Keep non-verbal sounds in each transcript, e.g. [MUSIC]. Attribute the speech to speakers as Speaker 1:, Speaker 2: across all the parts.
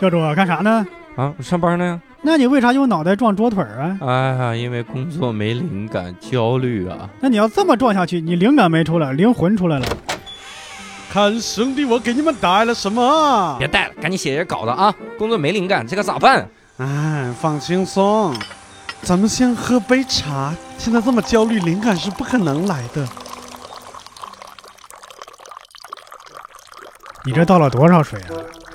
Speaker 1: 教主干啥呢？
Speaker 2: 啊，上班呢。
Speaker 1: 那你为啥用脑袋撞桌腿儿啊？
Speaker 2: 哎呀，因为工作没灵感，焦虑啊。
Speaker 1: 那你要这么撞下去，你灵感没出来，灵魂出来了。
Speaker 3: 看兄弟，我给你们带了什么？
Speaker 2: 别带了，赶紧写写稿子啊！工作没灵感，这可咋办？
Speaker 3: 哎，放轻松，咱们先喝杯茶。现在这么焦虑，灵感是不可能来的。
Speaker 1: 你这倒了多少水啊？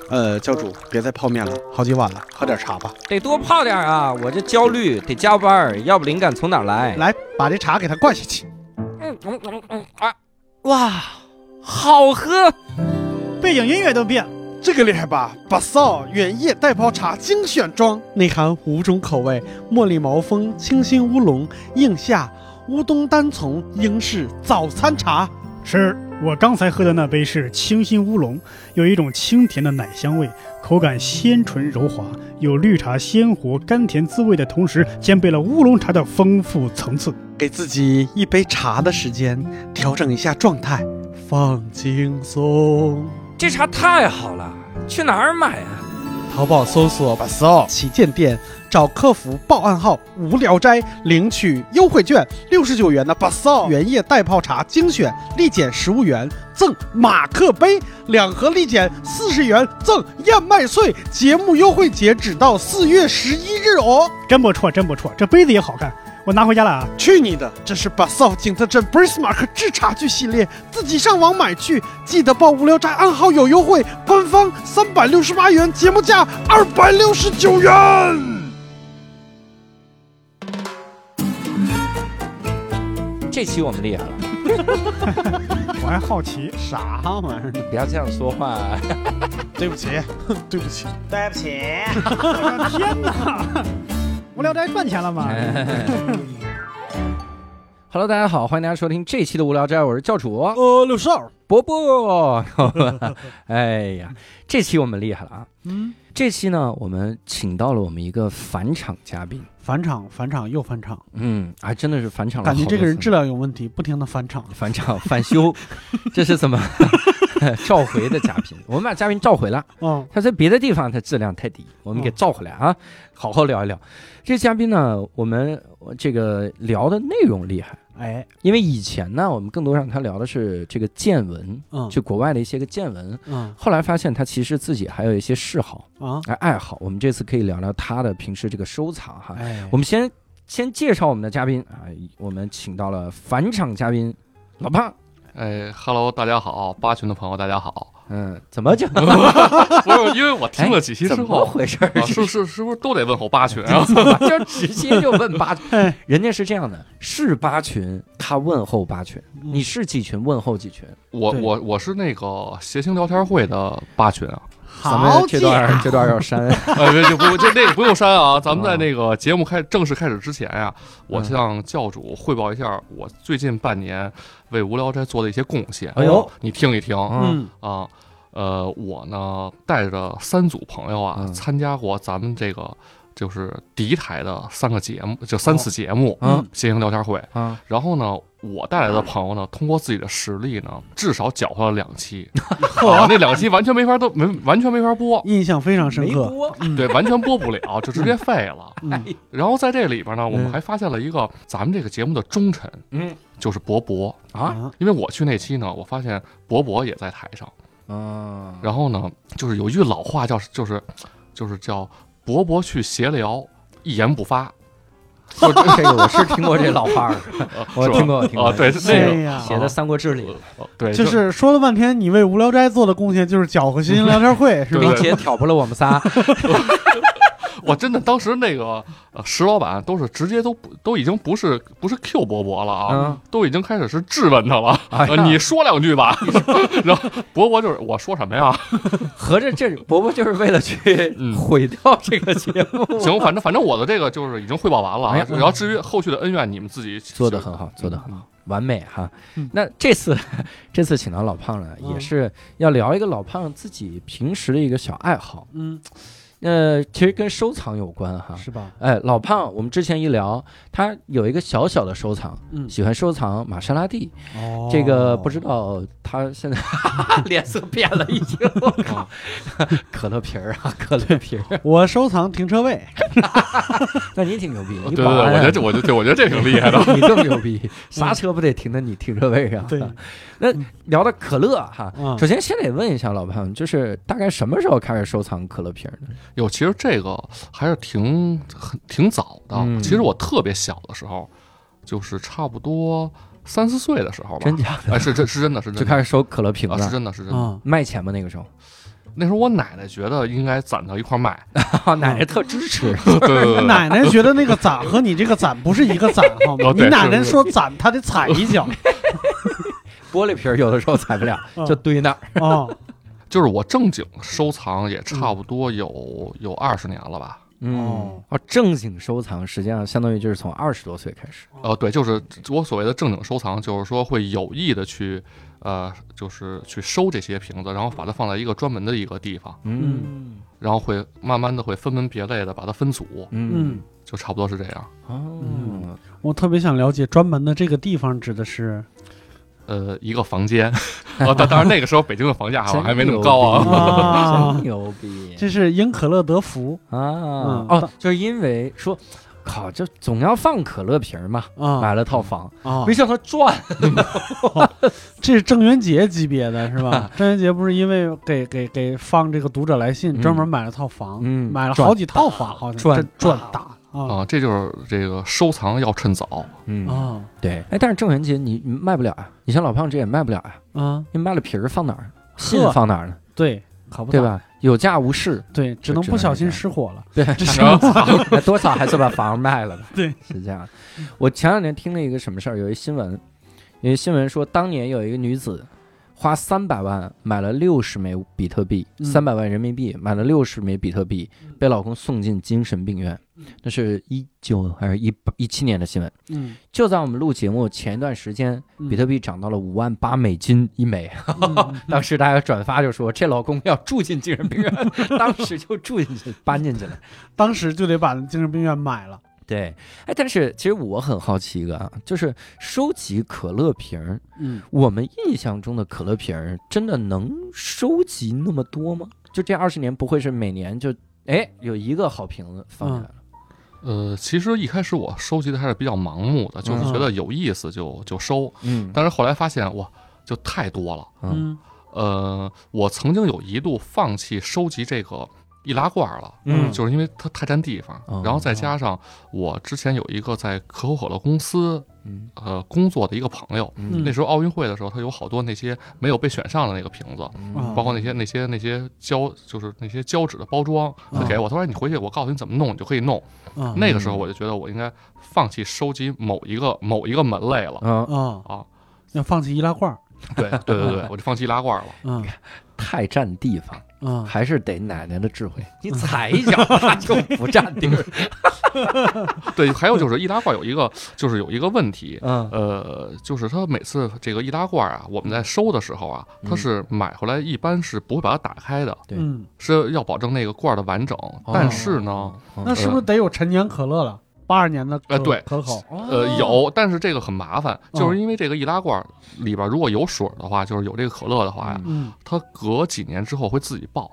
Speaker 3: 呃，教主，别再泡面了，好几碗了，喝点茶吧。
Speaker 2: 得多泡点啊！我这焦虑，得加班儿，要不灵感从哪儿来？
Speaker 3: 来，把这茶给它灌下去。
Speaker 2: 嗯嗯嗯嗯啊！哇，好喝！
Speaker 1: 背景音乐都变。
Speaker 3: 这个厉害吧？把臊原叶袋泡茶精选装，内含五种口味：茉莉毛峰、清新乌龙、映夏、乌冬单丛、英式早餐茶。
Speaker 1: 是我刚才喝的那杯是清新乌龙，有一种清甜的奶香味，口感鲜醇柔滑，有绿茶鲜活甘甜滋味的同时，兼备了乌龙茶的丰富层次。
Speaker 3: 给自己一杯茶的时间，调整一下状态，放轻松。
Speaker 2: 这茶太好了，去哪儿买啊？
Speaker 3: 淘宝搜索“把骚旗舰店”，找客服报暗号“无聊斋”，领取优惠券，六十九元的把骚原叶袋泡茶精选，立减十五元，赠马克杯两盒，立减四十元，赠燕麦穗。节目优惠截止到四月十一日哦！
Speaker 1: 真不错，真不错，这杯子也好看，我拿回家了啊。
Speaker 3: 去你的！这是把骚景德镇 Bismarck 制茶具系列，自己上网买去，记得报无聊斋暗号有优惠，官方三百六十八元，节目价二百六十九元。
Speaker 2: 这期我们厉害了，
Speaker 1: 我还好奇，
Speaker 3: 啥玩意儿？
Speaker 2: 不要这样说话。 [LAUGHS]
Speaker 3: 对不起，对不起。
Speaker 4: 对不起， [LAUGHS]
Speaker 1: 天哪，无聊斋赚钱了吗？
Speaker 4: 哎
Speaker 2: Hello，大家好，欢迎大家收听这期的无聊斋，我是教主
Speaker 3: 呃，六少，
Speaker 2: 伯伯。 [LAUGHS] 哎呀，这期我们厉害了啊！
Speaker 3: 嗯，
Speaker 2: 这期呢，我们请到了我们一个返场嘉宾，
Speaker 3: 返场，返场又返场，
Speaker 2: 嗯，还真的是返场了好
Speaker 3: 感
Speaker 2: 多
Speaker 3: 觉
Speaker 2: 次。
Speaker 3: 这个人质量有问题，不停的返场。
Speaker 2: 返场返
Speaker 3: [LAUGHS]
Speaker 2: 修，这是怎么 [LAUGHS] 召回的嘉宾？我们把嘉宾召回了，
Speaker 3: 嗯，
Speaker 2: 他在别的地方他质量太低，我
Speaker 3: 哦
Speaker 2: 们给召回来啊，好好聊一聊。这嘉宾呢，我们这个聊的内容厉害，
Speaker 3: 哎，
Speaker 2: 因为以前呢，我们更多让他聊的是这个见闻，
Speaker 3: 嗯，
Speaker 2: 就国外的一些个见闻。
Speaker 3: 嗯
Speaker 2: 后来发现他其实自己还有一些嗜好，
Speaker 3: 啊，
Speaker 2: 哎，爱好。我们这次可以聊聊他的平时这个收藏哈。
Speaker 3: 哎，
Speaker 2: 我们先先介绍我们的嘉宾啊，我们请到了返场嘉宾老胖，
Speaker 5: 哎哈喽，大家好，八群的朋友，大家好。
Speaker 2: 嗯，怎么讲？
Speaker 5: [LAUGHS] 不是，因为我听了几期
Speaker 2: 怎
Speaker 5: 之
Speaker 2: 么
Speaker 5: 后，
Speaker 2: 回事儿？
Speaker 5: 啊、是是是不是都得问候八群 [LAUGHS] 啊？
Speaker 2: [LAUGHS] 就直接就问
Speaker 3: [LAUGHS]
Speaker 2: 八群
Speaker 3: 哎，
Speaker 2: 人家是这样的，是八群，他问候八群，
Speaker 3: 嗯
Speaker 2: 你是几群问候几群，
Speaker 5: 我
Speaker 3: 对
Speaker 5: 我我是那个谐星聊天会的八群啊， [LAUGHS]
Speaker 2: 咱们
Speaker 3: 好啊
Speaker 2: 这
Speaker 3: 姐，
Speaker 2: 段这段要删，
Speaker 5: 哎，别就不就那个不用删 [LAUGHS] 啊。咱们在那个节目开正式开始之前呀、我向教主汇报一下我最近半年为无聊斋做的一些贡献。
Speaker 2: 哎呦，
Speaker 5: 你听一听
Speaker 2: 嗯，
Speaker 3: [LAUGHS] 嗯，
Speaker 5: 啊。呃，我呢带着三组朋友啊，
Speaker 2: 嗯
Speaker 5: 参加过咱们这个就是敌台的三个节目，就三次节目，
Speaker 2: 嗯
Speaker 5: 谐星聊天会。
Speaker 2: 啊，
Speaker 5: 然后呢，我带来的朋友呢，通过自己的实力呢，至少搅和了两期，
Speaker 2: [LAUGHS] 哦
Speaker 5: 啊，那两期完全没法都没完全没法播，
Speaker 3: 印象非常深
Speaker 2: 没
Speaker 3: 刻。
Speaker 2: 播，
Speaker 5: 对，完全播不了，就直接废了。哎
Speaker 3: 嗯
Speaker 5: 然后在这里边呢，
Speaker 3: 嗯
Speaker 5: 我们还发现了一个咱们这个节目的忠臣，
Speaker 2: 嗯
Speaker 5: 就是博博。
Speaker 2: 啊，
Speaker 5: 因为我去那期呢，我发现博博也在台上。
Speaker 2: 嗯，
Speaker 5: 然后呢，就是有一句老话叫，就是就是叫博博去闲聊，一言不发，
Speaker 2: 这这个我是听过这老话
Speaker 5: [LAUGHS]
Speaker 2: 儿，
Speaker 5: 呃
Speaker 2: 我
Speaker 5: 是吧
Speaker 2: 听过，我听过，
Speaker 5: 啊，对，
Speaker 2: 这
Speaker 5: 那
Speaker 3: 哎
Speaker 5: 个
Speaker 3: 呀
Speaker 2: 写在《三国志》里，
Speaker 5: 呃对，
Speaker 3: 就是说了半天，你为无聊斋做的贡献就是搅和心
Speaker 2: [LAUGHS]
Speaker 3: 情聊天会，是吧？
Speaker 2: 并且挑拨了我们仨，
Speaker 5: 我真的当时那个呃石老板都是直接都不都已经不是不是 Q 博博了啊，
Speaker 2: 嗯，
Speaker 5: 都已经开始是质问他了。
Speaker 2: 哎呀
Speaker 5: 呃你说两
Speaker 2: [LAUGHS]
Speaker 5: 句吧，然后博博就是我说什么呀？
Speaker 2: 合着这伯伯就是为了去
Speaker 5: 嗯
Speaker 2: [LAUGHS] 毁掉这个节目，
Speaker 5: 行，反正反正我的这个就是已经汇报完了
Speaker 2: 哎呀
Speaker 5: 啊。然后至于后续的恩怨，你们自己
Speaker 2: 做的很好，做的很好，完美哈
Speaker 3: 嗯。
Speaker 2: 那这次这次请到老胖了，
Speaker 3: 嗯
Speaker 2: 也是要聊一个老胖自己平时的一个小爱好，
Speaker 3: 嗯，
Speaker 2: 呃，其实跟收藏有关哈。
Speaker 3: 是吧？
Speaker 2: 哎，老胖，我们之前一聊，他有一个小小的收藏，
Speaker 3: 嗯
Speaker 2: 喜欢收藏玛莎拉蒂。
Speaker 3: 哦
Speaker 2: 这个不知道他现在 [LAUGHS] 脸色变了，已 [LAUGHS] 经。我靠，可乐瓶儿啊， [LAUGHS] 可乐瓶儿。
Speaker 3: 我收藏停车位，
Speaker 2: 那你挺牛逼，
Speaker 5: 嗯对
Speaker 2: 你
Speaker 5: 对对，
Speaker 2: 保安
Speaker 5: 我觉得这我觉得对我觉得这挺厉害的。
Speaker 2: [LAUGHS] 你这么牛逼，刹车不得停在你停车位上？ [LAUGHS]
Speaker 3: 对，
Speaker 2: 那聊到可乐哈，
Speaker 3: 嗯
Speaker 2: 首先先得问一下老潘，就是大概什么时候开始收藏可乐瓶的？
Speaker 5: 哟，其实这个还是挺很挺早的。
Speaker 2: 嗯
Speaker 5: 其实我特别小的时候，就是差不多三四岁的时候吧。
Speaker 2: [LAUGHS] 真假的？哦
Speaker 5: 哎，是这是真的是真的
Speaker 2: 就开始收可乐瓶
Speaker 5: 啊，是
Speaker 2: 了，
Speaker 5: 真的是真的。
Speaker 3: 嗯，
Speaker 2: 卖钱吗？那个 [LAUGHS] 时候，
Speaker 5: 那时候我奶奶觉得应该攒到一块
Speaker 2: [LAUGHS]
Speaker 5: 儿卖，
Speaker 2: 啊奶奶特支持，
Speaker 5: 对对对对，
Speaker 3: 奶奶觉得那个攒和你这个攒不是一个攒，好吗？
Speaker 5: [LAUGHS] 哦
Speaker 3: 你
Speaker 5: 对
Speaker 3: 奶奶
Speaker 5: 是是
Speaker 3: 说攒，她得踩一脚
Speaker 2: [LAUGHS] 玻璃瓶有的时候踩不了，
Speaker 3: 嗯
Speaker 2: 就堆那儿。
Speaker 3: 啊。
Speaker 5: [LAUGHS] 就是我正经收藏也差不多有有二十年了吧。
Speaker 2: [LAUGHS] 嗯
Speaker 3: 哦，
Speaker 2: 哦，正经收藏实际上相当于就是从二十多岁开始。
Speaker 5: 呃，对，就是我所谓的正经收藏，就是说会有意的去，呃，就是去收这些瓶子，然后把它放在一个专门的一个地方，
Speaker 2: 嗯
Speaker 5: 然后会慢慢的会分门别类的把它分组，
Speaker 2: 嗯
Speaker 3: 嗯，
Speaker 5: 就差不多是这样。嗯
Speaker 2: 哦，
Speaker 3: 我特别想了解专门的这个地方指的是
Speaker 5: 呃，一个房间，哦，当当然那个时候北京的房价好像还没那么
Speaker 2: 真
Speaker 5: 高啊
Speaker 2: 牛。
Speaker 3: 啊
Speaker 2: 逼真牛
Speaker 3: [LAUGHS]
Speaker 2: 逼
Speaker 3: 这是因可乐得福
Speaker 2: 啊！
Speaker 3: 嗯
Speaker 2: 哦，就是因为说，靠，这总要放可乐瓶嘛，买
Speaker 3: [LAUGHS] 啊
Speaker 2: 了套房，
Speaker 3: 啊
Speaker 2: 没！想到赚。
Speaker 3: 这是郑渊洁级别的是 [LAUGHS] 吧？郑渊洁不是因为给给给放这个读者来信，
Speaker 2: 嗯
Speaker 3: 专门买了套房，
Speaker 2: 嗯
Speaker 3: 买了好几套房，好像
Speaker 2: 赚
Speaker 3: 真赚大了
Speaker 5: 啊，这就是这个收藏要趁早。
Speaker 2: 嗯
Speaker 3: 啊啊
Speaker 2: 对。哎，但是郑元杰你你卖不了啊，你像老胖这也卖不了啊，
Speaker 3: 啊！
Speaker 2: 你卖了皮儿放哪儿？信
Speaker 3: 呵，
Speaker 2: 放哪儿呢？
Speaker 3: 对，考不
Speaker 2: 对
Speaker 3: 打？
Speaker 2: 吧？有价无市，
Speaker 3: 对，只能
Speaker 2: 只
Speaker 3: 不
Speaker 2: 能
Speaker 3: 小
Speaker 2: 是这
Speaker 3: 心
Speaker 2: 样
Speaker 3: 失火了。
Speaker 2: 对，
Speaker 3: 这是
Speaker 5: 然后
Speaker 2: 那多少还是把房卖了吧？
Speaker 3: 对，
Speaker 2: 是这样。我前两天听了一个什么事儿，有一新闻，有一新闻说，当年有一个女子花三百万买了六十枚比特币，
Speaker 3: 嗯
Speaker 2: 三百万人民币买了六十枚比特币，被老公送进精神病院。那是一九还是一一七年的新闻？
Speaker 3: 嗯，
Speaker 2: 就在我们录节目前一段时间，
Speaker 3: 嗯
Speaker 2: 比特币涨到了五万八美金一枚。
Speaker 3: 嗯
Speaker 2: 当时大家转发就说这老公要住进精神病院，
Speaker 3: [LAUGHS]
Speaker 2: 当时就住进去搬进去了。
Speaker 3: 当时就得把精神病院买了。
Speaker 2: 对，哎，但是其实我很好奇一个啊，就是收集可乐瓶儿，
Speaker 3: 嗯，
Speaker 2: 我们印象中的可乐瓶儿真的能收集那么多吗？就这二十年，不会是每年就哎有一个好瓶子放下来了？
Speaker 5: 呃，其实一开始我收集的还是比较盲目的，就是觉得有意思就就收，
Speaker 2: 嗯
Speaker 5: 但是后来发现哇，就太多了。
Speaker 2: 嗯
Speaker 3: 嗯
Speaker 5: 呃，我曾经有一度放弃收集这个易拉罐了，
Speaker 2: 嗯
Speaker 5: 就是因为它太占地方
Speaker 2: 哦，
Speaker 5: 然后再加上我之前有一个在可口可乐公司
Speaker 2: 嗯
Speaker 5: 呃工作的一个朋友，
Speaker 2: 嗯
Speaker 5: 那时候奥运会的时候，他有好多那些没有被选上的那个瓶子，
Speaker 2: 嗯
Speaker 3: 啊
Speaker 5: 包括那些那些那些胶，就是那些胶纸的包装，他
Speaker 3: 啊
Speaker 5: 给我，他说哎你回去，我告诉你怎么弄，你就可以弄。
Speaker 3: 啊
Speaker 5: 那个时候我就觉得我应该放弃收集某一个某一个门类了。
Speaker 2: 啊，
Speaker 3: 啊，
Speaker 5: 啊，
Speaker 3: 要放弃易拉罐儿。
Speaker 5: 对对对对，我就放弃易拉罐了。
Speaker 3: 嗯
Speaker 2: 太占地方，
Speaker 3: 嗯，
Speaker 2: 还是得奶奶的智慧，你踩一脚它 [LAUGHS] 就不占地儿。
Speaker 5: 对，还有就是易拉罐有一个就是有一个问题，
Speaker 2: 嗯
Speaker 5: 呃，就是它每次这个易拉罐啊，我们在收的时候啊，它是买回来一般是不会把它打开的，
Speaker 2: 对
Speaker 3: 嗯，
Speaker 5: 是要保证那个罐的完整。 [LAUGHS] 但是呢，
Speaker 2: 嗯，
Speaker 3: 哦那是不是得有陈年可乐了？八二年的可
Speaker 5: 呃对
Speaker 3: 可口
Speaker 5: 呃，
Speaker 2: 哦
Speaker 5: 有，但是这个很麻烦，就
Speaker 3: 嗯
Speaker 5: 是因为这个易拉罐里边如果有水的话，就是有这个可乐的话呀，
Speaker 2: 嗯
Speaker 3: 嗯
Speaker 5: 它隔几年之后会自己爆，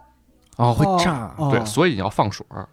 Speaker 2: 哦会
Speaker 3: 哦
Speaker 2: 炸
Speaker 3: 哦
Speaker 5: 对，所以你要放水儿，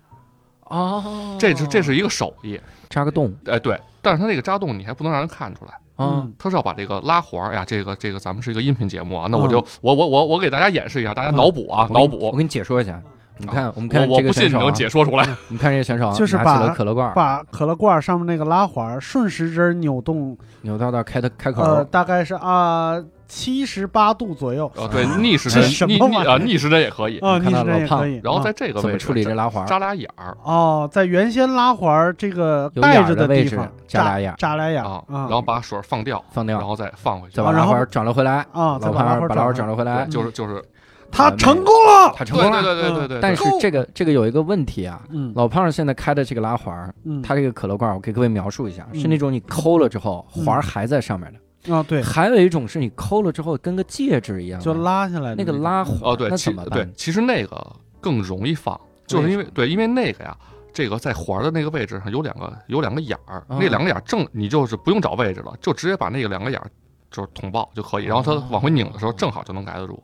Speaker 2: 哦，
Speaker 5: 这是这是一个手艺，
Speaker 2: 扎个洞
Speaker 5: 哎对，但是它这个扎洞你还不能让人看出来，
Speaker 2: 啊，
Speaker 5: 它是要把这个拉环儿哎呀，这个这个咱们是一个音频节目啊，那
Speaker 3: 嗯
Speaker 5: 我就我我我我给大家演示一下，大家脑补啊，
Speaker 2: 嗯我
Speaker 5: 脑
Speaker 2: 给你我
Speaker 5: 补，
Speaker 2: 给你解说一下，你看我们
Speaker 5: 我
Speaker 2: 看
Speaker 5: 我
Speaker 2: 这
Speaker 5: 不
Speaker 2: 个
Speaker 5: 信
Speaker 2: 选
Speaker 5: 你
Speaker 2: 手
Speaker 5: 能
Speaker 2: 啊，
Speaker 5: 解说出
Speaker 2: [LAUGHS]
Speaker 5: 来，
Speaker 2: 你看这个选手啊
Speaker 3: 就是
Speaker 2: 拿
Speaker 3: 把
Speaker 2: 起了可乐罐儿，
Speaker 3: 哦把可乐罐儿上面那个拉环儿顺时针儿扭动，
Speaker 2: 扭到到开的开口儿，
Speaker 3: 呃，大概是啊七十八度左右
Speaker 5: 呃对，
Speaker 2: 啊
Speaker 5: 逆时
Speaker 3: 这
Speaker 5: 针
Speaker 3: 什
Speaker 5: 逆
Speaker 3: 么
Speaker 5: 逆
Speaker 3: 玩意
Speaker 5: 啊逆时针也可以，
Speaker 3: 啊，
Speaker 2: 看
Speaker 3: 逆
Speaker 2: 到
Speaker 3: 时针
Speaker 2: 老
Speaker 3: 也
Speaker 2: 胖
Speaker 3: 可以。
Speaker 5: 然后
Speaker 3: 啊
Speaker 5: 在这个
Speaker 2: 嗯怎
Speaker 5: 位
Speaker 2: 么
Speaker 5: 置
Speaker 2: 处理
Speaker 5: 扎
Speaker 2: 这拉环儿？
Speaker 5: 扎俩眼儿
Speaker 3: 哦，在原先拉环儿这个
Speaker 2: 有
Speaker 3: 带
Speaker 2: 眼儿
Speaker 3: 着
Speaker 2: 的位
Speaker 3: 地
Speaker 2: 置
Speaker 3: 方
Speaker 2: 扎俩
Speaker 3: 扎
Speaker 2: 眼儿哦
Speaker 3: 扎俩眼儿
Speaker 5: 啊，
Speaker 3: 啊
Speaker 5: 然后把水儿放掉，
Speaker 2: 嗯放
Speaker 5: 然
Speaker 2: 掉，
Speaker 5: 后再放回去
Speaker 2: 再。把
Speaker 3: 啊
Speaker 2: 拉
Speaker 3: 然后
Speaker 2: 环儿转了回来，
Speaker 3: 啊，再
Speaker 2: 老
Speaker 3: 把
Speaker 2: 潘
Speaker 3: 拉
Speaker 2: 儿
Speaker 3: 环
Speaker 2: 把拉环儿
Speaker 3: 儿
Speaker 2: 转
Speaker 3: 转
Speaker 2: 了回来，
Speaker 5: 就是就是，
Speaker 3: 他成功了。
Speaker 2: 他成
Speaker 5: 对
Speaker 2: 功
Speaker 5: 对
Speaker 2: 了。
Speaker 5: 哎嗯
Speaker 2: 嗯
Speaker 5: 对对对对。
Speaker 2: 但是
Speaker 3: 成功
Speaker 2: 这个这个有一个问题啊，
Speaker 3: 嗯，
Speaker 2: 老胖儿现在开的这个拉环儿，
Speaker 3: 嗯，
Speaker 2: 它这个可乐罐儿，我给各位描述一下，
Speaker 3: 嗯
Speaker 2: 是那种你抠了之后
Speaker 3: 嗯
Speaker 2: 环儿还在上面的，
Speaker 3: 啊对，
Speaker 2: 还有一种是你抠了之后跟个戒指一样的，
Speaker 3: 就拉下来的
Speaker 2: 那个
Speaker 3: 种
Speaker 2: 拉环儿，
Speaker 5: 哦，对，
Speaker 2: 那
Speaker 5: 其
Speaker 2: 怎么
Speaker 5: 对
Speaker 2: 办？，
Speaker 5: 其实那个更容易放，就是因
Speaker 2: 为
Speaker 5: 为对，因为那个呀，这个在环儿的那个位置上有两个有两个眼儿，
Speaker 2: 啊
Speaker 5: 那两个眼儿正你就是不用找位置了，就直接把那个两个眼儿就是捅爆就可以，然后它往回拧的时候正好就能挨得住。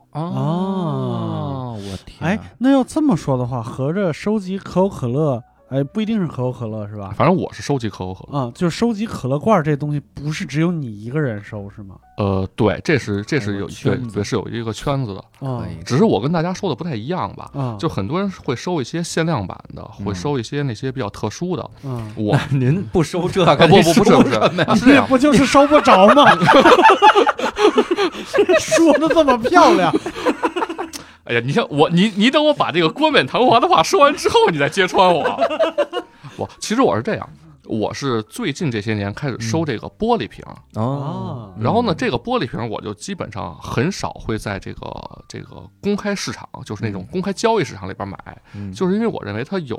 Speaker 2: 哦，我天
Speaker 3: 哎
Speaker 2: 啊，，
Speaker 3: 那要这么说的话，合着收集可口可乐，哎，不一定是可口可乐是吧？
Speaker 5: 反正我是收集可口可乐，
Speaker 3: 啊、就是收集可乐罐儿这东西，不是只有你一个人收是吗？
Speaker 5: 呃，对，这是这
Speaker 2: 哎
Speaker 5: 是有
Speaker 2: 我圈
Speaker 5: 对
Speaker 2: 子
Speaker 5: 对是有一个圈子的，
Speaker 3: 啊
Speaker 2: 可以
Speaker 5: 只是我跟大家说的不太一样吧。
Speaker 3: 啊，
Speaker 5: 就很多人会收一些限量版的，会
Speaker 2: 嗯
Speaker 5: 收一些那些比较特殊的。
Speaker 3: 嗯，
Speaker 2: [LAUGHS]
Speaker 5: 我
Speaker 2: 您不收这个，
Speaker 5: 啊不不不是不是，啊是这样，
Speaker 3: 不就是收不着吗？ [LAUGHS] 说的这么漂亮，
Speaker 5: 哎呀，你像我，你你等我把这个冠冕堂皇的话说完之后，你再揭穿
Speaker 2: [LAUGHS]
Speaker 5: 我。我其实我是这样，我是最近这些年开始收这个玻璃瓶，
Speaker 2: [LAUGHS] 哦，
Speaker 5: 然后呢，
Speaker 2: 嗯
Speaker 5: 这个玻璃瓶我就基本上很少会在这个这个公开市场，就是那种公开交易市场里边买，
Speaker 2: 嗯
Speaker 5: 就是因为我认为它有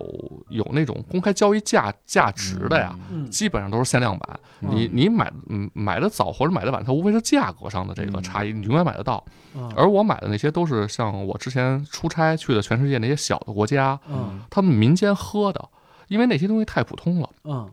Speaker 5: 有那种公开交易价价值的呀。
Speaker 2: 嗯
Speaker 3: 嗯
Speaker 5: 基本上都是限量版，
Speaker 2: 嗯
Speaker 5: 你你买嗯买的早或者买的晚，它无非是价格上的这个
Speaker 2: 嗯
Speaker 5: 差异，你永远买得到。
Speaker 3: 啊
Speaker 5: 而我买的那些都是像我之前出差去的全世界那些小的国家，
Speaker 3: 嗯
Speaker 5: 他们民间喝的，因为那些东西太普通了，
Speaker 3: 嗯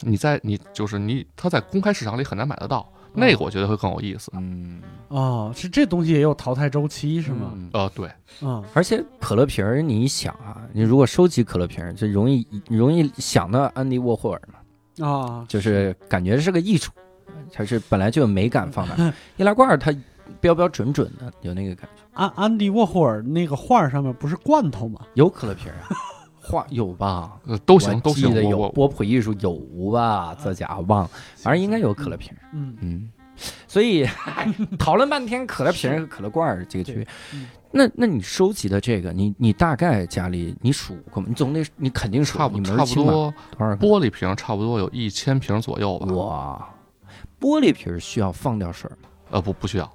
Speaker 5: 你在你就是你，它在公开市场里很难买得到，那个我觉得会更有意思。
Speaker 2: 嗯，
Speaker 3: 哦，是这东西也有淘汰周期是吗？
Speaker 2: 嗯
Speaker 5: 呃，对，
Speaker 3: 嗯
Speaker 2: 而且可乐瓶儿，你一想啊，你如果收集可乐瓶儿，就容易容易想到安迪沃霍尔嘛，
Speaker 3: 啊，
Speaker 2: 就是感觉是个艺术，它是本来就有美感放那
Speaker 3: [LAUGHS]
Speaker 2: 儿。易拉罐儿它标标准准的，有那个感觉。
Speaker 3: 安安迪沃霍尔那个画儿上面不是罐头吗？
Speaker 2: 有可乐瓶儿啊，画有吧？
Speaker 5: 呃，都行都
Speaker 2: 我
Speaker 5: 行
Speaker 2: 记得，
Speaker 5: 我
Speaker 2: 有
Speaker 5: 我
Speaker 2: 波普艺术有吧？这家伙忘了，反正应该有可乐瓶儿。
Speaker 3: 嗯，
Speaker 2: 嗯，所以 [LAUGHS] 讨论半天可乐瓶儿和可乐罐儿这个区别
Speaker 3: 对嗯。
Speaker 2: 那那你收集的这个，你你大概家里你数过吗？你总得你肯定数
Speaker 5: 差不
Speaker 2: 你门
Speaker 5: 差
Speaker 2: 儿
Speaker 5: 不
Speaker 2: 清吧
Speaker 5: 多
Speaker 2: 多少个？
Speaker 5: 玻璃瓶差不多有一千瓶左右吧。
Speaker 2: 哇，玻璃瓶儿需要放掉水儿吗？
Speaker 5: 呃，不不需要，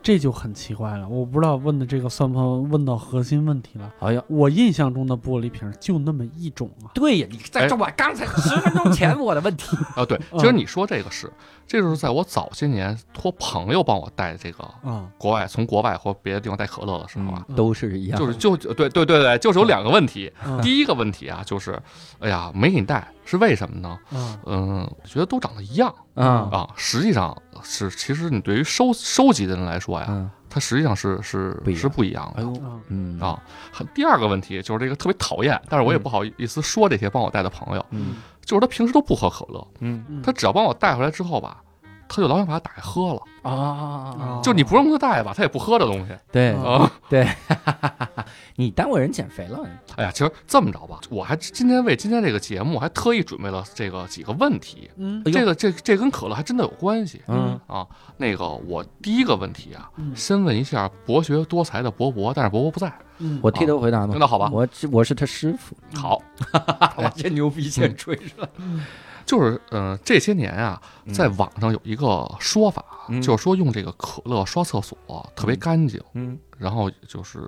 Speaker 3: 这就很奇怪了。我不知道问的这个算不算问到核心问题了。
Speaker 2: 哎呀，
Speaker 3: 我印象中的玻璃瓶就那么一种啊。
Speaker 2: 对呀，你在
Speaker 5: 哎
Speaker 2: 这我刚才十分钟前我的问题。
Speaker 5: 啊，对，其
Speaker 2: 嗯
Speaker 5: 实你说这个是，这就是在我早些年托朋友帮我带这个
Speaker 3: 啊
Speaker 5: 国外从国外或别的地方带可乐的时候啊，
Speaker 2: [LAUGHS] 嗯嗯都是一样，
Speaker 5: 就是就对对对对，就是有两个问题，
Speaker 3: 啊
Speaker 5: 第一个问题啊，就是，哎呀，没给你带是为什么呢？
Speaker 3: 啊
Speaker 5: 嗯，觉得都长得一样
Speaker 2: 啊
Speaker 5: 啊。实际上是，其实你对于收收集的人来说呀，
Speaker 2: 啊，
Speaker 5: 它实际上是是
Speaker 2: 不一样
Speaker 5: 是不一样
Speaker 2: 哎
Speaker 5: 的。
Speaker 2: 呦，
Speaker 3: 啊
Speaker 2: 嗯
Speaker 5: 啊第二个问题就是这个特别讨厌，但是我也
Speaker 2: 嗯
Speaker 5: 不好意思说这些帮我带的朋友，
Speaker 2: 嗯
Speaker 5: 就是他平时都不喝可乐，
Speaker 2: 嗯
Speaker 3: 嗯
Speaker 5: 他只要帮我带回来之后吧，他就老想把它打开喝了。
Speaker 2: 啊
Speaker 3: 哦，
Speaker 5: 就你不用他带吧，他也不喝这东西
Speaker 2: 对
Speaker 3: 啊
Speaker 5: 啊。
Speaker 2: 对，你耽误人减肥了，
Speaker 5: 哎呀，其实这么着吧，我还今天为今天这个节目我还特意准备了这个几个问题，
Speaker 3: 嗯
Speaker 2: 哎呦
Speaker 5: 这个这这跟可乐还真的有关系
Speaker 2: 嗯
Speaker 5: 啊。那个我第一个问题啊，
Speaker 3: 嗯
Speaker 5: 先问一下博学多才的博博，但是博博不在，
Speaker 3: 嗯
Speaker 2: 我替他回答吗？
Speaker 5: 啊那好吧，
Speaker 2: 我是我是他师
Speaker 5: [LAUGHS]
Speaker 2: 傅，
Speaker 5: 好，
Speaker 2: 我这牛逼先吹出来。
Speaker 5: 就是嗯、呃这些年啊，
Speaker 2: 嗯
Speaker 5: 在网上有一个说法，啊
Speaker 2: 嗯
Speaker 5: 就是说用这个可乐刷厕所特别干净，
Speaker 2: 嗯，
Speaker 5: 然后就是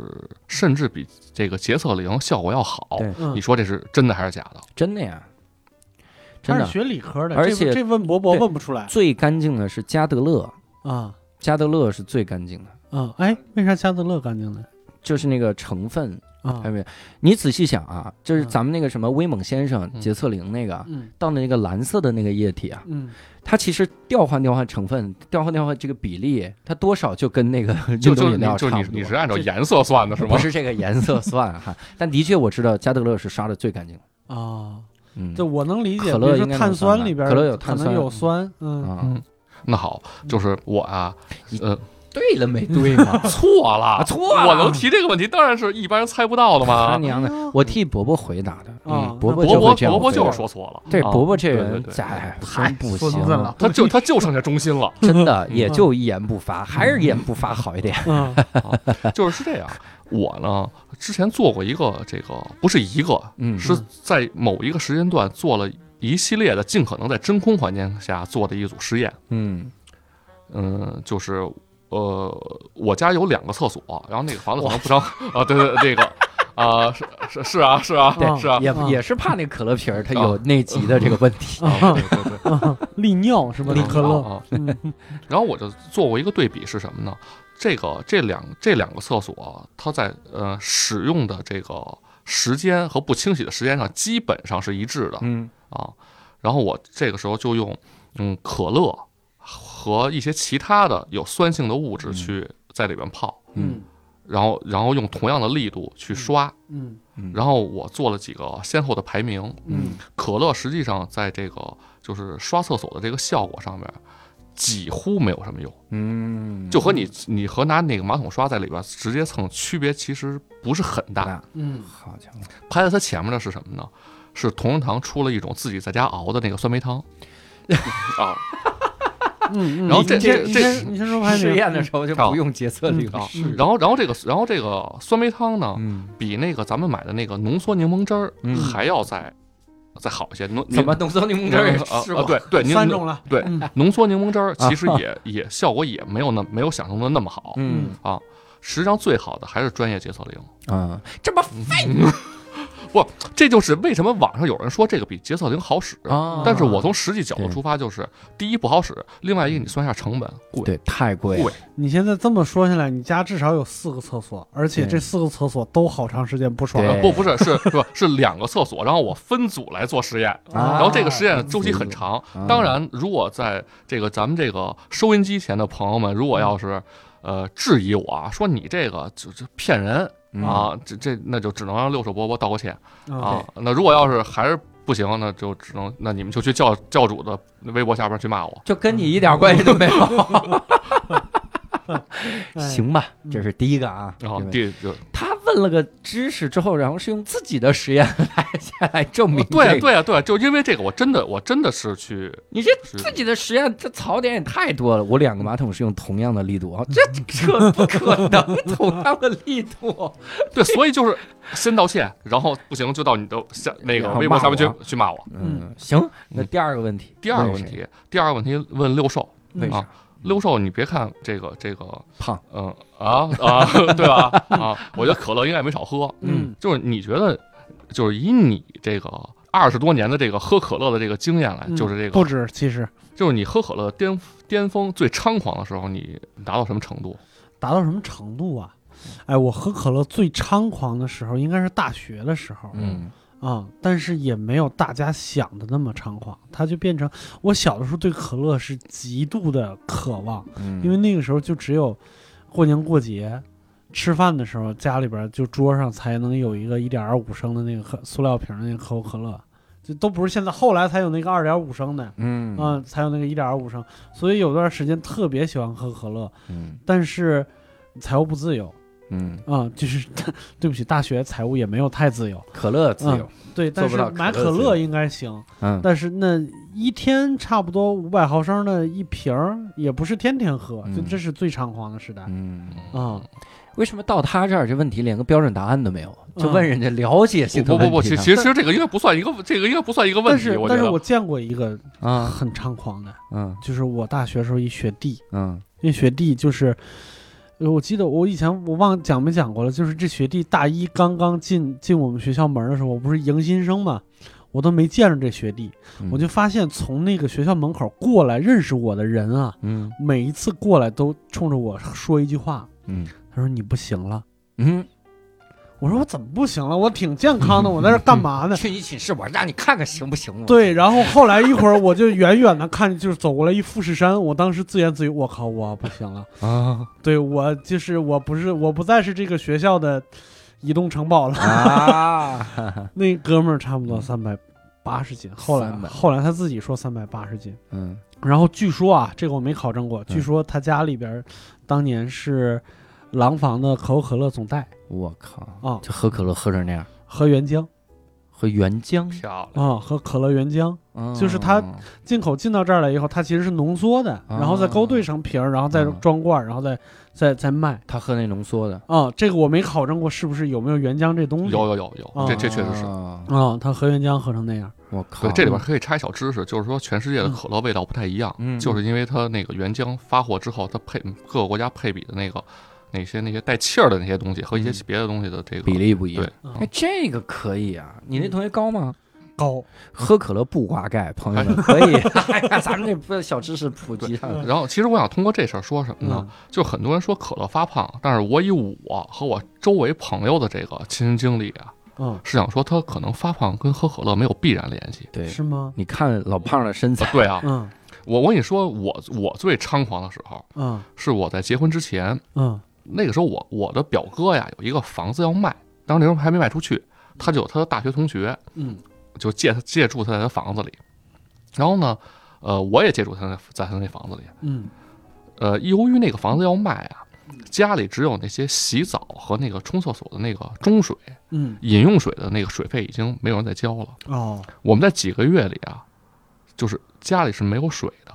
Speaker 5: 甚至比这个洁厕灵效果要好。
Speaker 2: 对
Speaker 3: 嗯
Speaker 5: 你说这是真的还是假的？
Speaker 2: 真的呀，真
Speaker 3: 他
Speaker 2: 的
Speaker 3: 是学理科的，
Speaker 2: 而
Speaker 3: 这
Speaker 2: 且
Speaker 3: 这问博博
Speaker 2: 对
Speaker 3: 问不出来
Speaker 2: 最干净的是加德乐，
Speaker 3: 啊
Speaker 2: 加德乐是最干净的，
Speaker 3: 啊！哎，为啥加德乐干净呢？
Speaker 2: 就是那个成分
Speaker 5: 嗯
Speaker 3: 啊
Speaker 2: 还有没有？你仔细想啊，就是
Speaker 3: 嗯
Speaker 2: 咱们那个什么威猛先生、
Speaker 5: 嗯
Speaker 2: 洁厕灵那个。
Speaker 3: 嗯
Speaker 2: 倒的那个蓝色的那个液体啊，
Speaker 3: 嗯
Speaker 2: 它其实调换调换成分，调换调换这个比例，它多少就跟那个
Speaker 5: 就
Speaker 2: 运
Speaker 5: 就
Speaker 2: 动
Speaker 5: 是
Speaker 2: 饮
Speaker 5: 你
Speaker 2: 料
Speaker 5: 就
Speaker 2: 差
Speaker 5: 是
Speaker 2: 不
Speaker 5: 你
Speaker 2: 多。
Speaker 5: 你是按照颜色算的是吗
Speaker 2: 不？是这个颜色算哈，但的确我知道加德乐是刷的最干净的。
Speaker 3: 啊，
Speaker 2: 嗯，
Speaker 3: 这我能理解，
Speaker 2: 可
Speaker 3: 比如
Speaker 2: 乐
Speaker 3: 说
Speaker 2: 应该
Speaker 3: 碳
Speaker 2: 能算
Speaker 3: 酸
Speaker 2: 吧
Speaker 3: 里边
Speaker 2: 可乐有
Speaker 3: 可
Speaker 2: 碳
Speaker 3: 能
Speaker 2: 酸
Speaker 3: 有酸，嗯
Speaker 2: 啊，
Speaker 5: 嗯，那好，就是我啊，呃，
Speaker 2: 对了没对嘛？
Speaker 5: 错了
Speaker 2: 啊，错了啊
Speaker 5: 我能提这个问题，当然是一般人猜不到的
Speaker 2: 他
Speaker 5: 嘛。
Speaker 2: 娘的，
Speaker 3: 哦
Speaker 2: 我替伯伯回答的。嗯
Speaker 3: 啊，
Speaker 2: 伯伯
Speaker 3: 那
Speaker 5: 伯伯
Speaker 2: 会这样
Speaker 5: 伯伯就
Speaker 2: 回
Speaker 5: 是
Speaker 2: 答
Speaker 5: 说错了，
Speaker 2: 对
Speaker 5: 啊
Speaker 2: 伯伯这
Speaker 5: 对
Speaker 2: 人
Speaker 5: 对，对
Speaker 2: 哎，真不
Speaker 3: 孙子
Speaker 2: 行，。
Speaker 3: 了
Speaker 5: 他就他就剩下中心了
Speaker 2: [LAUGHS] 真的也就一言不发，还是一言不发好一点。
Speaker 3: 嗯
Speaker 5: 就是是这样，我呢之前做过一个这个不是一个，
Speaker 2: 嗯
Speaker 5: 是在某一个时间段做了一系列的尽可能在真空环境下做的一组实验。
Speaker 2: 嗯，
Speaker 5: 嗯，就是呃，我家有两个厕所，然后那个房子可能不长啊，对对对，那个。啊，是是是啊，是
Speaker 2: 哦
Speaker 5: 啊，
Speaker 3: 对
Speaker 5: 是啊，
Speaker 2: 也
Speaker 3: 啊
Speaker 2: 也是怕那可乐瓶儿它
Speaker 5: 啊
Speaker 2: 有内急的这个问题。
Speaker 5: 啊对对对，
Speaker 3: 啊， [LAUGHS] 利尿是吧？利可乐，
Speaker 5: 啊。啊
Speaker 3: 嗯
Speaker 5: 然后我就做过一个对比是什么呢？这个这两这两个厕所，它在呃使用的这个时间和不清洗的时间上基本上是一致的
Speaker 2: 嗯
Speaker 5: 啊。然后我这个时候就用嗯可乐和一些其他的有酸性的物质去在里边泡，
Speaker 2: 嗯
Speaker 5: 然后然后用同样的力度去刷。
Speaker 3: 嗯
Speaker 2: 嗯
Speaker 5: 然后我做了几个先后的排名，
Speaker 3: 嗯
Speaker 5: 可乐实际上在这个就是刷厕所的这个效果上面。几乎没有什么用，
Speaker 2: 嗯，
Speaker 5: 就和你你和拿那个马桶刷在里边直接蹭区别其实不是很大。
Speaker 2: 大，
Speaker 3: 嗯
Speaker 2: 好家伙，
Speaker 5: 排在它前面的是什么呢？是同仁堂出了一种自己在家熬的那个酸梅汤，啊，
Speaker 3: 嗯
Speaker 5: [LAUGHS] 然后这这
Speaker 2: 你
Speaker 5: 这
Speaker 2: 先你先说排
Speaker 3: 名
Speaker 2: 实验的时候就不用洁厕灵
Speaker 5: 啊
Speaker 2: 了，
Speaker 5: 然后然后这个然后这个酸梅汤呢，
Speaker 2: 嗯，
Speaker 5: 比那个咱们买的那个浓缩柠檬汁儿
Speaker 2: 嗯
Speaker 5: 还要再再好一些。浓
Speaker 2: 怎么浓缩柠檬汁儿也
Speaker 5: 啊
Speaker 2: 是
Speaker 5: 啊
Speaker 2: 吧？
Speaker 5: 对对，柠
Speaker 3: 三种了，
Speaker 5: 对
Speaker 3: 嗯
Speaker 5: 浓缩柠檬汁儿其实也也效果也没有那没有想象中的那么
Speaker 2: 啊
Speaker 5: 好。啊
Speaker 2: 嗯
Speaker 5: 实际上最好的还是专业洁厕灵，
Speaker 3: 嗯
Speaker 2: 啊，这么
Speaker 5: 这就是为什么网上有人说这个比洁厕灵好使。
Speaker 2: 啊
Speaker 5: 但是我从实际角度
Speaker 2: 对
Speaker 5: 出发，就是第一不好使，另外一个你算一下成本贵。
Speaker 2: 对太贵了
Speaker 5: 贵
Speaker 3: 你现在这么说下来，你家至少有四个厕所，而且
Speaker 2: 对
Speaker 3: 这四个厕所都好长时间不刷
Speaker 2: 对
Speaker 3: 了。
Speaker 5: 不不是是是吧？ [LAUGHS] 是两个厕所，然后我分组来做实验，
Speaker 2: 啊
Speaker 5: 然后这个实验周期很长
Speaker 2: 嗯。
Speaker 5: 当然，如果在这个咱们这个收音机前的朋友们，如果要
Speaker 2: 嗯
Speaker 5: 是呃质疑我啊，说你这个就就骗人
Speaker 2: 嗯
Speaker 5: 啊，这这那就只能让六手波波道个歉啊
Speaker 3: 啊，。
Speaker 5: 那如果要是还是不行，那就只能那你们就去教教主的微博下边去骂我。
Speaker 2: 就跟你一点关系都没 [LAUGHS] 有。
Speaker 3: 哎
Speaker 2: 行吧，这是第一个啊。
Speaker 5: 然后
Speaker 2: 这位
Speaker 5: 第就
Speaker 2: 他问了个知识之后，然后是用自己的实验来下来证明、
Speaker 5: 对啊
Speaker 2: 这个
Speaker 5: 对啊对啊，就因为这个，我真的我真的是去
Speaker 2: 你这
Speaker 5: 是
Speaker 2: 自己的实验，这槽点也太多了。我两个马桶是用同样的力度
Speaker 5: 嗯
Speaker 2: 啊，这这不可能同样的力度。
Speaker 5: [LAUGHS] 对，所以就是先道歉，然后不行就到你的下那个微博下面去去骂我。
Speaker 2: 嗯，行，那第二个问题，
Speaker 5: 第二个
Speaker 2: 问
Speaker 5: 问
Speaker 2: 谁，
Speaker 5: 题，第二个问题问六兽，
Speaker 2: 为啥
Speaker 5: 啊六兽你别看这个这个，
Speaker 2: 胖？
Speaker 5: 嗯啊啊， [LAUGHS] 对吧？啊，我觉得可乐应该没少喝。
Speaker 2: 嗯
Speaker 5: 就是你觉得，就是以你这个二十多年的这个喝可乐的这个经验来，
Speaker 3: 嗯
Speaker 5: 就是这个
Speaker 3: 不，止，其实
Speaker 5: 就是你喝可乐的巅巅峰最猖狂的时候，你达到什么程度？
Speaker 3: 达到什么程度啊？哎，我喝可乐最猖狂的时候应该是大学的时候啊、
Speaker 2: 嗯
Speaker 3: 但是也没有大家想的那么猖狂，它就变成我小的时候对可乐是极度的渴望，
Speaker 2: 嗯，
Speaker 3: 因为那个时候就只有过年过节吃饭的时候，家里边就桌上才能有一个一点二五升的那个可塑料瓶的那个可口可乐，就都不是现在，后来才有那个二点五升的，
Speaker 2: 嗯
Speaker 3: 嗯，才有那个一点二五升，所以有段时间特别喜欢喝可乐，
Speaker 2: 嗯
Speaker 3: 但是财务不自由
Speaker 2: 嗯，
Speaker 3: 啊、 [LAUGHS] 就是对不起，大学财务也没有太自由，
Speaker 2: 可乐自由，
Speaker 3: 对，但
Speaker 2: 做
Speaker 3: 是
Speaker 2: 不到
Speaker 3: 买
Speaker 2: 可乐
Speaker 3: 可
Speaker 2: 自由
Speaker 3: 乐应该行，
Speaker 2: 嗯
Speaker 3: 但是那一天差不多五百毫升的一瓶儿，也不是天天喝，就
Speaker 2: 嗯
Speaker 3: 这是最猖狂的时代。
Speaker 2: 嗯。
Speaker 3: 啊，
Speaker 2: 为什么到他这儿这问题连个标准答案都没有？就问人家了解性的
Speaker 5: 不
Speaker 2: 问题
Speaker 5: 不
Speaker 2: 呢
Speaker 5: 不，其其实其实这个应该不算一个，这个应该不算一个问
Speaker 3: 但
Speaker 5: 题。
Speaker 3: 是
Speaker 5: 我觉
Speaker 3: 但是
Speaker 5: 得
Speaker 3: 我见过一个
Speaker 2: 啊，
Speaker 3: 很猖狂的，
Speaker 2: 嗯
Speaker 3: 就是我大学时候一学弟，
Speaker 2: 嗯
Speaker 3: 那学弟就是，呃我记得我以前我忘讲没讲过了，就是这学弟大一刚刚进进我们学校门的时候，我不是迎新生嘛，我都没见着这学弟，
Speaker 2: 嗯
Speaker 3: 我就发现从那个学校门口过来认识我的人啊，
Speaker 2: 嗯
Speaker 3: 每一次过来都冲着我说一句话，
Speaker 2: 嗯
Speaker 3: 他说你不行了。
Speaker 2: 嗯，
Speaker 3: 我说我怎么不行了？我挺健康的，我在这儿干嘛呢？
Speaker 2: 去你寝室，我让你看看行不行？我，啊
Speaker 3: 对，然后后来一会儿我就远远的看，就是走过来一富士山，我当时自言自语：“我靠，我不行了，
Speaker 2: 啊
Speaker 3: 对我就是我不是我不再是这个学校的移动城堡了。
Speaker 2: 啊，
Speaker 3: 那哥们儿差不多三百八十斤，后来
Speaker 2: 300
Speaker 3: 后来他自己说三百八十斤，
Speaker 2: [LAUGHS] 嗯
Speaker 3: 然后据说啊，这个我没考证过，据
Speaker 2: 嗯
Speaker 3: 说他家里边儿当年是廊坊的可口可乐总代
Speaker 2: 我靠，
Speaker 3: 啊，
Speaker 2: 就喝可乐喝成那样，
Speaker 3: 喝原浆
Speaker 2: 喝原浆，
Speaker 5: 漂亮，
Speaker 3: 啊，喝可乐原浆。
Speaker 2: 嗯
Speaker 3: 就是他进口进到这儿来以后，它其实是浓缩的，然后再勾兑成瓶儿，然后再
Speaker 2: 嗯
Speaker 3: 装罐儿，然后再再再卖
Speaker 2: 他喝那浓缩的，
Speaker 3: 啊、这个我没考证过是不是有没有原浆这东西。
Speaker 5: 有有有
Speaker 2: 哦
Speaker 5: 有，这这确实是。
Speaker 2: 啊
Speaker 3: 啊，他喝原浆喝成那样。
Speaker 2: 我靠
Speaker 5: 对，，这里边可以插一小知识，就是说全世界的可乐味道不太一样，
Speaker 2: 嗯
Speaker 5: 就是因为它那个原浆发货之后，它配嗯各个国家配比的那个那些那些带气儿的那些东西和一些
Speaker 2: 嗯
Speaker 5: 别的东西的这个
Speaker 2: 比，例不一样
Speaker 5: 对。
Speaker 2: 哎，这个可以啊！你那同学高吗？
Speaker 3: 高，
Speaker 2: 喝可乐不刮盖，朋友们可以。 [LAUGHS] 哎呀咱们这不小知识普及上了，
Speaker 5: 然后其实我想通过这事儿说什么呢
Speaker 3: 嗯？
Speaker 5: 就很多人说可乐发胖，但是我以我和我周围朋友的这个亲身经历啊，
Speaker 3: 嗯，
Speaker 5: 是想说他可能发胖跟喝可乐没有必然联
Speaker 2: [LAUGHS]
Speaker 5: 系。
Speaker 2: 对，
Speaker 3: 是吗？
Speaker 2: 你看老胖的身
Speaker 5: 啊
Speaker 2: 材，
Speaker 5: 对啊，
Speaker 3: 嗯
Speaker 5: 我我跟你说，我我最猖狂的时候
Speaker 3: 嗯
Speaker 5: 是我在结婚之前，
Speaker 3: 嗯
Speaker 5: 那个时候我我的表哥呀有一个房子要卖，当时那时候还没卖出去，他就有他的大学同学
Speaker 3: 嗯
Speaker 5: 就借他借住他在他房子里，然后呢，呃，我也借住他那在他那房子里，
Speaker 3: 嗯
Speaker 5: 呃，由于那个房子要卖啊，家里只有那些洗澡和那个冲厕所的那个中水、
Speaker 3: 嗯，
Speaker 5: 饮用水的那个水费已经没有人再交了。
Speaker 3: 哦，
Speaker 5: 我们在几个月里啊，就是家里是没有水的，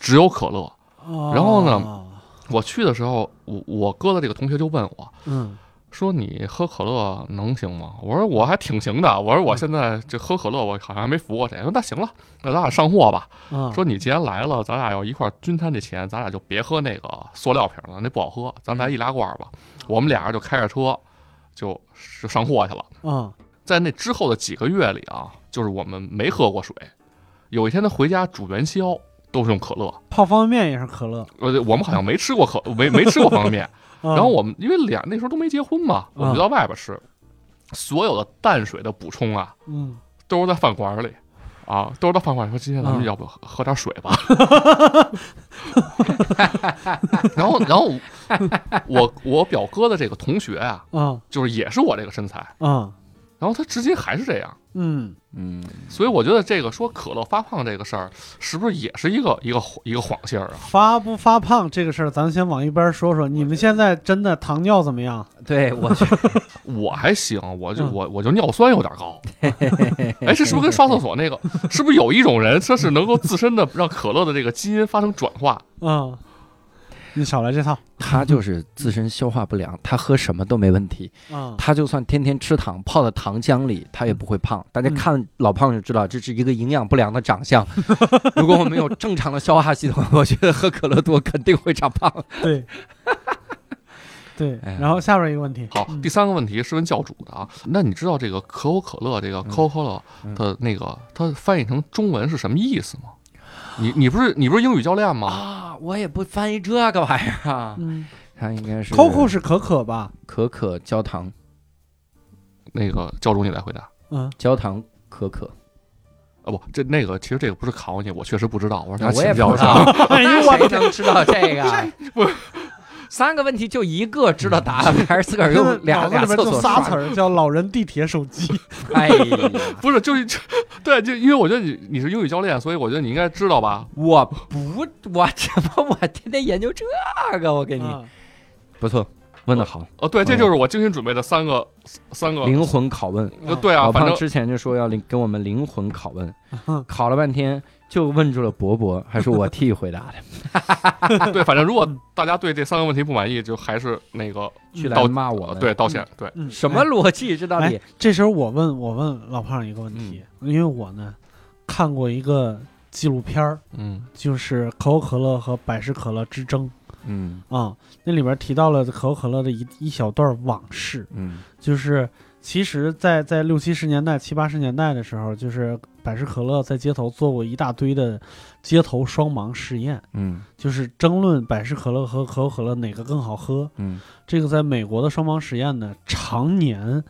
Speaker 5: 只有可乐。
Speaker 3: 哦
Speaker 5: 然后
Speaker 3: 呢？
Speaker 5: 我去的时候，我我哥的这个同学就问我
Speaker 3: 嗯
Speaker 5: 说：“你喝可乐能行吗？”我说：“我还挺行的。”我说：“我现在这喝可乐，我好像还没服过谁。”说：“那行了，那咱俩上货吧。”
Speaker 3: 啊，
Speaker 5: 说你既然来了，咱俩要一块儿均摊这钱，咱俩就别喝那个塑料瓶了，那不好喝，咱来易拉罐吧。我们俩人就开着车，就就上货去了。
Speaker 3: 嗯
Speaker 5: 在那之后的几个月里啊，就是我们没喝过水。有一天他回家煮元宵，都是用可乐。
Speaker 3: 泡方便面也是可乐，啊
Speaker 5: 呃，我们好像没吃过可没没吃过方便面。
Speaker 3: 然
Speaker 5: 然后我们因为俩那时候都没结婚嘛，
Speaker 3: 嗯
Speaker 5: 我们就到外边吃。所有的淡水的补充啊，
Speaker 3: 嗯
Speaker 5: 都是在饭馆里，啊，都是到饭馆里说今天咱们
Speaker 3: 嗯
Speaker 5: 要不喝喝点水吧。
Speaker 3: [LAUGHS]
Speaker 5: 然后，然后我我表哥的这个同学啊，
Speaker 3: 啊
Speaker 5: 就是也是我这个身材，
Speaker 3: 啊
Speaker 5: 然后他至今还是这样，
Speaker 3: 嗯
Speaker 2: 嗯，
Speaker 5: 所以我觉得这个说可乐发胖这个事儿，是不是也是一个一个一个谎信儿啊？
Speaker 3: 发不发胖这个事儿，咱先往一边说说。你们现在真的糖尿怎么样？
Speaker 2: 对我觉得
Speaker 5: 我还行，我就
Speaker 3: 嗯
Speaker 5: 我我就尿酸有点高，
Speaker 2: [LAUGHS]
Speaker 5: 哎，这是不是跟上厕所那个？是不是有一种人他是能够自身的让可乐的这个基因发生转化？
Speaker 3: 嗯，你少来这套。
Speaker 2: 他就是自身消化不良，他喝什么都没问题，
Speaker 3: 嗯
Speaker 2: 他就算天天吃糖，泡在糖浆里，他也不会胖。大家看老胖就知道，这是一个营养不良的长相。 [LAUGHS] 如果我们有正常的消化系统，我觉得喝可乐多肯定会长胖。
Speaker 3: 对， [LAUGHS] 对，
Speaker 2: 哎呀
Speaker 3: 然后下边一个问题，
Speaker 5: 好
Speaker 3: 嗯，
Speaker 5: 第三个问题是问教主的啊。那你知道这个可口可乐这个 Coca-Cola
Speaker 2: 嗯
Speaker 5: 的那个它翻译成中文是什么意思吗？你你不是你不是英语教练
Speaker 2: [LAUGHS]
Speaker 5: 吗？
Speaker 2: 啊，我也不翻译这个玩意儿啊。
Speaker 3: 嗯 [LAUGHS]
Speaker 2: 他应该是
Speaker 3: ，Coco 是可可吧？
Speaker 2: 可可焦糖，
Speaker 5: 那个教主你来回答啊啊
Speaker 3: 嗯，
Speaker 2: 焦糖可可。
Speaker 5: 不，这那个其实这个不是考你，我确实不知道。我说
Speaker 2: 我也
Speaker 5: 请
Speaker 2: 不知
Speaker 5: 教一
Speaker 2: 道
Speaker 5: 下。，
Speaker 3: 哎呦我
Speaker 2: [LAUGHS] 谁能知道这个？三个问题就一个知道答案，还是自个儿用俩
Speaker 3: 脑子
Speaker 2: 俩
Speaker 3: 里边
Speaker 2: 厕
Speaker 3: 就
Speaker 2: 所
Speaker 3: 仨
Speaker 2: 刷
Speaker 3: 词儿，叫“老人地铁手机
Speaker 2: 哎呀，
Speaker 5: [LAUGHS] 不是，就是对，就因为我觉得你你是英语教练，所以我觉得你应该知道吧。
Speaker 2: 我不，我怎么我天天研究这个？我” [LAUGHS] 给你
Speaker 3: 啊。
Speaker 2: 嗯不错，问的好，
Speaker 5: 哦，对，这就是我精心准备的三个三个。
Speaker 2: 灵魂拷问。
Speaker 5: 呃对啊，
Speaker 2: 老
Speaker 5: 反
Speaker 2: 胖
Speaker 5: 正
Speaker 2: 之前就说要灵跟我们灵魂拷问
Speaker 3: 嗯，
Speaker 2: 考了半天就问住了博博，还是我替回答的，
Speaker 5: [LAUGHS] 对，反正如
Speaker 2: 嗯
Speaker 5: 果大家对这三个问题不满意，就还是那个
Speaker 2: 去
Speaker 5: 道
Speaker 2: 来骂我
Speaker 5: 呃
Speaker 2: 们。
Speaker 5: 对道歉，对
Speaker 3: 嗯，
Speaker 2: 什么
Speaker 3: 哎
Speaker 2: 逻辑？这到底
Speaker 3: 哎？这时候我问我问老胖一个问题，
Speaker 2: 嗯
Speaker 3: 因为我呢看过一个纪录片儿，
Speaker 5: 嗯。
Speaker 3: 就是可口可乐和百事可乐之争
Speaker 2: 嗯
Speaker 3: 啊、那里边提到了可口可乐的一一小段往事，
Speaker 2: 嗯
Speaker 3: 就是其实在，在六七十年代、七八十年代的时候，就是百事可乐在街头做过一大堆的街头双盲试验，
Speaker 2: 嗯
Speaker 3: 就是争论百事可乐和可口可乐哪个更好喝。
Speaker 2: 嗯，
Speaker 3: 这个在美国的双盲实验呢，常年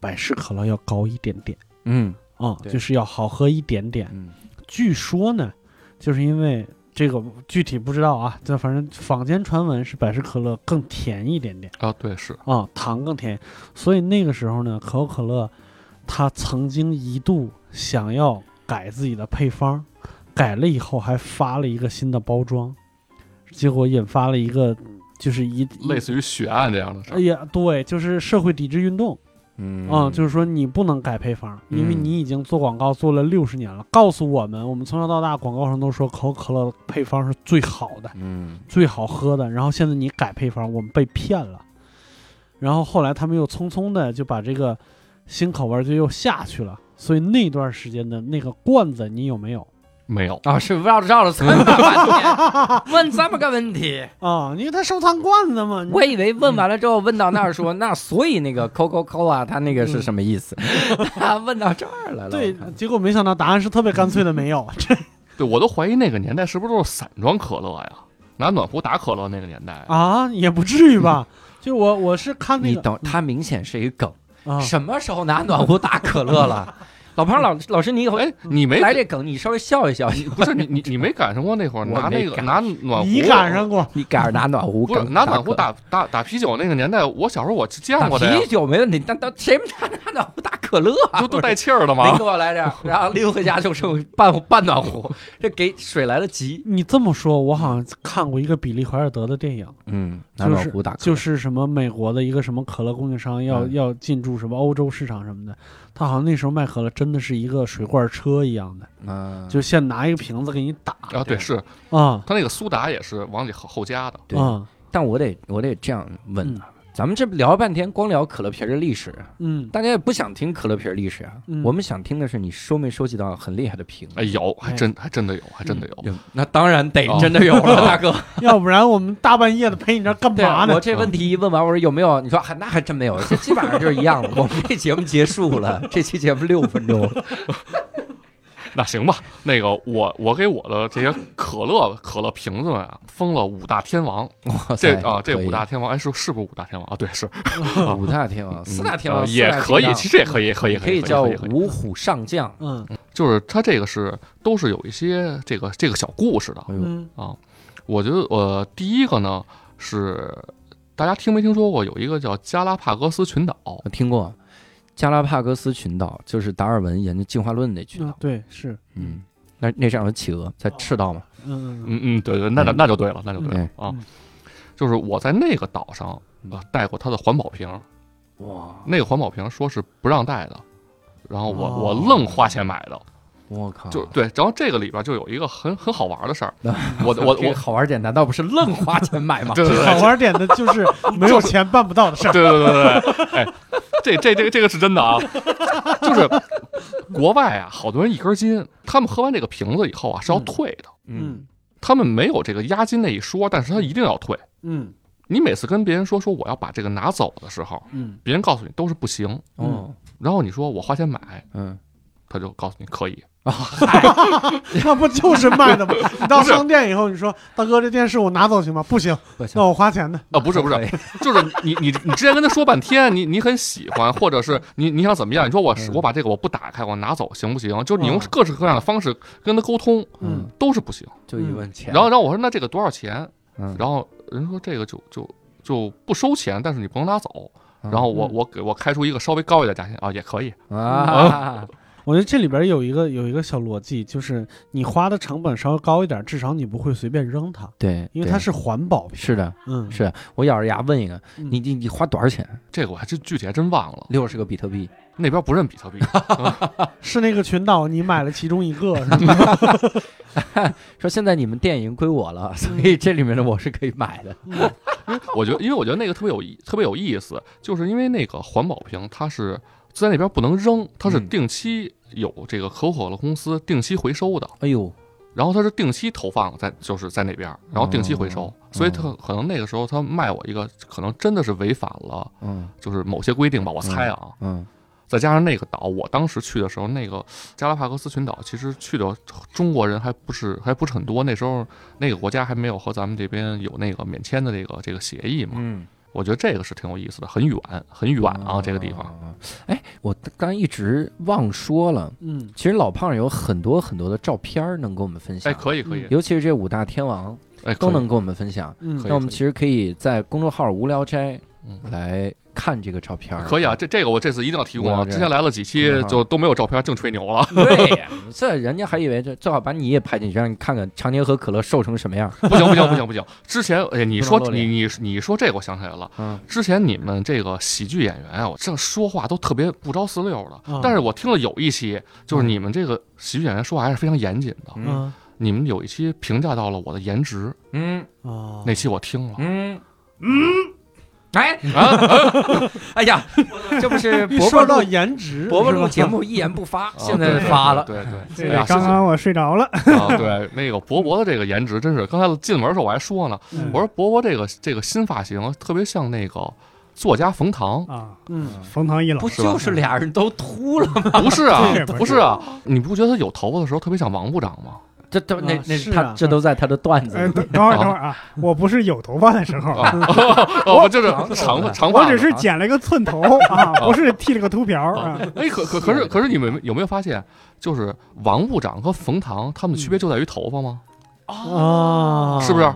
Speaker 3: 百事可乐要高一点点
Speaker 2: 嗯
Speaker 3: 啊、
Speaker 2: 对
Speaker 3: 就是要好喝一点点。
Speaker 2: 嗯
Speaker 3: 据说呢，就是因为这个具体不知道啊，这反正坊间传闻是百事可乐更甜一点点
Speaker 5: 啊，对，是
Speaker 3: 啊、糖更甜，所以那个时候呢，可口可乐它曾经一度想要改自己的配方，改了以后还发了一个新的包装，结果引发了一个就是一
Speaker 5: 类似于血案这样的事
Speaker 3: 哎
Speaker 5: 儿。
Speaker 3: 呀，对，就是社会抵制运动
Speaker 2: 嗯
Speaker 3: 啊、就是说你不能改配方，因为
Speaker 2: 嗯
Speaker 3: 你已经做广告做了六十年了。告诉我们，我们从小到大广告上都说可口可乐配方是最好的、
Speaker 2: 嗯
Speaker 3: 最好喝的，然后现在你改配方，我们被骗了。然后后来他们又匆匆的就把这个新口味儿就又下去了，所以那段时间的那个罐子你有没有
Speaker 5: 没有，
Speaker 2: 啊，是绕着绕着这么半 [LAUGHS] 天，问这么个问题，
Speaker 3: 啊？因为它收藏罐子嘛，你
Speaker 2: 我以为问完了之后问到那儿 [LAUGHS] 说，那所以那个 Coca Cola 它那个是什么意思？ [LAUGHS] 他问到这儿来了，
Speaker 3: 对
Speaker 2: 我靠，
Speaker 3: 结果没想到答案是特别干脆的
Speaker 2: [LAUGHS]
Speaker 3: 没有。这
Speaker 5: 对我都怀疑那个年代是不是都是散装可乐呀？拿暖壶打可乐那个年代，
Speaker 3: 啊啊，也不至于吧？就我我是看那
Speaker 2: 你
Speaker 3: 个，
Speaker 2: 懂，它明显是一个梗。
Speaker 3: 啊
Speaker 2: 什么时候拿暖壶打可乐了？嗯 [LAUGHS] 老胖老老师，你以后
Speaker 5: 哎，你没
Speaker 2: 嗯来这梗，你稍微笑一笑。
Speaker 5: 你不是你你你没赶上过那会儿
Speaker 2: 我
Speaker 5: 拿
Speaker 2: 没
Speaker 5: 那个
Speaker 2: 赶
Speaker 5: 拿暖壶，
Speaker 3: 你赶上过？
Speaker 2: 你赶上拿暖壶
Speaker 5: 不是
Speaker 2: 梗，
Speaker 5: 拿暖壶
Speaker 2: 打
Speaker 5: 打打打啤酒那个年代，我小时候我是见
Speaker 2: 可
Speaker 5: 过的
Speaker 2: 打
Speaker 5: 呀
Speaker 2: 啤，酒没问题，但但谁拿拿暖壶打可乐啊？
Speaker 5: 都都带气儿的
Speaker 2: 您
Speaker 5: 嘛
Speaker 2: 给。我来点儿，然后拎回家就剩半半暖壶，这给水来得急。
Speaker 3: 你这么说，我好像看过一个比利怀尔德的电影，
Speaker 2: 嗯，拿
Speaker 3: 就是
Speaker 2: 暖壶打可乐，
Speaker 3: 就是什么美国的一个什么可乐供应商要、
Speaker 2: 嗯
Speaker 3: 要进驻什么欧洲市场什么的，他好像那时候卖可乐真的是一个水罐车一样的，
Speaker 2: 嗯，
Speaker 3: 就先拿一个瓶子给你打
Speaker 5: 啊，对，是
Speaker 3: 啊
Speaker 5: 他那个苏打也是往里后后加的，
Speaker 2: 对。
Speaker 3: 啊
Speaker 2: 但我得我得这样问啊，咱们这聊半天，光聊可乐瓶儿的历史，啊
Speaker 3: 嗯
Speaker 2: 大家也不想听可乐瓶儿历史啊。
Speaker 3: 嗯
Speaker 2: 我们想听的是你收没收集到很厉害的瓶？
Speaker 5: 哎，有，还真还真的有，还真的有。
Speaker 2: 有，那当然得
Speaker 5: 哦
Speaker 2: 真的有了，
Speaker 5: [LAUGHS]
Speaker 2: 大哥。
Speaker 3: 要不然我们大半夜的陪你这儿干
Speaker 2: 对啊
Speaker 3: 嘛，呢
Speaker 2: 我？这问题一问完，我说有没有？你说还那还真没有，这基本上就是一样的。我们这节目结束了，这期节目六分钟，
Speaker 5: [LAUGHS] 那行吧，那个我我给我的这些可乐可乐瓶子们啊，封了五大天王，
Speaker 2: 哇塞
Speaker 5: 这啊这
Speaker 2: 可以
Speaker 5: 五大天王，哎是是不是五大天王啊？对，是
Speaker 2: 五大天王，四大天
Speaker 5: 啊
Speaker 2: 王四
Speaker 5: 也
Speaker 2: 大
Speaker 5: 可以，
Speaker 2: 天
Speaker 5: 其实也可以，嗯可以
Speaker 2: 王可以
Speaker 5: 可以
Speaker 2: 叫
Speaker 5: 可以可以，
Speaker 2: 五虎上将。
Speaker 3: 嗯
Speaker 5: 就是它这个是都是有一些这个这个小故事的。
Speaker 2: 哎呦，
Speaker 3: 嗯
Speaker 5: 啊，我觉得呃，第一个呢是大家听没听说过有一个叫加拉帕戈斯群岛？
Speaker 2: 我听过加拉帕戈斯群岛，就是达尔文研究进化论那群岛
Speaker 3: 啊。对是
Speaker 2: 嗯，那那上有企鹅在赤道嘛？
Speaker 3: 嗯嗯
Speaker 5: 嗯嗯，对对，那就
Speaker 2: 嗯
Speaker 5: 那就对了，那就哦对了
Speaker 2: 嗯
Speaker 5: 啊
Speaker 3: 嗯。
Speaker 5: 就是我在那个岛上呃带过它的环保瓶，
Speaker 2: 哇，
Speaker 5: 那个环保瓶说是不让带的，然后我、
Speaker 3: 哦
Speaker 5: 我愣花钱买
Speaker 2: 啊
Speaker 5: 的，
Speaker 2: 我靠！，
Speaker 5: 就对。然后这个里边就有一个很很好玩的事儿
Speaker 2: [LAUGHS]
Speaker 5: 我我
Speaker 2: 这个
Speaker 5: 我。
Speaker 2: 好玩点，难道不是愣花钱买吗？
Speaker 5: [LAUGHS] 对啊对对
Speaker 3: 好玩点的就是没有钱办不到的事儿。
Speaker 5: 对对对对，对，哎，这这这个这个是真的啊，就是国外啊，好多人一根筋，他们喝完这个瓶子以后啊是要退的，
Speaker 2: 嗯，
Speaker 5: 他们没有这个押金那一说，但是他一定要退。
Speaker 3: 嗯
Speaker 5: 你每次跟别人说说我要把这个拿走的时候，
Speaker 3: 嗯
Speaker 5: 别人告诉你都是不行，
Speaker 2: 哦，
Speaker 5: 然后你说我花钱买，
Speaker 2: 嗯，
Speaker 5: 他就告诉你可以。
Speaker 3: 嗯， [LAUGHS] 那不就是卖的吗？你到商店以后，你说大哥，这电视我拿走行吗？不行，
Speaker 2: 不行
Speaker 3: 那，我花钱的。
Speaker 5: 啊，不是不是，
Speaker 2: 是，
Speaker 5: 就是 [LAUGHS] 你你你之前跟他说半天，你你很喜欢，或者是你你想怎么样？你说我是
Speaker 2: 嗯
Speaker 5: 我把这个我不打开，我拿走行不行？就是你用
Speaker 3: 嗯
Speaker 5: 各式各样的方式跟他沟通，
Speaker 2: 嗯，
Speaker 5: 都是不行。
Speaker 2: 就一问钱，
Speaker 5: 然后，然后我说那这个多少钱？
Speaker 2: 嗯
Speaker 5: 然后人说这个就就就不收钱，但是你不能拿走。然后我
Speaker 3: 嗯
Speaker 5: 我给我开出一个稍微高一点价钱啊，也可以。嗯
Speaker 2: 啊，
Speaker 3: 我觉得这里边有一个有一个小逻辑，就是你花的成本稍微高一点，至少你不会随便扔它，
Speaker 2: 对，
Speaker 3: 因为它
Speaker 2: 对
Speaker 3: 是环
Speaker 2: [LAUGHS]
Speaker 3: 保品。
Speaker 2: 是的，
Speaker 3: 嗯，
Speaker 2: 是我咬着牙问一个，
Speaker 3: 嗯
Speaker 2: 你你你花多少钱？
Speaker 5: 这个我还真具体还真忘了，
Speaker 2: 六十个比特币，
Speaker 5: 那边不认比特币。
Speaker 3: 是那个群岛，你买了其中一个，是吗？
Speaker 2: 说现在你们店已经归我了，所以
Speaker 5: 嗯
Speaker 2: 这里面的我是可以买的。
Speaker 5: 我觉得，因为我觉得那个特别有意特别有意思，就是因为那个环保瓶它是在那边不能扔，它是
Speaker 2: 嗯
Speaker 5: 定期有这个可口可乐公司定期回收的，
Speaker 2: 哎呦，
Speaker 5: 然后它是定期投放在就是在那边，然后定期回收
Speaker 2: 哦，
Speaker 5: 所以它可能那个时候他卖我一个可能真的是违反了
Speaker 2: 嗯
Speaker 5: 就是某些规定吧，我猜啊。
Speaker 2: 嗯，
Speaker 5: 再加上那个岛，我当时去的时候，那个加拉帕戈斯群岛其实去的中国人还不是还不是很多，那时候那个国家还没有和咱们这边有那个免签的这个这个协议嘛。
Speaker 2: 嗯，
Speaker 5: 我觉得这个是挺有意思的，很远很远啊，这个地方。
Speaker 2: 方。哎，我刚才一直忘说了，
Speaker 3: 嗯
Speaker 2: 其实老胖有很多很多的照片儿能跟我们分享，啊
Speaker 5: 哎，可以可以，
Speaker 2: 尤其是这五大天王
Speaker 5: 哎
Speaker 2: 都
Speaker 5: 可以
Speaker 2: 能跟我们分享。
Speaker 3: 嗯
Speaker 5: 可以
Speaker 2: 那我们其实可以在公众号“无聊斋
Speaker 5: 嗯”
Speaker 2: 来看这个照片儿。
Speaker 5: 可以啊，这这个我这次一定要提供
Speaker 2: 我
Speaker 5: 啊！
Speaker 2: 要这
Speaker 5: 之前来了几期
Speaker 2: 嗯好
Speaker 5: 就都没有照片，净吹牛了。 [LAUGHS]
Speaker 2: 对，这人家还以为这最好把你也拍进去，让你看看常年和可乐瘦成什么样。
Speaker 5: 不行不行不行不行！之前哎，你
Speaker 2: 不能
Speaker 5: 说
Speaker 2: 露
Speaker 5: 你
Speaker 2: 脸
Speaker 5: 你你说这个，我想起来了。
Speaker 2: 嗯，
Speaker 5: 之前你们这个喜剧演员啊，我这说话都特别不着四六的。
Speaker 3: 嗯
Speaker 5: 但是我听了有一期，就是你们这个喜剧演员说话还是非常严谨的。
Speaker 2: 嗯
Speaker 3: 啊
Speaker 5: 你们有一期评价到了我的颜值，
Speaker 2: 嗯
Speaker 3: 啊，
Speaker 5: 那期我听了。
Speaker 2: 嗯嗯，哎
Speaker 5: 啊，
Speaker 2: 哎呀，这不 [LAUGHS] 是啊
Speaker 3: 一
Speaker 2: 伯伯
Speaker 3: 说到
Speaker 2: 录
Speaker 3: 颜值，
Speaker 2: 伯伯
Speaker 3: 是吧
Speaker 2: 录节，目一言不发，现
Speaker 5: 哦
Speaker 2: 在
Speaker 5: 对
Speaker 2: 发了。
Speaker 5: 对对
Speaker 1: 对 [LAUGHS]
Speaker 5: 对，哎呀
Speaker 1: 刚刚我睡着了，
Speaker 5: 啊，对， [LAUGHS] 那个博博的这个颜值真是，刚才进门的时候我还说呢，
Speaker 1: 嗯，
Speaker 5: 我说博博这个这个新发型特别像那个作家冯唐
Speaker 1: [LAUGHS] 啊，
Speaker 3: 嗯
Speaker 1: 冯唐一老
Speaker 2: 不就是俩人都秃了吗？
Speaker 5: 不是啊
Speaker 1: 这，
Speaker 5: 不是啊，你不觉得他有头发的时候特别像王部长吗？
Speaker 2: 这都那
Speaker 3: 啊
Speaker 2: 那
Speaker 3: 是
Speaker 2: 他
Speaker 3: 啊
Speaker 2: 这都在他的段子
Speaker 1: 呃，
Speaker 2: 里。
Speaker 1: 等等会儿，等会儿啊，我不是有头发的时候，
Speaker 5: 啊，哦，不就是
Speaker 2: 长头
Speaker 5: 长
Speaker 2: 发
Speaker 5: 发长发
Speaker 1: 我
Speaker 5: 嘛，
Speaker 1: 只是
Speaker 5: 啊
Speaker 1: 剪了一个寸头啊，不是剃了个秃瓢儿啊。
Speaker 5: 哎，可可可是可是你们有没有发现，就是王部长和冯唐他们的
Speaker 2: 嗯
Speaker 5: 区别就在于头发吗？
Speaker 3: 啊
Speaker 5: 是不是？
Speaker 3: 哎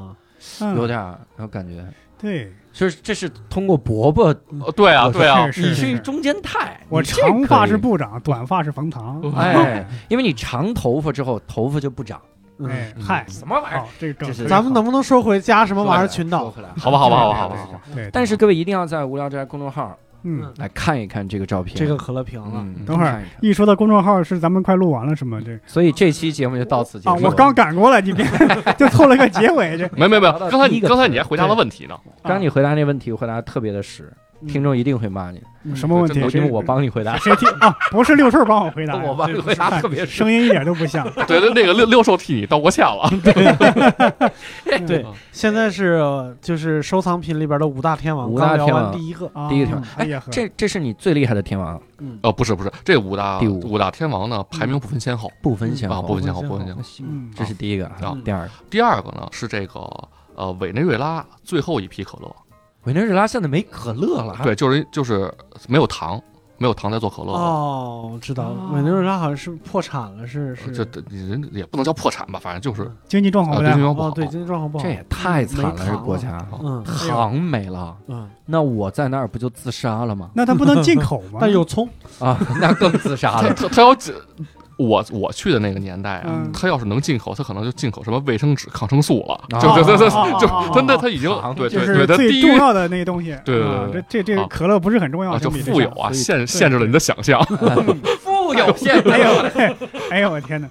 Speaker 1: 嗯
Speaker 2: 有点儿，然后感觉
Speaker 1: 对，
Speaker 2: 就是这是通过伯伯，
Speaker 5: 呃，对啊，对啊，
Speaker 1: 是
Speaker 2: 你
Speaker 1: 是
Speaker 2: 是
Speaker 1: 是
Speaker 2: 中间态，
Speaker 1: [LAUGHS] 我
Speaker 2: 你这
Speaker 1: 长发
Speaker 2: 可以
Speaker 1: 是部长，短发是冯唐。
Speaker 2: 哎，因为你长头发之后，头发就不长。
Speaker 3: 嗯，
Speaker 1: 哎，嗨，
Speaker 2: 什么玩意儿
Speaker 1: 好，这个梗
Speaker 2: 这是
Speaker 1: 非常
Speaker 3: 咱
Speaker 1: 好
Speaker 3: 们能不能说回加什么玩意儿群
Speaker 2: 说
Speaker 3: 岛？
Speaker 2: 回来？[LAUGHS]
Speaker 5: [LAUGHS] 好吧，好吧，好吧，好吧，好吧，
Speaker 1: 对，
Speaker 2: 但是各位一定要在无聊斋公众号
Speaker 1: 嗯，
Speaker 2: 来看一看这个照片。
Speaker 3: 这个可乐瓶了，
Speaker 2: 嗯，
Speaker 1: 等会儿
Speaker 2: 看一看。
Speaker 1: 一说到公众号是咱们快录完了是吗？这
Speaker 2: 所以这期节目就到此结
Speaker 1: 啊，
Speaker 2: 束。
Speaker 1: 我刚赶过来，你别 [LAUGHS] 就凑了个结尾，这
Speaker 5: 没没没，刚才
Speaker 2: 第一
Speaker 5: 你
Speaker 2: 个
Speaker 5: 刚才你还回答了问题呢，
Speaker 2: 刚你回答那问题，我回答得特别的实，听众一定会骂你，
Speaker 1: 什么问题
Speaker 2: 嗯
Speaker 5: 对？
Speaker 2: 因
Speaker 1: 谁
Speaker 2: 为我帮你
Speaker 1: [LAUGHS]
Speaker 2: 回答，
Speaker 1: 谁听啊？不是六顺帮我回答的，
Speaker 2: 我帮你回答特别实。
Speaker 1: [LAUGHS] 声音一点都不像。
Speaker 5: 对对，那个六六兽替你道过歉了，
Speaker 3: 对，现在是呃就是收藏品里边的五大天王，
Speaker 2: 五大
Speaker 3: 刚聊
Speaker 2: 天
Speaker 3: 完
Speaker 2: 王
Speaker 3: 第一个，
Speaker 1: 啊
Speaker 2: 第一个条，
Speaker 1: 哎呀呵，
Speaker 2: 这这是你最厉害的天王，
Speaker 3: 嗯，
Speaker 5: 呃，不是不是，这五大
Speaker 2: 第五
Speaker 5: 五大天王呢，排名不分先后
Speaker 2: 不分先
Speaker 5: 啊，
Speaker 2: 后
Speaker 5: 不。分先
Speaker 3: 不分
Speaker 5: 后，
Speaker 3: 先
Speaker 5: 不分
Speaker 3: 后
Speaker 5: 先后。
Speaker 1: 嗯
Speaker 2: 这是第一个啊
Speaker 5: 啊，
Speaker 2: 第二个，
Speaker 5: 第二个呢是这个呃委内瑞拉最后一批可乐，
Speaker 2: 委内瑞拉现在没可乐了啊，
Speaker 5: 对，就是就是没有糖，没有糖在做可乐了。
Speaker 3: 哦，知道
Speaker 2: 哦
Speaker 3: 了，委内瑞拉好像是破产了，是是，
Speaker 5: 这这人也不能叫破产吧，反正就是
Speaker 1: 经济状
Speaker 5: 啊，
Speaker 1: 况不
Speaker 5: 对
Speaker 1: 太好
Speaker 5: 这地。方不好
Speaker 3: 哦，。对，经济状况不好，
Speaker 2: 这也太惨了，
Speaker 3: 没
Speaker 2: 这
Speaker 3: 糖
Speaker 2: 国家
Speaker 3: 嗯
Speaker 1: 哎
Speaker 2: 糖没了，
Speaker 3: 嗯，
Speaker 2: 那我在那儿不就自杀了吗？
Speaker 1: 那他不能进口吗？
Speaker 3: [LAUGHS] 但有葱，
Speaker 2: 啊，那更自杀
Speaker 5: 他
Speaker 2: 了。
Speaker 5: 他他要进，我我去的那个年代啊
Speaker 1: 嗯，
Speaker 5: 他要是能进口，他可能就进口什么卫生纸、抗生素了，
Speaker 2: 啊
Speaker 5: 就就
Speaker 3: 哦
Speaker 5: 就就
Speaker 1: 啊啊啊
Speaker 5: 就
Speaker 1: 啊啊
Speaker 5: 他那他已经
Speaker 2: 糖
Speaker 5: 对
Speaker 1: 就
Speaker 5: 对
Speaker 1: 是
Speaker 5: 对，他
Speaker 1: 最
Speaker 5: 低
Speaker 1: 重
Speaker 5: 于
Speaker 1: 要的那个东西。
Speaker 5: 对对
Speaker 1: 啊
Speaker 5: 对
Speaker 1: 这这这个
Speaker 5: 啊
Speaker 1: 可乐不是很重要，
Speaker 5: 啊，就
Speaker 1: 相比之
Speaker 5: 富有
Speaker 1: 下。
Speaker 5: 啊，
Speaker 2: 所以
Speaker 5: 限限制了你的想象。
Speaker 2: [LAUGHS] 富有骗
Speaker 1: 哎呦，嘿哎呦，我天哪！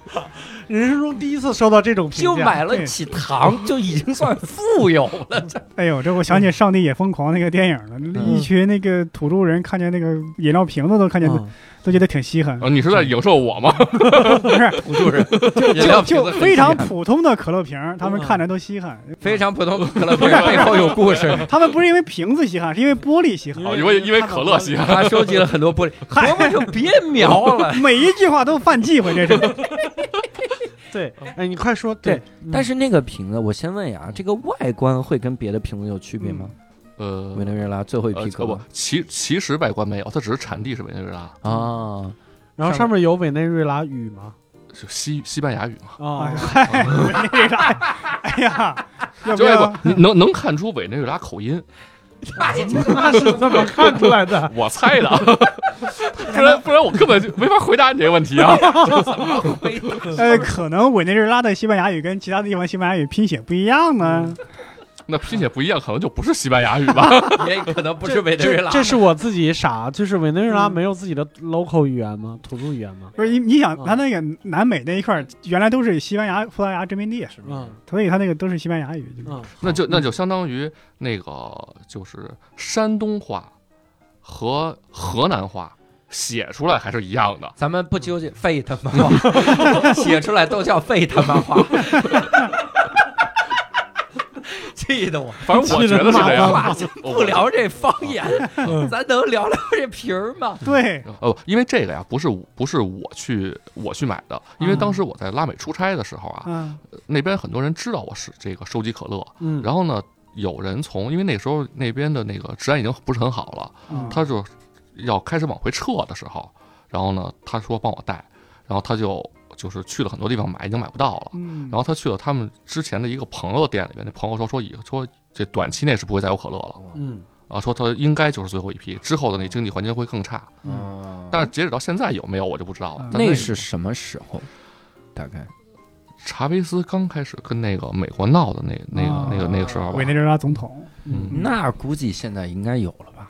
Speaker 3: 人生中第一次收到这种 [LAUGHS] 评
Speaker 2: 就
Speaker 3: 价
Speaker 2: 买了几糖就已经算富有了。
Speaker 1: 哎呦，这我想起《上帝也疯狂》那个电影了，一群那个土著人看见那个饮料瓶子都看见，
Speaker 3: 嗯
Speaker 1: 都觉得挺稀罕，
Speaker 3: 哦
Speaker 5: 啊，你是在影射我吗？
Speaker 1: 不是？
Speaker 2: 土著人
Speaker 1: 就就非常普通的可乐瓶，他们
Speaker 3: 嗯
Speaker 1: 看着都稀罕。
Speaker 2: 非常普通的可乐瓶背后有故
Speaker 3: [LAUGHS]
Speaker 2: 事。
Speaker 1: 他们不是因为瓶子稀罕，是因为玻璃稀罕。
Speaker 5: 啊因为因为可乐稀
Speaker 2: [LAUGHS]
Speaker 5: 罕。
Speaker 2: 他收集了很多玻璃，伯伯就别瞄
Speaker 3: [LAUGHS]
Speaker 2: 了。
Speaker 1: 每一句话都犯忌讳，这是。
Speaker 3: 对，哎，你快说，
Speaker 2: 对 [LAUGHS]
Speaker 3: 对，
Speaker 2: 但是那个瓶子，我先问一下，啊这个外观会跟别的瓶子有区别吗？
Speaker 5: 呃
Speaker 2: 委内瑞拉最后一
Speaker 5: 呃
Speaker 2: 批可
Speaker 5: 不，其其实外观没有，它只是产地是委内瑞拉，
Speaker 2: 啊，
Speaker 3: 然后上面有委内瑞拉语吗？
Speaker 5: 就西西班牙语
Speaker 2: 哦
Speaker 5: 嘛。
Speaker 3: 啊
Speaker 1: 哎，嗨，那啥，哎呀，
Speaker 3: 啊
Speaker 1: 要不
Speaker 5: 就外
Speaker 1: 要
Speaker 5: 观？你能能看出委内瑞拉口音，
Speaker 3: [LAUGHS] 那是怎么看出来的？
Speaker 5: [LAUGHS] 我猜的，啊不然不然我根本就没法回答你这个问题啊。
Speaker 1: 呃，可能委内瑞拉的西班牙语跟其他地方西班牙语拼写不一样呢。
Speaker 3: 嗯
Speaker 5: 那拼写不一样，可能就不是西班牙语吧。 [LAUGHS]
Speaker 2: [LAUGHS] 也可能不啊
Speaker 3: 这
Speaker 2: 是委内瑞拉
Speaker 3: 这，这是我自己傻，就是委内瑞拉
Speaker 1: 嗯
Speaker 3: 没有自己的 local 语言吗？土著语言吗？
Speaker 1: 不是你，你想
Speaker 3: 嗯
Speaker 1: 他那个南美那一块儿，原来都是西班牙、葡萄牙殖民地，
Speaker 3: 是吧？
Speaker 1: 所以他那个都是西班牙语。
Speaker 3: 嗯，
Speaker 5: 那就那就相当于那个就是山东话和河南话写出来还是一样的。
Speaker 2: 咱们不纠结废他妈话， [LAUGHS] 写出来都叫废他妈 [LAUGHS] 话，气得我。
Speaker 5: 反正我觉得是
Speaker 3: 啊
Speaker 5: 这样。
Speaker 2: 话就不聊这方言，
Speaker 3: 嗯
Speaker 2: 咱能聊聊这皮儿吗？
Speaker 1: 对，
Speaker 5: 哦，因为这个呀，不是我不是我去我去买的，因为当时我在拉美出差的时候啊，
Speaker 1: 嗯
Speaker 5: 那边很多人知道我是这个收集可乐，
Speaker 3: 嗯，
Speaker 5: 然后呢，有人从因为那时候那边的那个治安已经不是很好了，
Speaker 1: 嗯，
Speaker 5: 他就要开始往回撤的时候，然后呢，他说帮我带，然后他就就是去了很多地方买，已经买不到了。
Speaker 1: 嗯，
Speaker 5: 然后他去了他们之前的一个朋友的店里面，那朋友说说以说这短期内是不会再有可乐了
Speaker 3: 嗯，
Speaker 5: 啊，说他应该就是最后一批，之后的那经济环境会更差。
Speaker 2: 嗯
Speaker 5: 但是截止到现在有没有我就不知道了
Speaker 1: 嗯。
Speaker 5: 但
Speaker 2: 那是什么时候？大概
Speaker 5: 查韦斯刚开始跟那个美国闹的那那个那个那个时候吧
Speaker 1: 委内。瑞拉总统，
Speaker 5: 嗯，
Speaker 2: 那估计现在应该有了吧，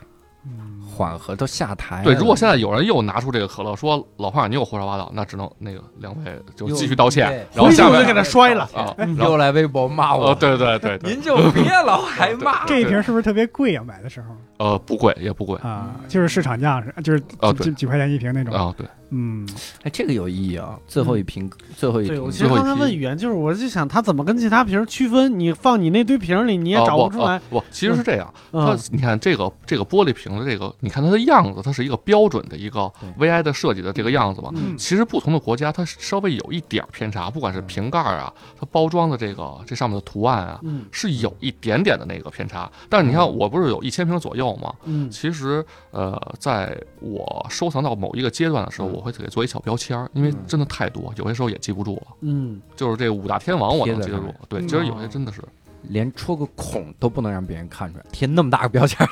Speaker 2: 缓和都下台了。
Speaker 5: 对，如果现在有人又拿出这个可乐说老胖你又胡说八道，那只能那个两位就继续道歉，
Speaker 2: 又
Speaker 5: 然后
Speaker 3: 回去
Speaker 5: 下
Speaker 3: 我就
Speaker 5: 面
Speaker 3: 给他摔了。
Speaker 2: [LAUGHS]
Speaker 5: 啊，然后
Speaker 2: 嗯又来微博骂
Speaker 5: 呃，
Speaker 2: 哎我，
Speaker 5: 对对对对，
Speaker 2: 您就别老挨骂。
Speaker 1: 这一瓶是不是特别贵啊？买的时候
Speaker 5: 呃，不贵也不贵
Speaker 1: 啊，就是市场价是，就是
Speaker 5: 哦
Speaker 1: 几
Speaker 5: 对
Speaker 1: 几几块钱一瓶那种。
Speaker 5: 啊，对，
Speaker 1: 嗯，
Speaker 2: [LAUGHS] 哎，这个有意义啊！最后一瓶，最后一
Speaker 3: 对，
Speaker 2: 瓶
Speaker 3: 我，其实刚才问远，就是我就想他怎么跟其他瓶儿区分？你放你那堆瓶儿里，你也
Speaker 5: 哦
Speaker 3: 找不出来。
Speaker 5: 不、哦不，其实是这样，它
Speaker 3: 嗯，
Speaker 5: 你看这个这个玻璃瓶的这个，你看它的样子，它是一个标准的一个
Speaker 2: 对
Speaker 5: VI 的设计的这个样子嘛。
Speaker 1: 嗯
Speaker 5: 其实不同的国家，它稍微有一点儿偏差，不
Speaker 2: 嗯
Speaker 5: 管是瓶盖儿啊，它包装的这个这上面的图案啊，
Speaker 3: 嗯
Speaker 5: 是有一点点的那个偏差。但是你
Speaker 2: 嗯
Speaker 5: 看，我不是有一千瓶左右吗？
Speaker 3: 嗯
Speaker 5: 其实，呃，在我收藏到某一个阶段的时候，
Speaker 2: 嗯
Speaker 5: 我会给做一小标签儿，因为
Speaker 2: 嗯
Speaker 5: 真的太多，有些时候也记不住了。
Speaker 3: 嗯，
Speaker 5: 就是这五大天王我能
Speaker 2: 贴在
Speaker 5: 记得
Speaker 2: 上
Speaker 5: 住
Speaker 2: 面，
Speaker 5: 对，
Speaker 1: 嗯
Speaker 5: 其实有些真的是，
Speaker 2: 连戳个孔都不能让别人看出来，贴那么大个标签儿，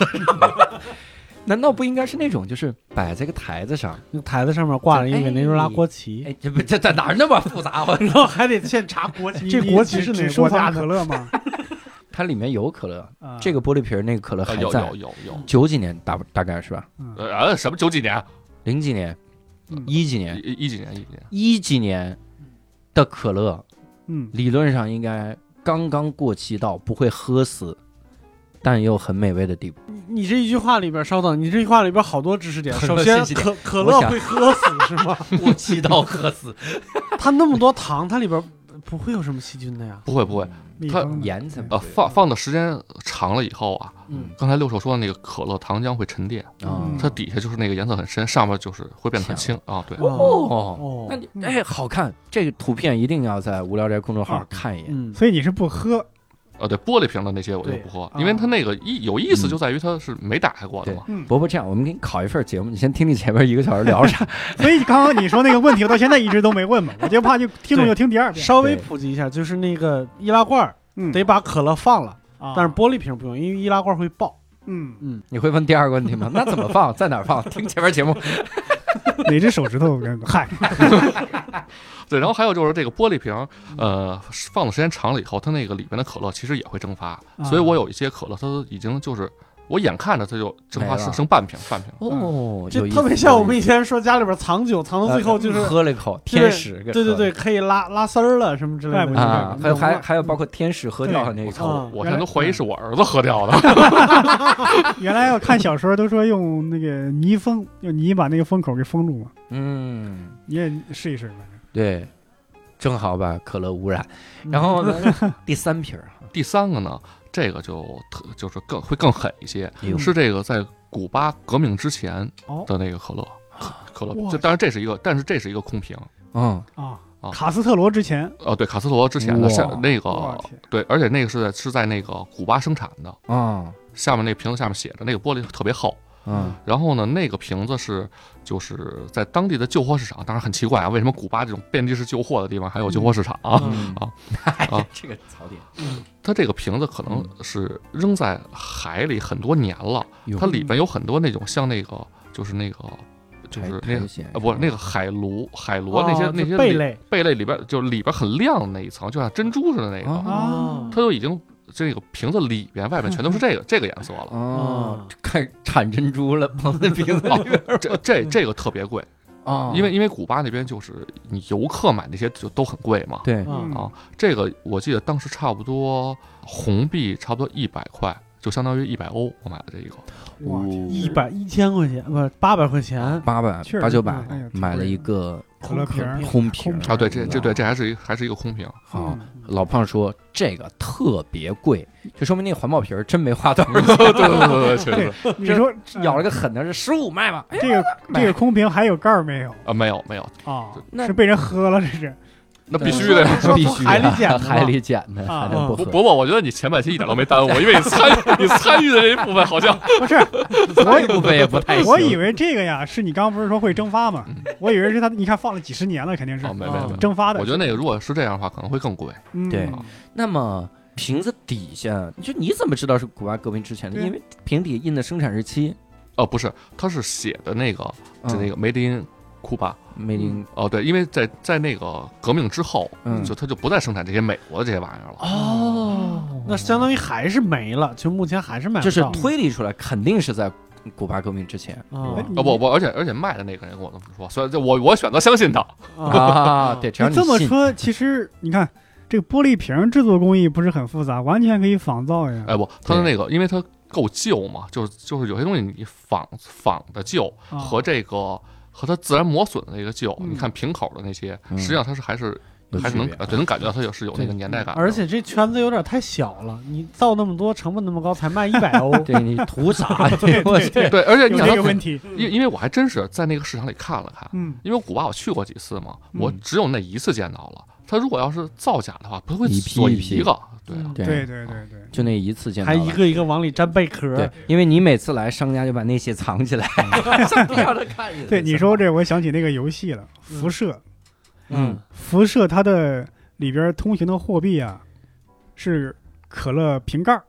Speaker 2: [LAUGHS] 难道不应该是那种就是摆在个台子上？
Speaker 3: 那台子上面挂着一
Speaker 2: 哎
Speaker 3: 个委内瑞拉国旗， [LAUGHS]
Speaker 2: 哎，这不这这哪儿那么复杂？啊我
Speaker 3: 然后哦还得现查国旗，这国旗是哪
Speaker 1: 只
Speaker 3: 个
Speaker 1: 收
Speaker 3: 国家
Speaker 1: 藏可
Speaker 3: 的？
Speaker 1: 乐吗？
Speaker 2: [LAUGHS] 它里面有可乐，
Speaker 1: 啊
Speaker 2: 这个玻璃瓶儿那个可乐
Speaker 5: 呃
Speaker 2: 还
Speaker 5: 有
Speaker 2: 在
Speaker 5: 有，有有，
Speaker 2: 九几年大大概是吧？
Speaker 1: 嗯
Speaker 5: 呃，什么九几年，
Speaker 2: 零几年
Speaker 1: 嗯、
Speaker 2: 一几年、
Speaker 5: 一一几年，一几年，
Speaker 2: 一几年的可乐，
Speaker 1: 嗯，
Speaker 2: 理论上应该刚刚过期到不会喝死，但又很美味的地步。
Speaker 3: 你你这一句话里边，稍等，你这句话里边好多知识点。
Speaker 2: 很多
Speaker 3: 首先
Speaker 2: 信，息点
Speaker 3: 可可
Speaker 2: 我
Speaker 3: 乐
Speaker 2: 想
Speaker 3: 会喝死是吗？ [LAUGHS]
Speaker 2: 过期到喝 [LAUGHS] 死，
Speaker 3: 它那么多糖，它里边不会有什么细菌的呀。
Speaker 5: 不会不会，
Speaker 1: 密
Speaker 5: 它
Speaker 1: 封的
Speaker 2: 盐才哦
Speaker 5: 呃，放放的时间长了以后啊，
Speaker 3: 嗯
Speaker 5: 刚才六手说的那个可乐糖浆会沉淀，
Speaker 2: 啊
Speaker 1: 嗯
Speaker 5: 它底下就是那个颜色很深，上面就是会变得很轻啊，对，
Speaker 3: 哦
Speaker 2: 哦。
Speaker 3: 哦
Speaker 2: 那，你哎，好看！这个图片一定要在无聊斋公众号看一眼。
Speaker 3: 嗯，
Speaker 1: 所以你是不喝，
Speaker 5: 呃对，玻璃瓶的那些我就
Speaker 3: 对
Speaker 5: 不喝
Speaker 1: 啊，
Speaker 5: 因为它那个意有意
Speaker 2: 嗯
Speaker 5: 思就在于它是没打开过的嘛，
Speaker 1: 嗯，
Speaker 2: 伯伯，这样我们给你考一份节目，你先听听前面一个小时聊啥。
Speaker 1: 所以刚刚你说那个问题，我到现在一直都没问嘛，我就怕就听众就听第二遍，
Speaker 3: 稍微普及一下，就是那个易拉罐儿
Speaker 1: 嗯，
Speaker 3: 得把可乐放了，
Speaker 2: 嗯
Speaker 1: 啊，
Speaker 3: 但是玻璃瓶不用，因为易拉罐会爆。
Speaker 1: 嗯，
Speaker 3: 嗯，
Speaker 2: 你会问第二个问题吗？那 [LAUGHS] 怎么放？在哪儿放？听前面节目。
Speaker 1: 哪只手指头？嗨，
Speaker 5: 对，
Speaker 2: 嗯
Speaker 5: 然后还有就是这个玻璃瓶，呃，放的时间长了以后，它那个里面的可乐其实也会蒸发，
Speaker 2: 啊
Speaker 5: 所以我有一些可乐，它都已经就是我眼看着它就蒸发
Speaker 2: 没了
Speaker 5: 剩剩半瓶半瓶，
Speaker 2: 哦，有
Speaker 3: 这
Speaker 2: 意思
Speaker 3: 特别像我们
Speaker 2: 有意
Speaker 3: 以前说家里边藏酒，藏
Speaker 2: 思
Speaker 3: 到最后就是
Speaker 2: 呃喝了一口
Speaker 3: 对
Speaker 2: 天使，给
Speaker 3: 对对
Speaker 2: 喝
Speaker 3: 对，
Speaker 2: 了
Speaker 3: 可以拉拉丝儿了什么之类
Speaker 1: 怪不
Speaker 3: 的
Speaker 1: 得
Speaker 2: 啊，还有还还有
Speaker 1: 嗯
Speaker 2: 包括天使喝掉的那一
Speaker 5: 我
Speaker 2: 口，
Speaker 5: 操
Speaker 3: 嗯！
Speaker 5: 我现在都怀疑是我儿子喝掉的。 [LAUGHS]
Speaker 1: 原来我看小说都说用那个泥封，用泥把那个封口给封住嘛，
Speaker 2: 嗯，
Speaker 1: 你也试一试吧。
Speaker 2: 对，正好把可乐污染。然后
Speaker 3: [LAUGHS]
Speaker 2: 呢，第三瓶儿
Speaker 5: 第三个呢，这个就特就是更会更狠一些，
Speaker 2: 哎呦
Speaker 5: 是这个在古巴革命之前
Speaker 2: 哦
Speaker 5: 的那个可乐，
Speaker 2: 啊
Speaker 5: 可乐。
Speaker 1: 哇
Speaker 5: 这当然这是一个，但是这是一个空瓶。
Speaker 2: 嗯，
Speaker 1: 啊
Speaker 5: 啊
Speaker 1: 卡斯特罗之前，
Speaker 5: 呃，对，卡斯特罗之前的
Speaker 2: 哇
Speaker 5: 下那个
Speaker 1: 我天，
Speaker 5: 对，而且那个是在是在那个古巴生产的，
Speaker 2: 嗯
Speaker 5: 下面那瓶子下面写着那个玻璃特别厚。
Speaker 2: 嗯，
Speaker 5: 然后呢，那个瓶子是就是在当地的旧货市场，当然很奇怪啊，为什么古巴这种遍地是旧货的地方还有旧货市场啊？
Speaker 2: 嗯
Speaker 5: 啊
Speaker 2: [LAUGHS] 哎呀
Speaker 5: 啊，
Speaker 2: 这个槽点，
Speaker 5: 它这个瓶子可能是扔在海里很多年了，
Speaker 2: 哟
Speaker 5: 它里边有很多那种像那个就是那个就是那
Speaker 2: 苔
Speaker 5: 个
Speaker 2: 藓
Speaker 5: 啊不是那
Speaker 2: 个
Speaker 5: 个海螺海螺那些
Speaker 3: 哦
Speaker 5: 那些
Speaker 3: 就贝
Speaker 5: 里
Speaker 3: 类
Speaker 5: 贝类里边就是里边很亮的那一层，就像珍珠似的那个，
Speaker 2: 啊
Speaker 1: 啊
Speaker 5: 它都已经这个瓶子里边外边全都是这个这个颜色了。
Speaker 2: 哦
Speaker 3: 嗯，
Speaker 2: 开始产珍珠了，捧在瓶 [LAUGHS] 子 [LAUGHS] 里边儿
Speaker 5: 哦这这这个特别贵，
Speaker 2: 啊
Speaker 5: 因为因为古巴那边就是你游客买那些就都很贵嘛。
Speaker 2: 对
Speaker 1: 嗯
Speaker 5: 啊，这个我记得当时差不多红币差不多一百块，就相当于一百欧，我买了这一个。
Speaker 1: 我天
Speaker 3: 一百一千块钱不是八百块钱，
Speaker 2: 八百
Speaker 1: 确实
Speaker 2: 八九百
Speaker 1: 嗯哎呀挺
Speaker 2: 买了
Speaker 1: 贵
Speaker 2: 一
Speaker 1: 的
Speaker 2: 个
Speaker 1: 可乐瓶儿
Speaker 2: 空瓶
Speaker 1: 空瓶
Speaker 5: 啊，对，这这对这还是一还是一个空 [LAUGHS] 瓶，啊
Speaker 2: 好。
Speaker 1: 嗯
Speaker 2: 老胖说这个特别贵，就说明那环保瓶儿真没花多少钱，
Speaker 5: 对对对对，确实
Speaker 1: 对，你说
Speaker 2: [LAUGHS]
Speaker 1: 呃
Speaker 2: 咬了个狠的是十五卖吧？哎
Speaker 1: 这个这个空瓶还有盖儿没有
Speaker 5: 啊，没有没有，
Speaker 1: 啊？
Speaker 2: 那
Speaker 1: 是被人喝了，这是
Speaker 5: 那必须的。
Speaker 3: 说
Speaker 2: [LAUGHS] 必
Speaker 3: 从
Speaker 2: 须
Speaker 3: 海里
Speaker 2: 的
Speaker 3: 捡的
Speaker 2: [LAUGHS]
Speaker 3: 嘛
Speaker 2: 海里捡的，
Speaker 1: 啊
Speaker 2: 还能不
Speaker 5: 伯
Speaker 2: 喝？
Speaker 5: 伯伯，我觉得你前半期一点都没耽误我，因为你 [LAUGHS] 参你参与的这一部分好像
Speaker 1: 不是？
Speaker 2: 我部分也不太行。
Speaker 1: 我以为这个呀，是你刚刚不是说会蒸发吗
Speaker 5: 嗯？
Speaker 1: 我以为是它，你看放了几十年了，肯定是
Speaker 5: [LAUGHS] 哦，没没没，
Speaker 1: 蒸发的。
Speaker 5: 我觉得那个如果是这样的话，可能会更贵。
Speaker 1: 嗯
Speaker 2: 对那么瓶子底下，就你怎么知道是古巴革命之前的？
Speaker 1: 对啊
Speaker 2: 因为瓶底印的生产日期，
Speaker 5: 哦，不是，它是写的那个就那
Speaker 2: 个
Speaker 5: 个 Made in Cuba。
Speaker 2: 梅林
Speaker 5: 哦，对，因为在在那个革命之后，
Speaker 2: 嗯
Speaker 5: 就它就不再生产这些美国的这些玩意儿了。
Speaker 2: 哦
Speaker 3: 那相当于还是没了，就目前还是买不
Speaker 2: 就
Speaker 3: 到。
Speaker 2: 是推理出来肯定是在古巴革命之前
Speaker 3: 哦
Speaker 1: 哎
Speaker 5: 啊不不，而且而且卖的那个人跟我这么说，所以就我我选择相信他。
Speaker 3: 啊，
Speaker 2: 啊。对，只要
Speaker 1: 你这么
Speaker 2: 信
Speaker 1: 说，其实你看这个玻璃瓶制作工艺不是很复杂，完全可以仿造呀。
Speaker 5: 哎不，他的那个，因为它够旧嘛，就是就是有些东西你仿仿的旧
Speaker 1: 啊
Speaker 5: 和这个和它自然磨损的那个旧，
Speaker 4: 嗯
Speaker 5: 你看瓶口的那些，
Speaker 2: 嗯
Speaker 5: 实际上它是还是
Speaker 2: 有
Speaker 5: 还是
Speaker 2: 区
Speaker 5: 能
Speaker 2: 别
Speaker 5: 呃对能感觉到它有是有那个年代感的，
Speaker 4: 而且这圈子有点太小了，你造那么多，成本那么高，才卖一百欧，
Speaker 1: [LAUGHS]
Speaker 2: 对你 [LAUGHS] 图啥？对我去，
Speaker 5: 对，而且你
Speaker 1: 有
Speaker 5: 想
Speaker 1: 这个
Speaker 5: 到
Speaker 1: 问题，
Speaker 5: 因因为我还真是在那个市场里看了看，
Speaker 1: 嗯，
Speaker 5: 因为古巴我去过几次嘛，
Speaker 1: 嗯
Speaker 5: 我只有那一次见到了。它如果要是造假的话，不会
Speaker 2: 一批
Speaker 5: 锁
Speaker 2: 一批嗯
Speaker 5: 个，对啊，
Speaker 1: 对，对对对，
Speaker 2: 就那一次见到
Speaker 4: 还
Speaker 2: 了
Speaker 4: 一个一个往里粘贝壳
Speaker 2: 对，，因为你每次来商家就把那些藏起来，不让他看你的
Speaker 1: 对你说这，我想起那个游戏了，辐射，
Speaker 2: 嗯，
Speaker 1: 辐射它的里边通行的货币啊是可乐瓶盖儿，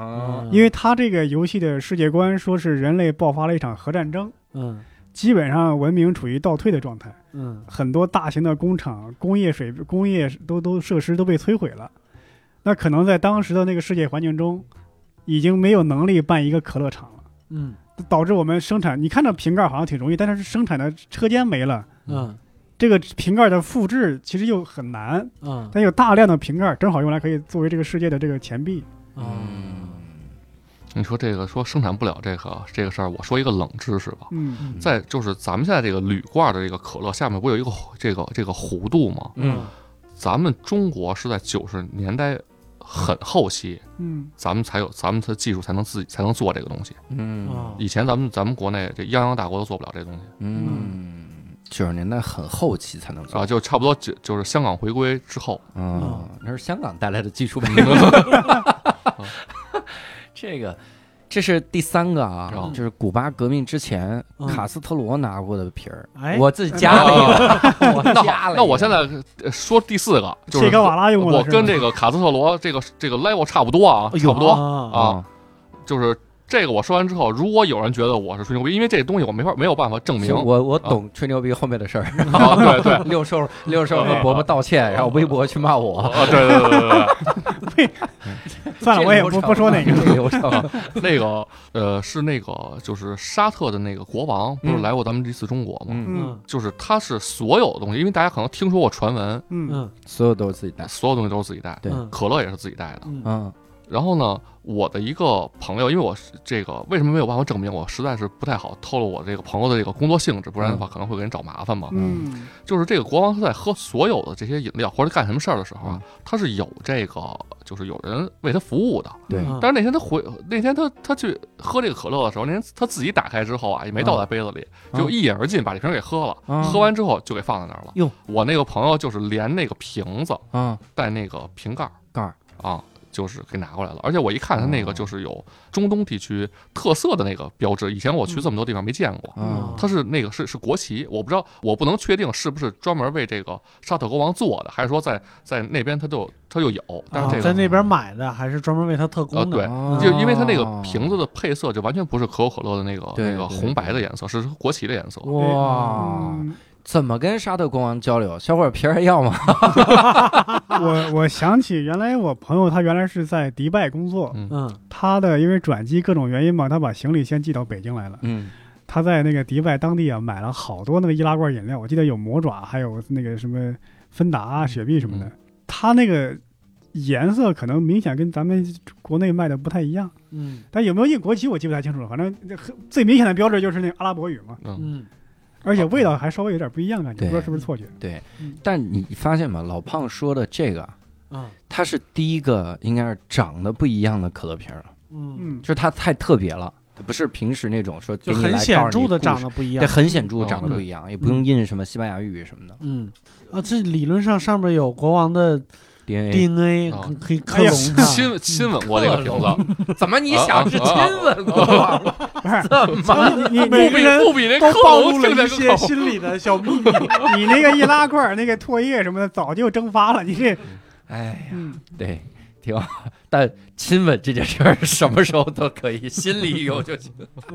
Speaker 2: [LAUGHS] 啊，
Speaker 1: 因为它这个游戏的世界观说是人类爆发了一场核战争，
Speaker 4: 嗯
Speaker 1: 基本上文明处于倒退的状态，
Speaker 4: 嗯
Speaker 1: 很多大型的工厂、工业水、工业都都设施都被摧毁了。那可能在当时的那个世界环境中，已经没有能力办一个可乐厂了，
Speaker 4: 嗯
Speaker 1: 导致我们生产，你看着瓶盖好像挺容易，但是生产的车间没了。
Speaker 4: 嗯
Speaker 1: 这个瓶盖的复制其实又很难，
Speaker 4: 嗯
Speaker 1: 但有大量的瓶盖正好用来可以作为这个世界的这个钱币。
Speaker 4: 嗯，
Speaker 5: 你说这个说生产不了这个这个事儿，我说一个冷知识吧，
Speaker 1: 嗯
Speaker 5: 在就是咱们现在这个铝罐的这个可乐下面不有一个这个这个弧度吗？
Speaker 2: 嗯，
Speaker 5: 咱们中国是在九十年代很后期，
Speaker 1: 嗯
Speaker 5: 咱们才有咱们的技术才能自己才能做这个东西。
Speaker 2: 嗯
Speaker 4: 哦
Speaker 5: 以前咱们咱们国内这泱泱大国都做不了这东西
Speaker 2: 嗯，九十年代很后期才能做，
Speaker 5: 啊，就差不多就就是香港回归
Speaker 2: [LAUGHS]
Speaker 5: 之后，哦
Speaker 2: 嗯，那是香港带来的技
Speaker 5: [LAUGHS]
Speaker 2: 术呗。 [LAUGHS] 这个，这是第三个啊
Speaker 5: 嗯，
Speaker 2: 就是古巴革命之前
Speaker 5: 哦
Speaker 4: 嗯
Speaker 2: 卡斯特罗拿过的皮儿
Speaker 4: 哎，
Speaker 2: 我自己加了一个，我
Speaker 5: 哦那
Speaker 2: 加
Speaker 5: 好
Speaker 2: 了一个。
Speaker 5: 那我现在呃说第四个，就
Speaker 1: 切
Speaker 5: 是
Speaker 1: 格瓦拉用过
Speaker 5: 我
Speaker 1: 了是吧
Speaker 5: 跟这个卡斯特罗这个这个 level 差不多啊，
Speaker 2: 哎
Speaker 5: 差
Speaker 2: 呦
Speaker 5: 不多，
Speaker 4: 啊
Speaker 5: 啊就是。这个我说完之后，如果有人觉得我是吹牛逼，因为这东西我没法没有办法证明
Speaker 2: 是。
Speaker 5: 哦
Speaker 2: 我我懂吹牛逼后面的事儿，
Speaker 5: 啊，对 [LAUGHS] 对，
Speaker 2: 六兽六兽和伯伯道歉，然后微博去骂
Speaker 5: [LAUGHS]
Speaker 2: 我，
Speaker 5: 啊，对对对对对，
Speaker 1: [LAUGHS] 算了，我也不不说哪
Speaker 2: 那 [LAUGHS]
Speaker 1: 个。
Speaker 2: 流程，
Speaker 5: 那个呃，是那个就是沙特的那个国王，不是
Speaker 2: 嗯
Speaker 5: 来过咱们这次中国吗？
Speaker 2: 嗯，
Speaker 1: 嗯
Speaker 4: 嗯
Speaker 5: 就是他是所有东西，因为大家可能听说过传闻，哎
Speaker 1: 嗯
Speaker 4: 嗯
Speaker 2: 所有都是自己带，
Speaker 5: 所有东西都是自己带的，
Speaker 2: 对
Speaker 4: 嗯
Speaker 5: 可乐也是自己带的。
Speaker 4: 嗯
Speaker 2: 嗯
Speaker 5: 然后呢，我的一个朋友，因为我是这个为什么没有办法证明，我实在是不太好透露我这个朋友的这个工作性质，不
Speaker 2: 嗯
Speaker 5: 然的话可能会给人找麻烦嘛。
Speaker 1: 嗯
Speaker 5: 就是这个国王他在喝所有的这些饮料或者干什么事儿的时候
Speaker 2: 嗯
Speaker 5: 啊，他是有这个就是有人为他服务的。
Speaker 2: 对，
Speaker 4: 嗯
Speaker 5: 但是那天他回那天他他去喝这个可乐的时候，那天他自己打开之后啊，也没倒在杯子里，
Speaker 2: 嗯
Speaker 5: 就一饮而尽把这瓶给喝了。
Speaker 2: 嗯
Speaker 5: 喝完之后就给放在那儿了。
Speaker 2: 哟
Speaker 5: 我那个朋友就是连那个瓶子
Speaker 2: 啊
Speaker 5: 带那个瓶盖儿
Speaker 2: 盖儿
Speaker 5: 啊，就是给拿过来了。而且我一看他那个
Speaker 2: 哦
Speaker 5: 就是有中东地区特色的那个标志，以前我
Speaker 2: 嗯
Speaker 5: 去这么多地方没见过。
Speaker 2: 啊
Speaker 5: 它是那个是是国旗，我不知道，我不能确定是不是专门为这个沙特国王做的，还是说在在那边他就他就有，但是
Speaker 4: 啊
Speaker 5: 这
Speaker 4: 在
Speaker 5: 个、
Speaker 4: 那边买的还是专门为他特
Speaker 2: 哦
Speaker 5: 呃
Speaker 4: 供
Speaker 5: 对
Speaker 4: 的，，
Speaker 5: 就因为它那个
Speaker 4: 哦
Speaker 5: 瓶子的配色就完全不是可口可乐的那个
Speaker 2: 对
Speaker 5: 那个
Speaker 2: 对
Speaker 5: 红白的颜色，是国旗的颜
Speaker 4: 嗯
Speaker 5: 色。
Speaker 2: 哦哇，
Speaker 1: 嗯，
Speaker 2: 怎么跟沙特国王交流？小伙儿皮儿还要吗？
Speaker 1: 嗯我我想起原来我朋友他原来是在迪拜工作，
Speaker 4: 嗯
Speaker 1: 他的因为转机各种原因嘛，他把行李先寄到北京来了。
Speaker 2: 嗯
Speaker 1: 他在那个迪拜当地啊买了好多那个易拉罐饮料，我记得有魔爪，还有那个什么芬达啊、雪碧什么的
Speaker 5: 嗯。
Speaker 1: 他那个颜色可能明显跟咱们国内卖的不太一样，
Speaker 4: 嗯
Speaker 1: 但有没有印国旗我记不太清楚了。反正很最明显的标志就是那个阿拉伯语嘛，
Speaker 5: 嗯，
Speaker 4: 嗯
Speaker 1: 而且味道还稍微有点不一样，感觉
Speaker 2: 对
Speaker 1: 不知道是不是错觉。
Speaker 2: 对， [LAUGHS] 但你发现吗？老胖说的这个，
Speaker 4: 啊
Speaker 2: 它是第一个应该是长得不一样的可乐瓶儿，
Speaker 4: 嗯，
Speaker 1: 嗯
Speaker 2: 就是它太特别了，它不是平时那种说
Speaker 4: 就
Speaker 2: 给你
Speaker 4: 很
Speaker 2: 来
Speaker 4: 显
Speaker 2: 告诉你
Speaker 4: 著的
Speaker 2: 故
Speaker 4: 长
Speaker 2: 事
Speaker 4: 得不一
Speaker 2: 对，
Speaker 4: 样。
Speaker 2: 很显著
Speaker 5: 嗯
Speaker 2: 长得不一样，也不用印什么西班牙语什么的
Speaker 4: 嗯啊，这理论上上面有国王的嗯
Speaker 2: DNA。
Speaker 4: DNA，
Speaker 2: 哦
Speaker 5: 啊
Speaker 4: 可可以克
Speaker 1: 哎呀
Speaker 4: 隆它。
Speaker 5: 亲亲吻过这个瓶子，
Speaker 4: 嗯
Speaker 2: 怎么你想是亲吻过吗？
Speaker 1: 不是，
Speaker 2: 怎么？
Speaker 1: 你你
Speaker 4: 每
Speaker 1: 你
Speaker 4: 个人
Speaker 5: 不比那
Speaker 4: 都
Speaker 5: 克
Speaker 4: 暴
Speaker 5: 隆
Speaker 4: 露了
Speaker 5: 听起来
Speaker 4: 一
Speaker 5: 更
Speaker 4: 些
Speaker 5: 恐怖
Speaker 4: 心里的小秘密。
Speaker 1: 你那个易拉罐那个唾液什么的早就蒸发了，你这
Speaker 2: 哎，
Speaker 1: 嗯
Speaker 2: 对，挺好。但亲吻这件事儿什么时候都可以，心里有就行。 [LAUGHS]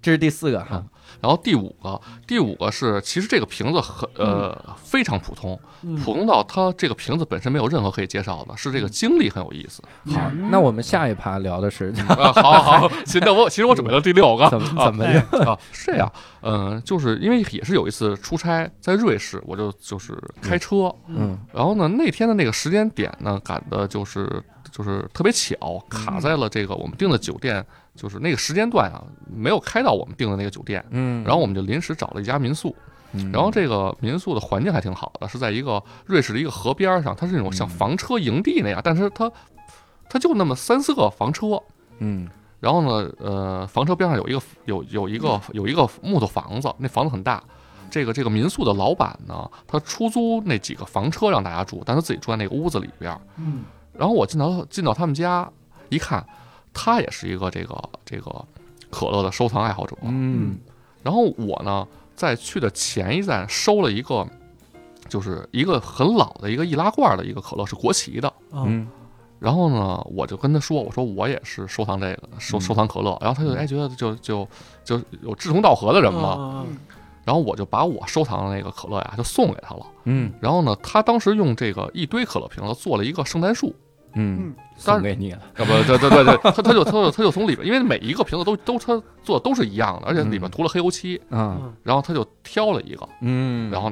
Speaker 2: 这是第四个哈，
Speaker 5: 然后第五个，第五个是其实这个瓶子很呃非常普通，
Speaker 4: 嗯
Speaker 5: 普通到它这个瓶子本身没有任何可以介绍的，是这个经历很有意思。 [LAUGHS]
Speaker 2: 好，那我们下一趴聊的是怎
Speaker 5: 啊，好好，好，其实我其实我准备了第六个，
Speaker 2: 么 [LAUGHS] 怎么
Speaker 1: 哎
Speaker 5: 啊，是这样，嗯，就是因为也是有一次出差在瑞士，我就就是开车，
Speaker 2: 嗯
Speaker 5: 然后呢那天的那个时
Speaker 2: 嗯
Speaker 5: 间点呢赶的就是就是特别巧，卡在了这个我们订的酒店就是那个时间段啊，没有开到我们订的那个酒店，
Speaker 2: 嗯
Speaker 5: 然后我们就临时找了一家民宿，然后这个民宿的环境还挺好的，是在一个瑞士的一个河边上，它是那种像
Speaker 2: 嗯
Speaker 5: 房车营地那样，但是它它就那么三四个房车，
Speaker 2: 嗯
Speaker 5: 然后呢，呃，房车边上有一个有有一个有一个木头房子，那房子很大。这个这个民宿的老板呢，他出租那几个房车让大家住，但他自己住在那个屋子里边。嗯。然后我进到进到他们家一看，他也是一个这个这个可乐的收藏爱好者。
Speaker 2: 嗯
Speaker 5: 然后我呢，在去的前一站收了一个，就是一个很老的一个易拉罐的一个可乐，是国旗的。
Speaker 2: 嗯
Speaker 5: 然后呢，我就跟他说，我说我也是收藏这个，收
Speaker 2: 嗯嗯
Speaker 5: 收藏可乐。然后他就哎觉得就就就有志同道合的人嘛。
Speaker 4: 啊？
Speaker 5: 然后我就把我收藏的那个可乐呀，就送给他了。
Speaker 2: 嗯
Speaker 5: 然后呢，他当时用这个一堆可乐瓶子做了一个圣诞树，
Speaker 2: 嗯，送
Speaker 5: 当然
Speaker 2: 给你了，
Speaker 5: 啊不，对对对对，他他就他就他就从里边，因为每一个瓶子都都他做的都是一样的，而且里边
Speaker 2: 嗯
Speaker 5: 涂了黑油漆。
Speaker 2: 嗯
Speaker 5: 然后他就挑了一个，
Speaker 2: 嗯，
Speaker 5: 然后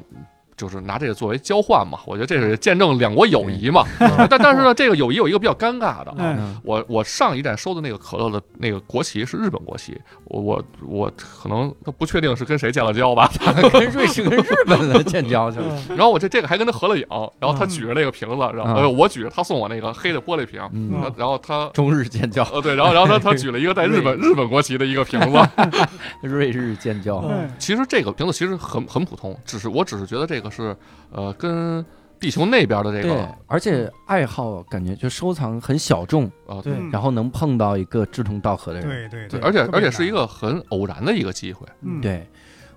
Speaker 5: 就是拿这个作为交换嘛。我觉得这是见证两国友谊嘛。但但是呢，这个友谊有一个比较尴尬的啊，
Speaker 1: 哎，
Speaker 2: 嗯
Speaker 5: 我我上一站收的那个可乐的那个国旗是日本国旗，我我我可能都不确定是跟谁建了交吧。 [LAUGHS]
Speaker 2: 跟瑞士跟日本的建交去了，
Speaker 5: 然后我这这个还跟他合了影，然
Speaker 1: 嗯
Speaker 5: 后他举着那个瓶子，然
Speaker 2: 嗯
Speaker 5: 后、呃我举着他送我那个黑的玻璃瓶，
Speaker 2: [LAUGHS] 嗯，
Speaker 5: 然后他
Speaker 2: 中日建交，
Speaker 5: 呃对，然后然后他他举了一个带日
Speaker 1: [LAUGHS]
Speaker 5: 本日本国旗的一个瓶子。 [LAUGHS]
Speaker 2: 瑞日建交，
Speaker 1: 哎，
Speaker 5: 其实这个瓶子其实很很普通，只是我只是觉得这个是呃跟地球那边的这
Speaker 2: 对
Speaker 5: 个，
Speaker 2: 而且爱好感觉就收藏很小众，
Speaker 5: 呃
Speaker 4: 对
Speaker 1: 嗯
Speaker 2: 然后能碰到一个志同道合的
Speaker 1: 对
Speaker 2: 人，
Speaker 1: 对对，
Speaker 5: 对，而且
Speaker 1: 特别
Speaker 5: 而且是
Speaker 1: 难
Speaker 5: 一个很偶然的一个机会。
Speaker 1: 嗯
Speaker 2: 对，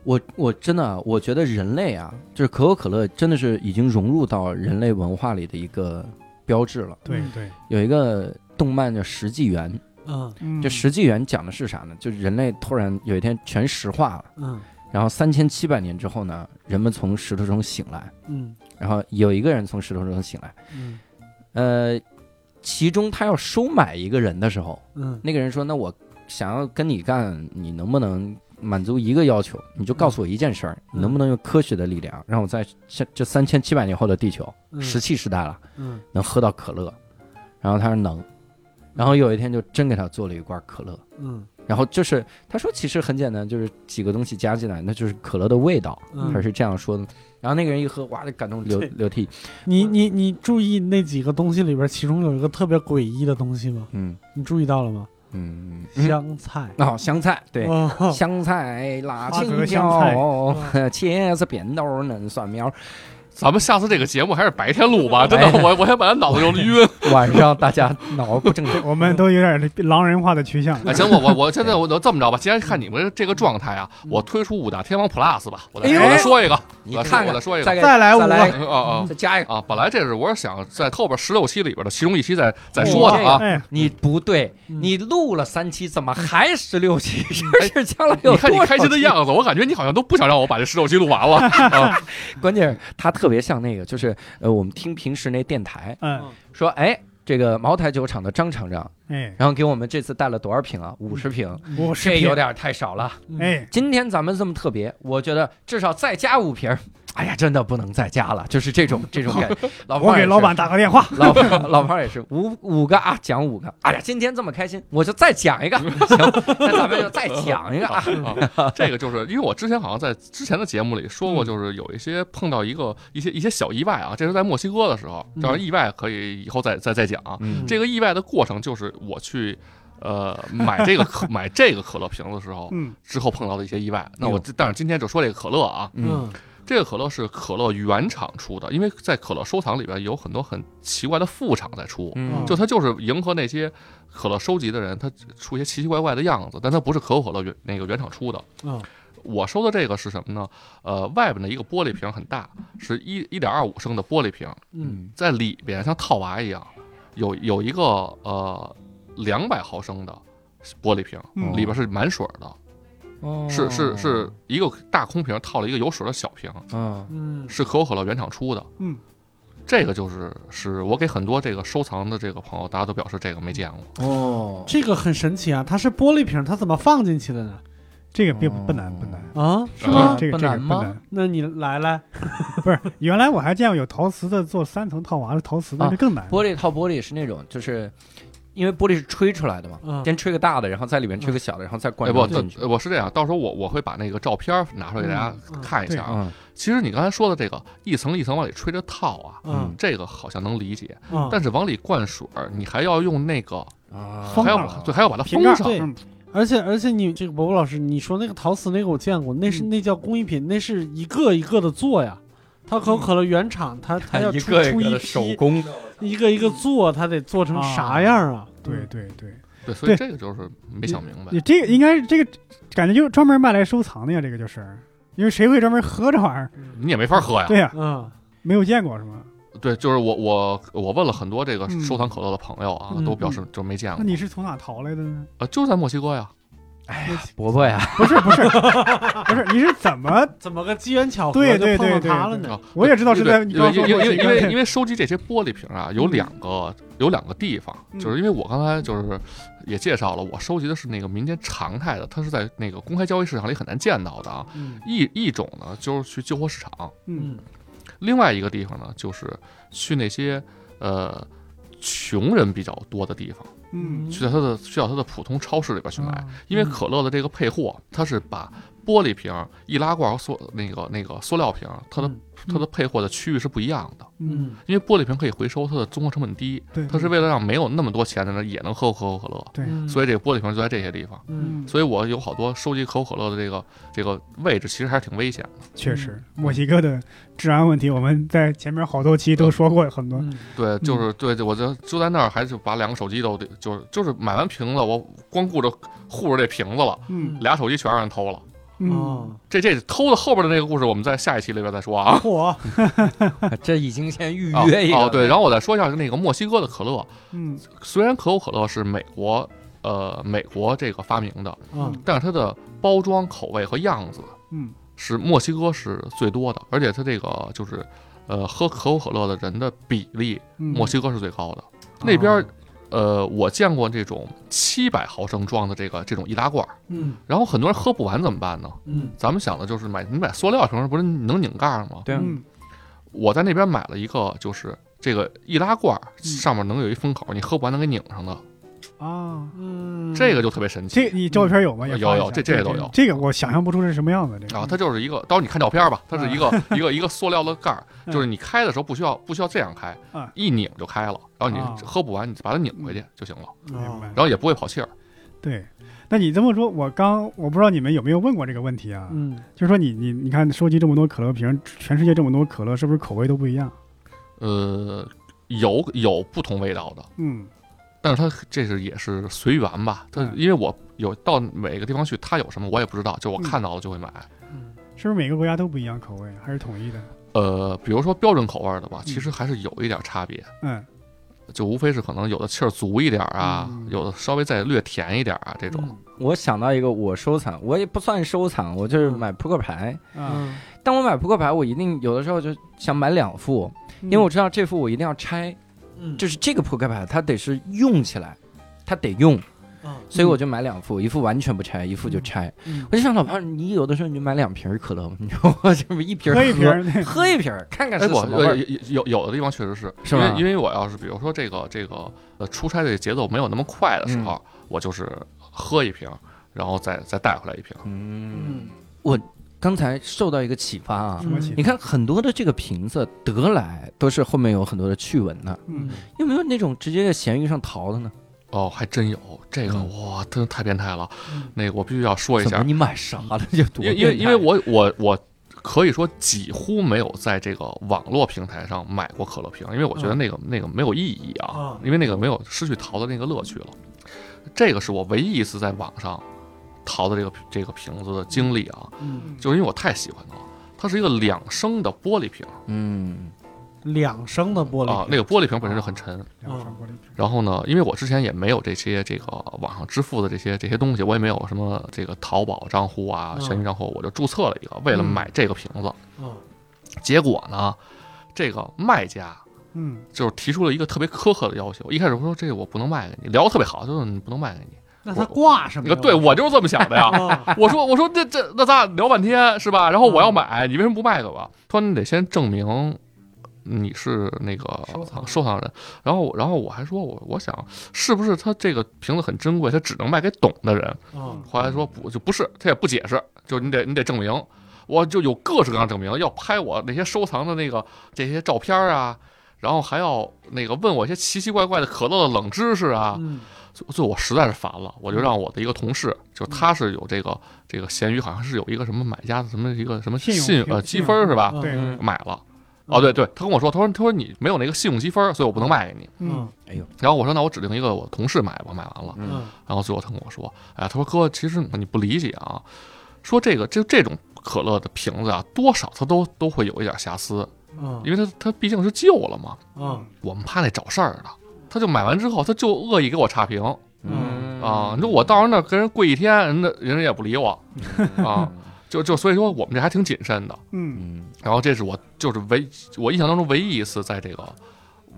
Speaker 2: 我我真的啊我觉得人类啊，就是可口可乐真的是已经融入到人类文化里的一个标志了。
Speaker 1: 对对，
Speaker 2: 有一个动漫叫《石纪元》，
Speaker 4: 嗯
Speaker 2: 这《石纪元》讲的是啥呢？就是人类突然有一天全石化了，
Speaker 4: 嗯
Speaker 2: 然后三千七百年之后呢，人们从石头中醒来，
Speaker 4: 嗯
Speaker 2: 然后有一个人从石头中醒来，
Speaker 4: 嗯
Speaker 2: 呃，其中他要收买一个人的时候，
Speaker 4: 嗯
Speaker 2: 那个人说：“那我想要跟你干，你能不能满足一个要求？你就告诉我一件事儿，
Speaker 4: 嗯
Speaker 2: 你能不能用科学的力量，让我在这这三千七百年后的地球，
Speaker 4: 嗯，
Speaker 2: 石器时代了，
Speaker 4: 嗯
Speaker 2: 能喝到可乐？”然后他说能，然后有一天就真给他做了一罐可乐。
Speaker 4: 嗯
Speaker 2: 然后就是他说其实很简单，就是几个东西加进来，那就是可乐的味道，
Speaker 4: 嗯
Speaker 2: 他是这样说的。然后那个人一喝，哇，就感动流
Speaker 4: 对
Speaker 2: 流涕。
Speaker 4: 你你你注意那几个东西里边，其中有一个特别诡异的东西吗？
Speaker 2: 嗯
Speaker 4: 你注意到了吗？
Speaker 2: 嗯，嗯
Speaker 4: 香菜。
Speaker 2: 哦，香菜对。
Speaker 4: 哦， [LAUGHS]
Speaker 2: 香菜、辣
Speaker 1: 花
Speaker 2: 青
Speaker 1: 泽香
Speaker 2: [LAUGHS] 椒、茄子、扁豆、嫩蒜苗， [LAUGHS]
Speaker 5: 咱们下次这个节目还是白天
Speaker 1: [LAUGHS]
Speaker 5: 录吧，真的，
Speaker 2: 哎
Speaker 5: 我我先把他脑子有晕。
Speaker 2: 晚上大家脑不正常。
Speaker 1: 我们都有点狼人化的趋向。
Speaker 5: [LAUGHS] 哎，行，我我我现在我就这么着吧，既然看你们这个状态啊，我推出五大天王 Plus 吧，我再
Speaker 2: 哎呦
Speaker 5: 我再说一个，
Speaker 2: 你
Speaker 5: 我再说
Speaker 2: 看
Speaker 5: 我
Speaker 2: 看
Speaker 5: 再，说一个
Speaker 2: 再，给
Speaker 4: 哎再来五嗯个
Speaker 2: 再来
Speaker 5: 啊
Speaker 2: [LAUGHS]
Speaker 5: 啊
Speaker 2: 再加一个。
Speaker 5: 啊！本来这是我是想在后边十六期里边的其中一期再再说的啊。
Speaker 1: 哎，
Speaker 2: 你不对，
Speaker 4: 嗯
Speaker 2: 你录了三期，怎么还十六期？ [LAUGHS] 这是将来
Speaker 4: 哎
Speaker 2: 有
Speaker 5: 你看你
Speaker 2: 多
Speaker 5: 开
Speaker 2: 少
Speaker 5: 心的
Speaker 2: 期？
Speaker 5: 样子，我感觉你好像都不想让我把这十六期录
Speaker 2: [LAUGHS]
Speaker 5: 完了。啊
Speaker 2: 关键是他特别像那个，就是呃，我们听平时那电台
Speaker 1: 嗯
Speaker 2: 说，哎，这个茅台酒厂的张厂长，
Speaker 1: 哎，
Speaker 2: 然后给我们这次带了多少瓶啊？五十瓶，
Speaker 1: 我是
Speaker 2: 这
Speaker 1: 偏
Speaker 2: 有点太少了。 [LAUGHS]
Speaker 1: 哎，
Speaker 2: 今天咱们这么特别，我觉得至少再加五瓶儿。哎呀，真的不能再加了，就是这种这种感 [LAUGHS] 觉。老
Speaker 1: 我
Speaker 2: 胖也
Speaker 1: 给
Speaker 2: 是
Speaker 1: 老板，打个电话。
Speaker 2: 老胖老胖也是五五个啊，讲五个。哎呀，今天这么开心，我就再讲 [LAUGHS] 一个，行，那咱们就再讲一个啊。
Speaker 5: 啊这个就是因为我之前好像在之前的节目里说过，
Speaker 2: 嗯
Speaker 5: 就是有一些碰到一个一些一些小意外啊，这是在墨西哥的时候，当然意外可以以后再再再讲啊。
Speaker 2: [LAUGHS] 嗯
Speaker 5: 这个意外的过程就是我去，呃，买这个可 [LAUGHS] 买这个可乐瓶的时候，
Speaker 1: 嗯
Speaker 5: 之后碰到的一些意外。那我这但是今天就说这个可乐啊，
Speaker 2: 嗯
Speaker 5: 这个可乐是可乐原厂出的，因为在可乐收藏里边有很多很奇怪的副厂在出，
Speaker 2: 嗯，
Speaker 5: 就它就是迎合那些可乐收集的人，它出一些奇奇怪怪的样子，但它不是可口可乐原那个原厂出的。
Speaker 4: 嗯
Speaker 5: 我收的这个是什么呢？呃，外边的一个玻璃瓶很大，是一一点二五升的玻璃瓶，
Speaker 4: 嗯
Speaker 5: 在里边像套娃一样，有有一个呃两百毫升的玻璃瓶，
Speaker 1: 嗯
Speaker 5: 里边是满水的，
Speaker 2: 哦
Speaker 5: 是是是，一个大空瓶套了一个有水的小瓶，
Speaker 2: 嗯
Speaker 4: 嗯
Speaker 5: 是可口可乐原厂出的。
Speaker 1: 嗯，
Speaker 5: 这个就是是我给很多这个收藏的这个朋友，大家都表示这个没见过。
Speaker 2: 哦，
Speaker 4: 这个很神奇啊，它是玻璃瓶，它怎么放进去的呢？
Speaker 1: 这个并不不难不难，
Speaker 4: 啊，
Speaker 5: 是吗
Speaker 1: 这个
Speaker 2: 不
Speaker 1: 这个
Speaker 2: 难
Speaker 1: 不
Speaker 2: 吗
Speaker 1: 难，
Speaker 4: 那你来来，
Speaker 1: 不是原来我还见过有陶瓷的做三层套娃的陶瓷的，
Speaker 2: 啊
Speaker 1: 这更难。
Speaker 2: 玻璃套玻璃是那种就是因为玻璃是吹出来的嘛，
Speaker 4: 嗯
Speaker 2: 先吹个大的，然后在里面吹个小的，然后再灌
Speaker 5: 哎不，
Speaker 2: 上
Speaker 5: 那
Speaker 2: 进去。
Speaker 5: 呃我是这样，到时候我我会把那个照片拿出来给大家
Speaker 4: 嗯嗯
Speaker 5: 看一下啊。
Speaker 2: 嗯
Speaker 5: 其实你刚才说的这个一层一层往里吹着套啊，
Speaker 4: 嗯
Speaker 5: 这个好像能理解，
Speaker 4: 嗯，
Speaker 5: 但是往里灌水儿，你还要用那个，
Speaker 2: 啊，
Speaker 1: 封
Speaker 5: 还要
Speaker 1: 上
Speaker 5: 把对，还要把它
Speaker 1: 瓶
Speaker 5: 封
Speaker 1: 盖啊
Speaker 5: 上。
Speaker 4: 对而且而且你这个伯伯老师，你说那个陶瓷那个我见过，那是那叫工艺品，那是一个一个的做呀。它可口可乐原厂，它
Speaker 2: [LAUGHS]
Speaker 4: 它要
Speaker 2: 嗯一
Speaker 4: 出
Speaker 2: 个
Speaker 4: 出
Speaker 2: 一个
Speaker 4: 一
Speaker 2: 的手
Speaker 4: 批，
Speaker 2: 工，
Speaker 4: 一个一个做，它得做成啥样啊？
Speaker 1: 对对对，
Speaker 5: 对，所
Speaker 1: 对
Speaker 5: 以这个就是没想明白
Speaker 1: 你。这个应该是这个感觉就专门卖来收藏的呀，这个就是，因为谁会专门喝这玩意儿？
Speaker 5: 你也没法喝呀。
Speaker 1: 对呀，
Speaker 4: 嗯，
Speaker 1: 没有见过是
Speaker 5: 嗯
Speaker 1: 吗？
Speaker 5: 对，就是我我我问了很多这个
Speaker 1: 嗯
Speaker 5: 收藏可乐的朋友啊，
Speaker 4: 嗯
Speaker 5: 都表示就没见
Speaker 1: 那
Speaker 5: 过。
Speaker 1: 你是从哪淘来的呢？
Speaker 5: 呃，就是在墨西哎哥呀，
Speaker 2: 伯伯呀，
Speaker 1: 不啊是不 [LAUGHS] 是不是，你是怎么？
Speaker 4: 怎么个机缘巧合
Speaker 1: 对
Speaker 4: 就
Speaker 1: 对
Speaker 4: 碰到
Speaker 1: 对
Speaker 4: 它
Speaker 1: 对
Speaker 4: 了
Speaker 1: 对
Speaker 4: 呢
Speaker 5: 啊？
Speaker 1: 我也知道是在
Speaker 5: 对
Speaker 1: 你
Speaker 5: 因为
Speaker 1: 刚
Speaker 5: 因
Speaker 1: 说过
Speaker 5: 为因为因为因
Speaker 1: 为
Speaker 5: 为收集这些玻璃瓶啊，有两个有两个地方，就是因为我刚才就是也介绍了，我收集的是那个民间常态的，它是在那个公开交易市场里很难见到的啊。
Speaker 4: 嗯
Speaker 5: 一一种呢就是去旧货市场，
Speaker 1: 嗯
Speaker 4: 嗯
Speaker 5: 另外一个地方呢就是去那些呃穷人比较多的地方，
Speaker 1: 嗯
Speaker 5: 去到他的去到他的普通超市里边去买。
Speaker 1: 啊
Speaker 5: 因为可乐的这个配货，它是把玻璃瓶、易拉罐和塑那个那个塑料瓶，它的、
Speaker 4: 嗯
Speaker 5: 它的配货的区域是不一样的。
Speaker 1: 嗯，
Speaker 4: 嗯
Speaker 5: 因为玻璃瓶可以回收，它的综合成本低，
Speaker 1: 对，
Speaker 5: 它是为了让没有那么多钱的人也能喝可口可乐，
Speaker 1: 对，
Speaker 4: 嗯，
Speaker 5: 所
Speaker 4: 以
Speaker 5: 以这个玻璃瓶就在这些地方。
Speaker 4: 嗯
Speaker 5: 所以我有好多收集可口可乐的这个这个位置，其实还是挺危险的。
Speaker 1: 确实
Speaker 5: 嗯
Speaker 1: 墨西哥的治安问题，我们在前面好多期都说过很多。
Speaker 4: 嗯
Speaker 5: 对，就是对，我就就在那儿，还是把两个手机都得，就是就是买完瓶子，我光顾着护着这瓶子了，
Speaker 1: 嗯
Speaker 5: 俩手机全让人偷了。
Speaker 1: 嗯
Speaker 4: 哦，
Speaker 5: 这这偷的后边的那个故事，我们在下一期里边再说啊。
Speaker 4: 嚯，
Speaker 2: [LAUGHS] 这已经先预
Speaker 5: 哦
Speaker 2: 约一个
Speaker 5: 哦，对，然后我再说一下那个墨西哥的可乐，
Speaker 1: 嗯
Speaker 5: 虽然可口可乐是美国呃美国这个发明的，
Speaker 4: 嗯
Speaker 5: 但是它的包装、口味和样子
Speaker 1: 嗯
Speaker 5: 是墨西哥是最多的，而且它这个就是呃喝可口可乐的人的比例，
Speaker 1: 嗯，
Speaker 5: 墨西哥是最高的。
Speaker 4: 嗯
Speaker 5: 那
Speaker 4: 哦
Speaker 5: 边儿呃我见过这种七百毫升装的这个这种易拉罐儿，
Speaker 4: 嗯
Speaker 5: 然后很多人喝不完怎么办呢？
Speaker 4: 嗯
Speaker 5: 咱们想的就是买你买塑料瓶儿不是能拧盖儿吗？
Speaker 2: 对啊
Speaker 1: 嗯
Speaker 5: 我在那边买了一个，就是这个易拉罐
Speaker 4: 嗯
Speaker 5: 儿上面能有一封口，你喝不完能给拧上的，
Speaker 1: 啊，
Speaker 4: 嗯，
Speaker 5: 这个就特别神奇
Speaker 1: 这你照片有吗？也
Speaker 5: 有
Speaker 1: 发一
Speaker 5: 有
Speaker 1: 下
Speaker 5: 这
Speaker 1: 对
Speaker 5: 这都
Speaker 1: 对
Speaker 5: 有
Speaker 1: 这个我想象不出是什么样子。这个
Speaker 5: 啊！它就是一个，到时候你看照片吧，它是一个一个一个塑料的盖儿，
Speaker 1: 嗯
Speaker 5: 就是你开的时候不需要不需要这样开
Speaker 1: 嗯，
Speaker 5: 一拧就开了，然后
Speaker 1: 啊
Speaker 5: 你喝不完你把它拧回去就行了，
Speaker 1: 嗯明白
Speaker 4: 哦
Speaker 5: 然后也不会跑气儿。
Speaker 1: 对。那你这么说，我刚我不知道你们有没有问过这个问题啊？
Speaker 4: 嗯
Speaker 1: 就是说你你你看收集这么多可乐瓶，全世界这么多可乐，是不是口味都不一样？
Speaker 5: 呃，有有不同味道的，
Speaker 1: 嗯
Speaker 5: 但是它这是也是随缘吧，它
Speaker 1: 嗯
Speaker 5: 因为我有到每个地方去，它有什么我也不知道，就我看到了就会买。
Speaker 4: 嗯
Speaker 1: 是不是每个国家都不一样口味，还是统一的？
Speaker 5: 呃，比如说标准口味儿的吧，其实还是有一点差别。
Speaker 1: 嗯
Speaker 5: 就无非是可能有的气儿足一点儿啊，
Speaker 1: 嗯
Speaker 5: 有的稍微再略甜一点儿啊，这种。
Speaker 2: 我想到一个，我收藏，我也不算收藏，我就是买扑克牌。
Speaker 1: 啊，
Speaker 4: 嗯
Speaker 2: 但我买扑克牌，我一定有的时候就想买两副，因为我知道这副我一定要拆，
Speaker 4: 嗯
Speaker 2: 就是这个扑克牌它得是用起来，它得用，
Speaker 4: 嗯
Speaker 2: 所以我就买两副，一副完全不拆，一副就拆。
Speaker 4: 嗯
Speaker 2: 我就想老潘，你有的时候你就买两瓶可乐嘛，你知道吗？ [LAUGHS] 这么一瓶
Speaker 1: 喝一瓶儿，
Speaker 2: 喝一瓶儿，看看
Speaker 5: 哎，
Speaker 2: 是
Speaker 5: 不，
Speaker 2: 什么味
Speaker 5: 呃
Speaker 2: 儿。
Speaker 5: 有有有的地方确实是，
Speaker 2: 是
Speaker 5: 因为
Speaker 2: 吧
Speaker 5: 因为我要是比如说这个这个呃出差的节奏没有那么快的时
Speaker 2: 嗯
Speaker 5: 候，我就是喝一瓶，然后再再带回来一瓶。
Speaker 2: 嗯
Speaker 4: 嗯，
Speaker 2: 刚才受到一个启发啊
Speaker 1: 什，么情
Speaker 2: 你看很多的这个瓶子得来都是后面有很多的趣闻的，
Speaker 1: 嗯
Speaker 2: 有没有那种直接在闲鱼上淘的呢？
Speaker 5: 哦，还真有这个，哇，真的太变态了。那个我必须要说
Speaker 2: 嗯
Speaker 5: 一
Speaker 2: 怎么
Speaker 5: 下，
Speaker 2: 你买啥了？就多
Speaker 5: 因为
Speaker 2: 变态
Speaker 5: 因为因为我我我可以说几乎没有在这个网络平台上买过可乐瓶，因为我觉
Speaker 2: 嗯
Speaker 5: 得那个、那个没有意义啊
Speaker 4: 啊，
Speaker 5: 因为那个没有失去淘的那个乐趣了。这个是我唯一一次在网上淘的这个这个瓶子的经历啊，
Speaker 4: 嗯，
Speaker 5: 就是因为我太喜欢它了。它是一个两升的玻璃瓶
Speaker 2: 嗯
Speaker 4: 两升的玻璃
Speaker 5: 啊，那个玻璃瓶本身就很沉。
Speaker 4: 嗯
Speaker 1: 两双玻璃瓶，
Speaker 5: 然后呢，因为我之前也没有这些这个网上支付的这些这些东西，我也没有什么这个淘宝账户啊、
Speaker 4: 嗯
Speaker 5: 闲鱼账户，我就注册了一个，为了
Speaker 4: 嗯
Speaker 5: 买这个瓶子。
Speaker 4: 嗯
Speaker 5: 结果呢，这个卖家
Speaker 1: 嗯
Speaker 5: 就是提出了一个特别苛刻的要求。一开始我说这个我不能卖给你，聊得特别好，就是你不能卖给你。
Speaker 4: 那它挂什么
Speaker 5: 那
Speaker 4: 呀？
Speaker 5: 个对我就是这么想的呀。[LAUGHS]
Speaker 4: 啊
Speaker 5: 我说我说这这嗯那咱俩聊半天是吧？然后我要买，你为什么不卖给我？他说你得先证明你是那个呃收藏人，然后然后我还说我我想是不是他这个瓶子很珍贵，他只能卖给懂的人。
Speaker 4: 啊，
Speaker 5: 后来说不就不是，他也不解释，就是你得你得证明，我就有各式各样的证明，要拍我那些收藏的那个这些照片啊，然后还要那个问我一些奇奇怪怪的可乐的冷知识啊，
Speaker 4: 嗯
Speaker 5: 最最后我实在是烦了，我
Speaker 1: 嗯
Speaker 5: 就让我的一个同事，就是他是有这个这个闲鱼，好像是有一个什么买家的什么一个什么
Speaker 1: 信用
Speaker 5: 信
Speaker 1: 评
Speaker 5: 呃
Speaker 1: 信
Speaker 5: 积
Speaker 1: 用嗯
Speaker 5: 分儿是吧？
Speaker 1: 对
Speaker 4: 嗯
Speaker 5: 买了。哦，对对，他跟我说，他说他说你没有那个信用积分儿，所以我不能卖给你。
Speaker 1: 嗯，
Speaker 5: 然后我说那我指定一个我同事买吧，买完了。
Speaker 4: 嗯
Speaker 5: 然后最后他跟我说，哎呀，他说哥，其实你不理解啊，说这个就这种可乐的瓶子啊，多少它都都会有一点瑕疵，
Speaker 4: 嗯
Speaker 5: 因为它它毕竟是旧了嘛，
Speaker 4: 嗯
Speaker 5: 我们怕那找事儿的。他就买完之后，他就恶意给我差评
Speaker 4: 嗯
Speaker 5: 啊！你说我到人那儿跟人跪一天，人家人家也不理我，啊，就就所以说我们这还挺谨慎的。
Speaker 1: 嗯，
Speaker 2: 嗯，
Speaker 5: 然后这是我就是唯我印象当中唯一一次在这个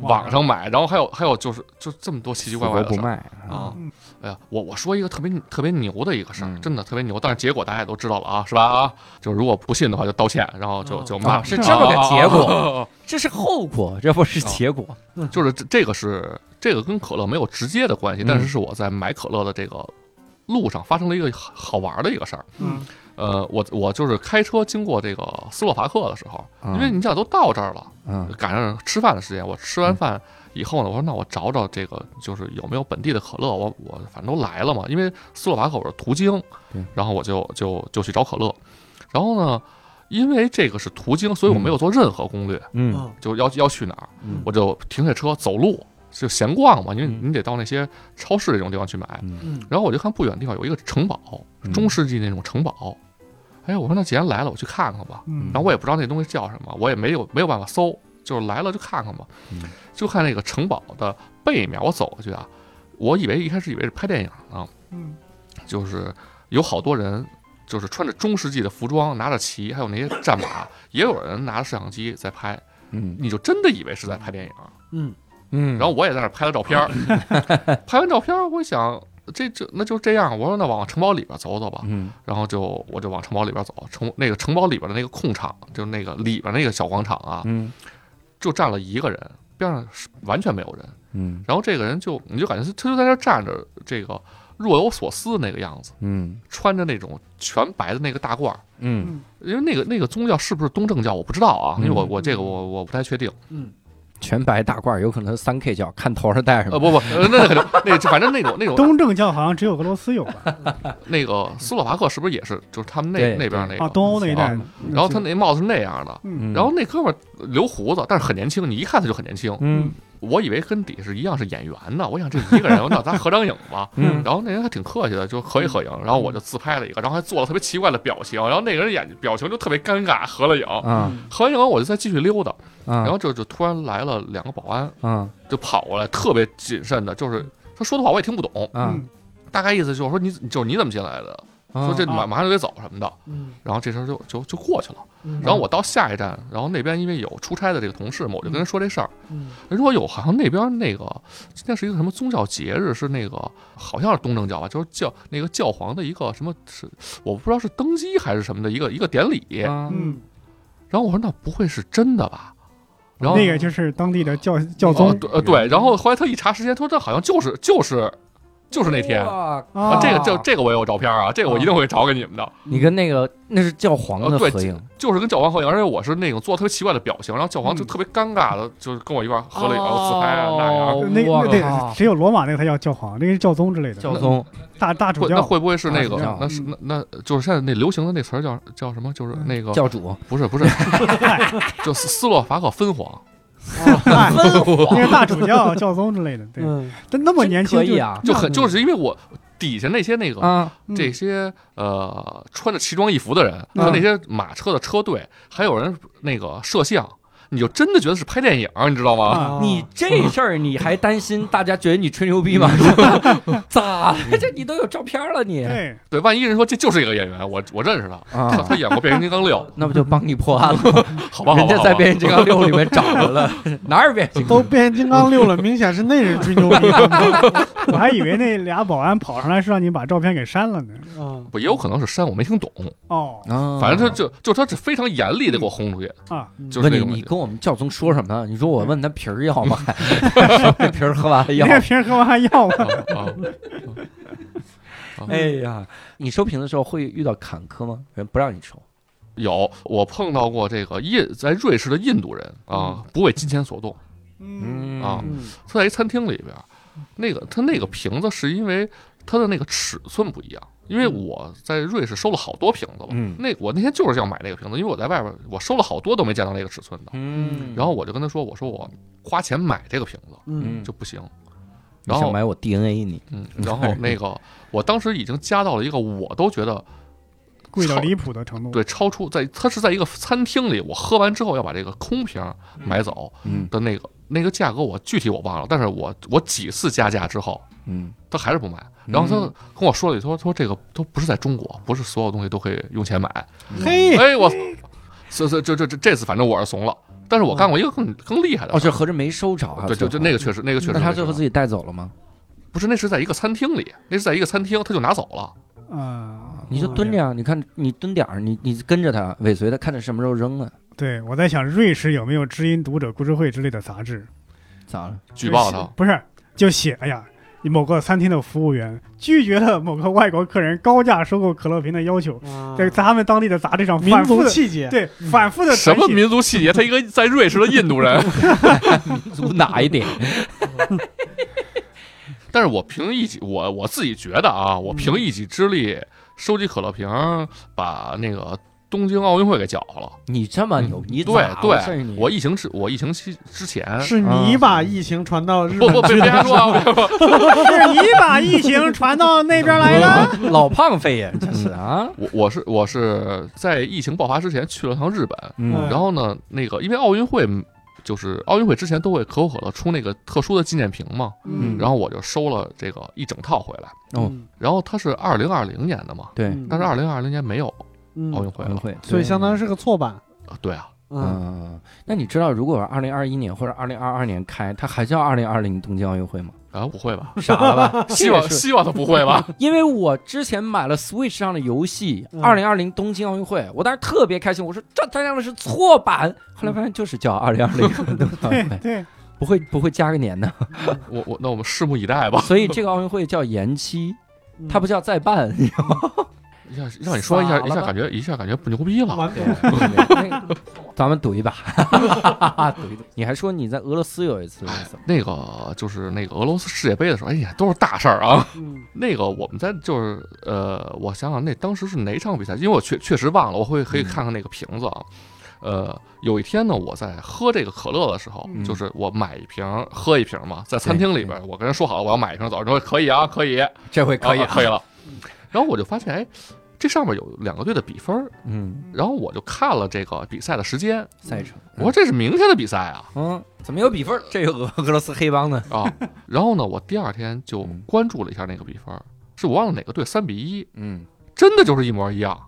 Speaker 5: 网上买，然后还有还有就是就这么多奇奇怪怪
Speaker 2: 我
Speaker 5: 的
Speaker 2: 不
Speaker 5: 事儿
Speaker 2: 卖，
Speaker 5: 啊
Speaker 1: 嗯！
Speaker 5: 哎呀，我我说一个特别特别牛的一个事儿，
Speaker 2: 嗯
Speaker 5: 真的特别牛，但是结果大家也都知道了啊，是吧？啊，就如果不信的话就道歉，然后就
Speaker 4: 哦
Speaker 5: 就骂
Speaker 2: 啊，是这么个结果，
Speaker 5: 果，
Speaker 2: 这是后果，这不是
Speaker 5: 啊
Speaker 2: 结果。
Speaker 5: 就是这这个是这个跟可乐没有直接的关系，
Speaker 2: 嗯
Speaker 5: 但是是我在买可乐的这个路上发生了一个好好玩的一个事儿。
Speaker 1: 嗯，
Speaker 5: 呃，我我就是开车经过这个斯洛伐克的时候，
Speaker 2: 嗯
Speaker 5: 因为你想都到这儿了。
Speaker 2: 嗯
Speaker 5: 赶上吃饭的时间，我吃完饭以后呢，我说那我找找这个就是有没有本地的可乐，我我反正都来了嘛，因为斯洛伐克我是途经
Speaker 2: 对，
Speaker 5: 然后我就就就去找可乐，然后呢，因为这个是途经，所以我没有做任何攻略，
Speaker 2: 嗯
Speaker 4: 嗯
Speaker 5: 就要要去哪儿
Speaker 2: 嗯，
Speaker 5: 我就停下车走路就闲逛嘛，因为
Speaker 2: 嗯
Speaker 5: 你得到那些超市这种地方去买，
Speaker 4: 嗯
Speaker 5: 然后我就看不远的地方有一个城堡，
Speaker 2: 嗯
Speaker 5: 中世纪那种城堡，哎，我说那既然来了，我去看看吧。
Speaker 1: 嗯
Speaker 5: 然后我也不知道那东西叫什么，我也没有没有办法搜，就是来了就看看吧。
Speaker 2: 嗯
Speaker 5: 就看那个城堡的背面，我走过去啊，我以为一开始以为是拍电影呢，
Speaker 1: 嗯，
Speaker 5: 就是有好多人就是穿着中世纪的服装，拿着旗，还有那些战马，也有人拿着摄像机在拍，
Speaker 2: 嗯
Speaker 5: 你就真的以为是在拍电影。
Speaker 4: 嗯
Speaker 2: 嗯，
Speaker 5: 然后我也在那儿拍了照
Speaker 2: [LAUGHS]
Speaker 5: 片儿，拍完照片儿，我想这这那就这样，我说那往城堡里边走走吧，
Speaker 2: 嗯
Speaker 5: 然后就我就往城堡里边走，城那个城堡里边的那个空场，就那个里边那个小广场啊，
Speaker 2: 嗯
Speaker 5: 就站了一个人，边上是完全没有人。
Speaker 2: 嗯
Speaker 5: 然后这个人就你就感觉他他就在那儿站着，这个若有所思的那个样子，
Speaker 2: 嗯
Speaker 5: 穿着那种全白的那个大褂儿。
Speaker 2: 嗯
Speaker 5: 因为那个那个宗教是不是东正教我不知道啊，因为我
Speaker 2: 嗯
Speaker 5: 我这个我我不太确定。
Speaker 4: 嗯
Speaker 2: 全白大褂儿有可能三 K 角，看头上戴什
Speaker 5: 呃
Speaker 2: 么。
Speaker 5: 不不，呃那个那个反正那种那种
Speaker 1: 东正教好像只有俄罗斯有吧？
Speaker 5: 那个斯洛伐克是不是也是就是他们那
Speaker 2: 对
Speaker 5: 那边那
Speaker 1: 啊，
Speaker 5: 个？
Speaker 1: 东欧那一带的。
Speaker 5: 然后他那帽子是那样的，
Speaker 1: 嗯
Speaker 5: 然后那哥们儿留胡子，但是很年轻，你一看他就很年轻。
Speaker 2: 嗯
Speaker 5: 我以为跟底是一样是演员呢，我想这一个人，那咱合张影吧。
Speaker 2: 嗯
Speaker 5: 然后那人还挺客气的，就合一合影，然后我就自拍了一个，然后还做了特别奇怪的表情，然后那个人眼表情就特别尴尬，合了影。
Speaker 2: 啊
Speaker 5: 合完影我就再继续溜达，
Speaker 2: 啊，
Speaker 5: 然后就就突然来了两个保安，
Speaker 2: 啊
Speaker 5: 就跑过来，特别谨慎的，就是他说的话我也听不懂，
Speaker 2: 啊，
Speaker 1: 嗯
Speaker 5: 大概意思就是说你就是你怎么进来的，说
Speaker 2: 嗯
Speaker 5: 这马
Speaker 1: 啊
Speaker 5: 马上就得走什么的，
Speaker 4: 嗯
Speaker 5: 然后这事儿就就就过去了。
Speaker 4: 嗯，
Speaker 5: 然后我到下一站，然后那边因为有出差的这个同事嘛，我就跟人说这事儿。
Speaker 4: 嗯
Speaker 5: 人说有，好像那边那个今天是一个什么宗教节日，是那个好像是东正教吧，就是教那个教皇的一个什么是我不知道是登基还是什么的一个一个典礼。
Speaker 2: 啊
Speaker 1: 嗯，
Speaker 5: 然后我说那不会是真的吧？然后
Speaker 1: 那个就是当地的教教
Speaker 5: 哦
Speaker 1: 宗
Speaker 5: 对呃对，然后后来他一查时间，他说这好像就是就是就是那天。啊，
Speaker 1: 啊
Speaker 5: 这个这这个我也有照片啊，这个我一定会找给你们的。
Speaker 2: 你跟那个那是教皇的
Speaker 5: 呃对
Speaker 2: 合影，
Speaker 5: 就是跟教皇合影，而且我是那种做特别奇怪的表情，然后教皇就特别尴尬的，就是跟我一块儿合了影、自拍
Speaker 2: 哦
Speaker 5: 啊那样。
Speaker 1: 那
Speaker 2: 我
Speaker 1: 那对，
Speaker 2: 靠
Speaker 1: 只有罗马那个才叫教皇，那个是教宗之类
Speaker 2: 教
Speaker 1: 的，
Speaker 2: 宗
Speaker 1: 大大主
Speaker 5: 会那
Speaker 1: [LAUGHS] 教。
Speaker 5: 会不会是那
Speaker 2: 大
Speaker 5: 个
Speaker 2: 主教？
Speaker 5: 那是那那就是现在那流行的那词儿叫叫什么？就是那个
Speaker 2: 教主
Speaker 5: 不是不是，就斯斯洛伐克分皇。
Speaker 1: 哎那个大主教、教宗之类的，对，
Speaker 4: 嗯
Speaker 1: 但那么年轻
Speaker 2: 可以
Speaker 1: 就
Speaker 2: 啊
Speaker 5: 就很就是因为我底下那些那个
Speaker 2: 啊
Speaker 1: 嗯
Speaker 5: 这些呃穿着奇装异服的人
Speaker 1: 嗯
Speaker 5: 和那些马车的车队，还有人那个摄像，你就真的觉得是拍电影，你知道吗？
Speaker 1: 啊，
Speaker 2: 你这事儿你还担心大家觉得你吹牛逼 [LAUGHS] 吗？咋了？这你都有照片了你
Speaker 1: 对，
Speaker 5: 对，万一人说这就是一个演员，我我认识他，他
Speaker 2: 啊
Speaker 5: 他？演过《变形金刚六》，
Speaker 2: 那不就帮你破案了？
Speaker 5: 好吧？好吧
Speaker 2: 人家在
Speaker 5: 好
Speaker 2: 《
Speaker 5: 吧
Speaker 2: 变形金刚六》里面找着了， [LAUGHS] 哪儿变形金
Speaker 4: 都变形金刚六了，明显是那人吹牛逼
Speaker 1: 我还以为那俩保安跑上来是让你把照片给删了呢。
Speaker 4: 啊，
Speaker 5: 不也有可能是删，我没听懂。
Speaker 1: 哦，
Speaker 2: 刚？嗯
Speaker 5: 反正他就就他是非常严厉的给我轰出去，
Speaker 1: 啊
Speaker 5: 就是
Speaker 2: 问
Speaker 5: 那
Speaker 2: 你，
Speaker 5: 种
Speaker 2: 你
Speaker 5: 感觉
Speaker 2: 跟说我们教宗说什么呢？你说我问他瓶儿要 [LAUGHS] 吗？说这瓶儿喝完了要
Speaker 1: 那
Speaker 2: 吗
Speaker 1: 个。瓶儿喝完还要吗？
Speaker 5: 啊啊
Speaker 2: [LAUGHS] 哎呀，你收瓶的时候会遇到坎坷吗？人不让你收，
Speaker 5: 有，我碰到过这个印在瑞士的印度人啊，不为金钱所动。
Speaker 2: 嗯
Speaker 5: 啊
Speaker 4: 嗯
Speaker 5: 他在一餐厅里边儿，那个他那个瓶子是因为它的那个尺寸不一样，因为我在瑞士收了好多瓶子了。
Speaker 2: 嗯
Speaker 5: 那我那天就是要买那个瓶子，因为我在外边儿我收了好多都没见到那个尺寸的。
Speaker 2: 嗯
Speaker 5: 然后我就跟他说：“我说我花钱买这个瓶子
Speaker 4: 嗯
Speaker 5: 就不行。”
Speaker 2: 你
Speaker 5: 然
Speaker 2: 想
Speaker 5: 后
Speaker 2: 买我 DNA 你，
Speaker 5: 嗯，然后那个我当时已经加到了一个我都觉得
Speaker 1: 贵到
Speaker 5: 超
Speaker 1: 离谱的程度。
Speaker 5: 对超出在它是在一个餐厅里，我喝完之后要把这个空瓶儿买走
Speaker 2: 嗯
Speaker 5: 的那个那个价格我具体我忘了，但是我我几次加价之后，
Speaker 2: 嗯
Speaker 5: 他还是不买。然后他跟我说了一句，他说他说这个都不是在中国，不是所有东西都可以用钱买。
Speaker 2: 嗯
Speaker 4: 嘿，
Speaker 5: 哎，我，这这这这这这次反正我是怂了。但是我干过一个更更厉害的
Speaker 2: 哦，
Speaker 5: 事
Speaker 2: 这
Speaker 5: 儿，
Speaker 2: 合着没收着啊？
Speaker 5: 嗯对，就就那个确实那个确
Speaker 2: 最
Speaker 5: 实
Speaker 2: 后，那他
Speaker 5: 没事儿，
Speaker 2: 最后自己带走了吗？
Speaker 5: 不是那是在一个餐厅里，那是在一个餐厅，他就拿走了。
Speaker 1: 啊，
Speaker 2: 你
Speaker 5: 嗯
Speaker 2: 就蹲着呀，你看你蹲点儿，你你跟着他，尾随他，看他什么时候扔了，
Speaker 1: 对，我在想瑞士有没有知音读者故事会之类的杂志？
Speaker 2: 咋 [LAUGHS] 了？
Speaker 5: 举报他，
Speaker 1: 不是，就写哎呀，某个餐厅的服务员拒绝了某个外国客人高价收购可乐瓶的要求，在
Speaker 4: 咱
Speaker 1: 他们当地的杂志上
Speaker 4: 啊民
Speaker 1: 反复
Speaker 4: 族
Speaker 1: 的
Speaker 4: 气节，
Speaker 1: 对反复的
Speaker 5: 什么民族细节？他一个在瑞士的印度
Speaker 4: [LAUGHS]
Speaker 5: 人。
Speaker 2: 足哪一点？
Speaker 5: 但是我凭一己，我我自己觉得啊，我
Speaker 4: 嗯
Speaker 5: 凭一己之力收集可乐瓶儿，把那个东京奥运会给搅和了。
Speaker 2: 你这么牛，你
Speaker 5: 嗯对
Speaker 2: 咋回事儿
Speaker 5: 对
Speaker 2: 你，
Speaker 5: 我疫情之我疫情期之前，
Speaker 4: 嗯是你把疫情传到日
Speaker 5: 不不
Speaker 4: 本
Speaker 5: 别
Speaker 4: 去
Speaker 5: 别
Speaker 4: 的，
Speaker 5: 说啊，别
Speaker 4: [LAUGHS]
Speaker 5: 说
Speaker 1: 是你把疫情传到那边
Speaker 5: [LAUGHS]
Speaker 1: 来了？
Speaker 2: [LAUGHS] 老胖肺炎，这
Speaker 5: 嗯
Speaker 2: 是啊，
Speaker 5: 我我是我是在疫情爆发之前去了趟日本，
Speaker 4: 嗯
Speaker 5: 然后呢，那个因为奥运会就是奥运会之前都会可口可乐出那个特殊的纪念瓶嘛，
Speaker 2: 嗯
Speaker 5: 然后我就收了这个一整套回来，
Speaker 2: 哦
Speaker 4: 嗯
Speaker 5: 然后它是二零二零年的嘛，
Speaker 2: 对，
Speaker 4: 嗯
Speaker 5: 但是二零二零年没有奥运
Speaker 4: 嗯，
Speaker 5: 会
Speaker 2: 运
Speaker 5: 了，
Speaker 2: 会，
Speaker 4: 所以相当于
Speaker 2: 是
Speaker 4: 是个错版，
Speaker 5: 对啊，
Speaker 4: 嗯，
Speaker 2: 嗯。那你知道，如果二零二一年或者二零二二年开，它还叫二零二零东京奥运
Speaker 5: [LAUGHS]
Speaker 2: 会吗？
Speaker 5: 啊不
Speaker 2: [LAUGHS]
Speaker 5: 会吧？
Speaker 2: 傻了吧？
Speaker 5: 希望
Speaker 2: 这也是
Speaker 5: 希望他不会
Speaker 2: [LAUGHS]
Speaker 5: 吧？
Speaker 2: 因为我之前买了 Switch 上的游戏《
Speaker 4: 嗯
Speaker 2: 二零二零东京奥运会》，我当时特别开心，我说这他娘的是错版，后来发现就是叫二零二零东京奥
Speaker 1: 对
Speaker 2: 运会，
Speaker 5: 啊
Speaker 1: 对，
Speaker 2: 不会不会加个年的，
Speaker 5: 我我那我们拭目以待吧。
Speaker 2: 所以这个奥运会叫延期，它不叫再办，你知道吗？
Speaker 5: 一下让你说一下，
Speaker 2: 傻了吧
Speaker 5: 一下感觉一下感觉不牛逼了。
Speaker 4: 完
Speaker 2: 对
Speaker 4: 犊子，
Speaker 2: 那个咱们赌一把，赌一赌。你还说你在俄罗斯有一次
Speaker 5: 哎
Speaker 2: 怎么，
Speaker 5: 那个就是那个俄罗斯世界杯的时候，哎呀，都是大事儿啊。 [LAUGHS]
Speaker 4: 嗯
Speaker 5: 那个我们在就是呃，我想想那当时是哪场比赛，因为我确确实忘了，我会
Speaker 2: 嗯
Speaker 5: 可以看看那个瓶子啊。呃，有一天呢，我在喝这个可乐的时候，
Speaker 2: 嗯
Speaker 5: 就是我买一瓶喝一瓶嘛，在餐厅里边，我跟人说好了，我要买一瓶走，人说可以啊，可以，
Speaker 2: 这回可以
Speaker 5: 啊可以了。然后我就发现，哎，这上面有两个队的比分儿，
Speaker 2: 嗯，
Speaker 5: 然后我就看了这个比赛的时间，
Speaker 2: 赛程。
Speaker 5: 我说这是明天的比赛啊，
Speaker 2: [LAUGHS] 嗯，怎么有比分？这有俄俄罗斯黑帮呢？
Speaker 5: 啊，然后呢，我第二天就关注了一下那个比分，是我忘了哪个队三比一，
Speaker 2: 嗯，
Speaker 5: 真的就是一模一样。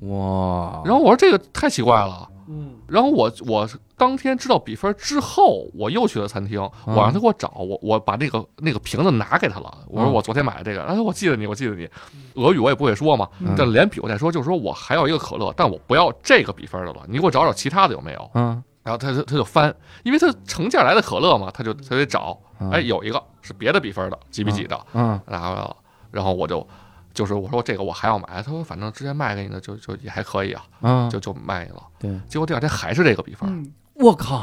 Speaker 2: 哇，
Speaker 5: 然后我说这个太奇怪了。
Speaker 4: 嗯
Speaker 5: 然后我我当天知道比分之后，我又去了餐厅，
Speaker 2: 嗯
Speaker 5: 我让他给我找，我我把那个那个瓶子拿给他了。我说
Speaker 2: 嗯
Speaker 5: 我昨天买的这个，哎，我记得你，我记得你。俄语我也不会说嘛，
Speaker 2: 嗯
Speaker 5: 但连比我再说，就是说我还有一个可乐，但我不要这个比分的了，你给我找找其他的有没有。
Speaker 2: 嗯，
Speaker 5: 然后他就他就翻，因为他成件来的可乐嘛，他就他得找，
Speaker 2: 嗯
Speaker 5: 哎，，有一个是别的比分的几比几的，
Speaker 2: 嗯
Speaker 5: 拿回来了，然后我就就是我说这个我还要买，他说反正之前卖给你的就就也还可以啊，
Speaker 2: 嗯，
Speaker 5: 就就卖你了。
Speaker 2: 对，
Speaker 5: 结果第二天还是这个比分，
Speaker 1: 嗯，
Speaker 2: 我靠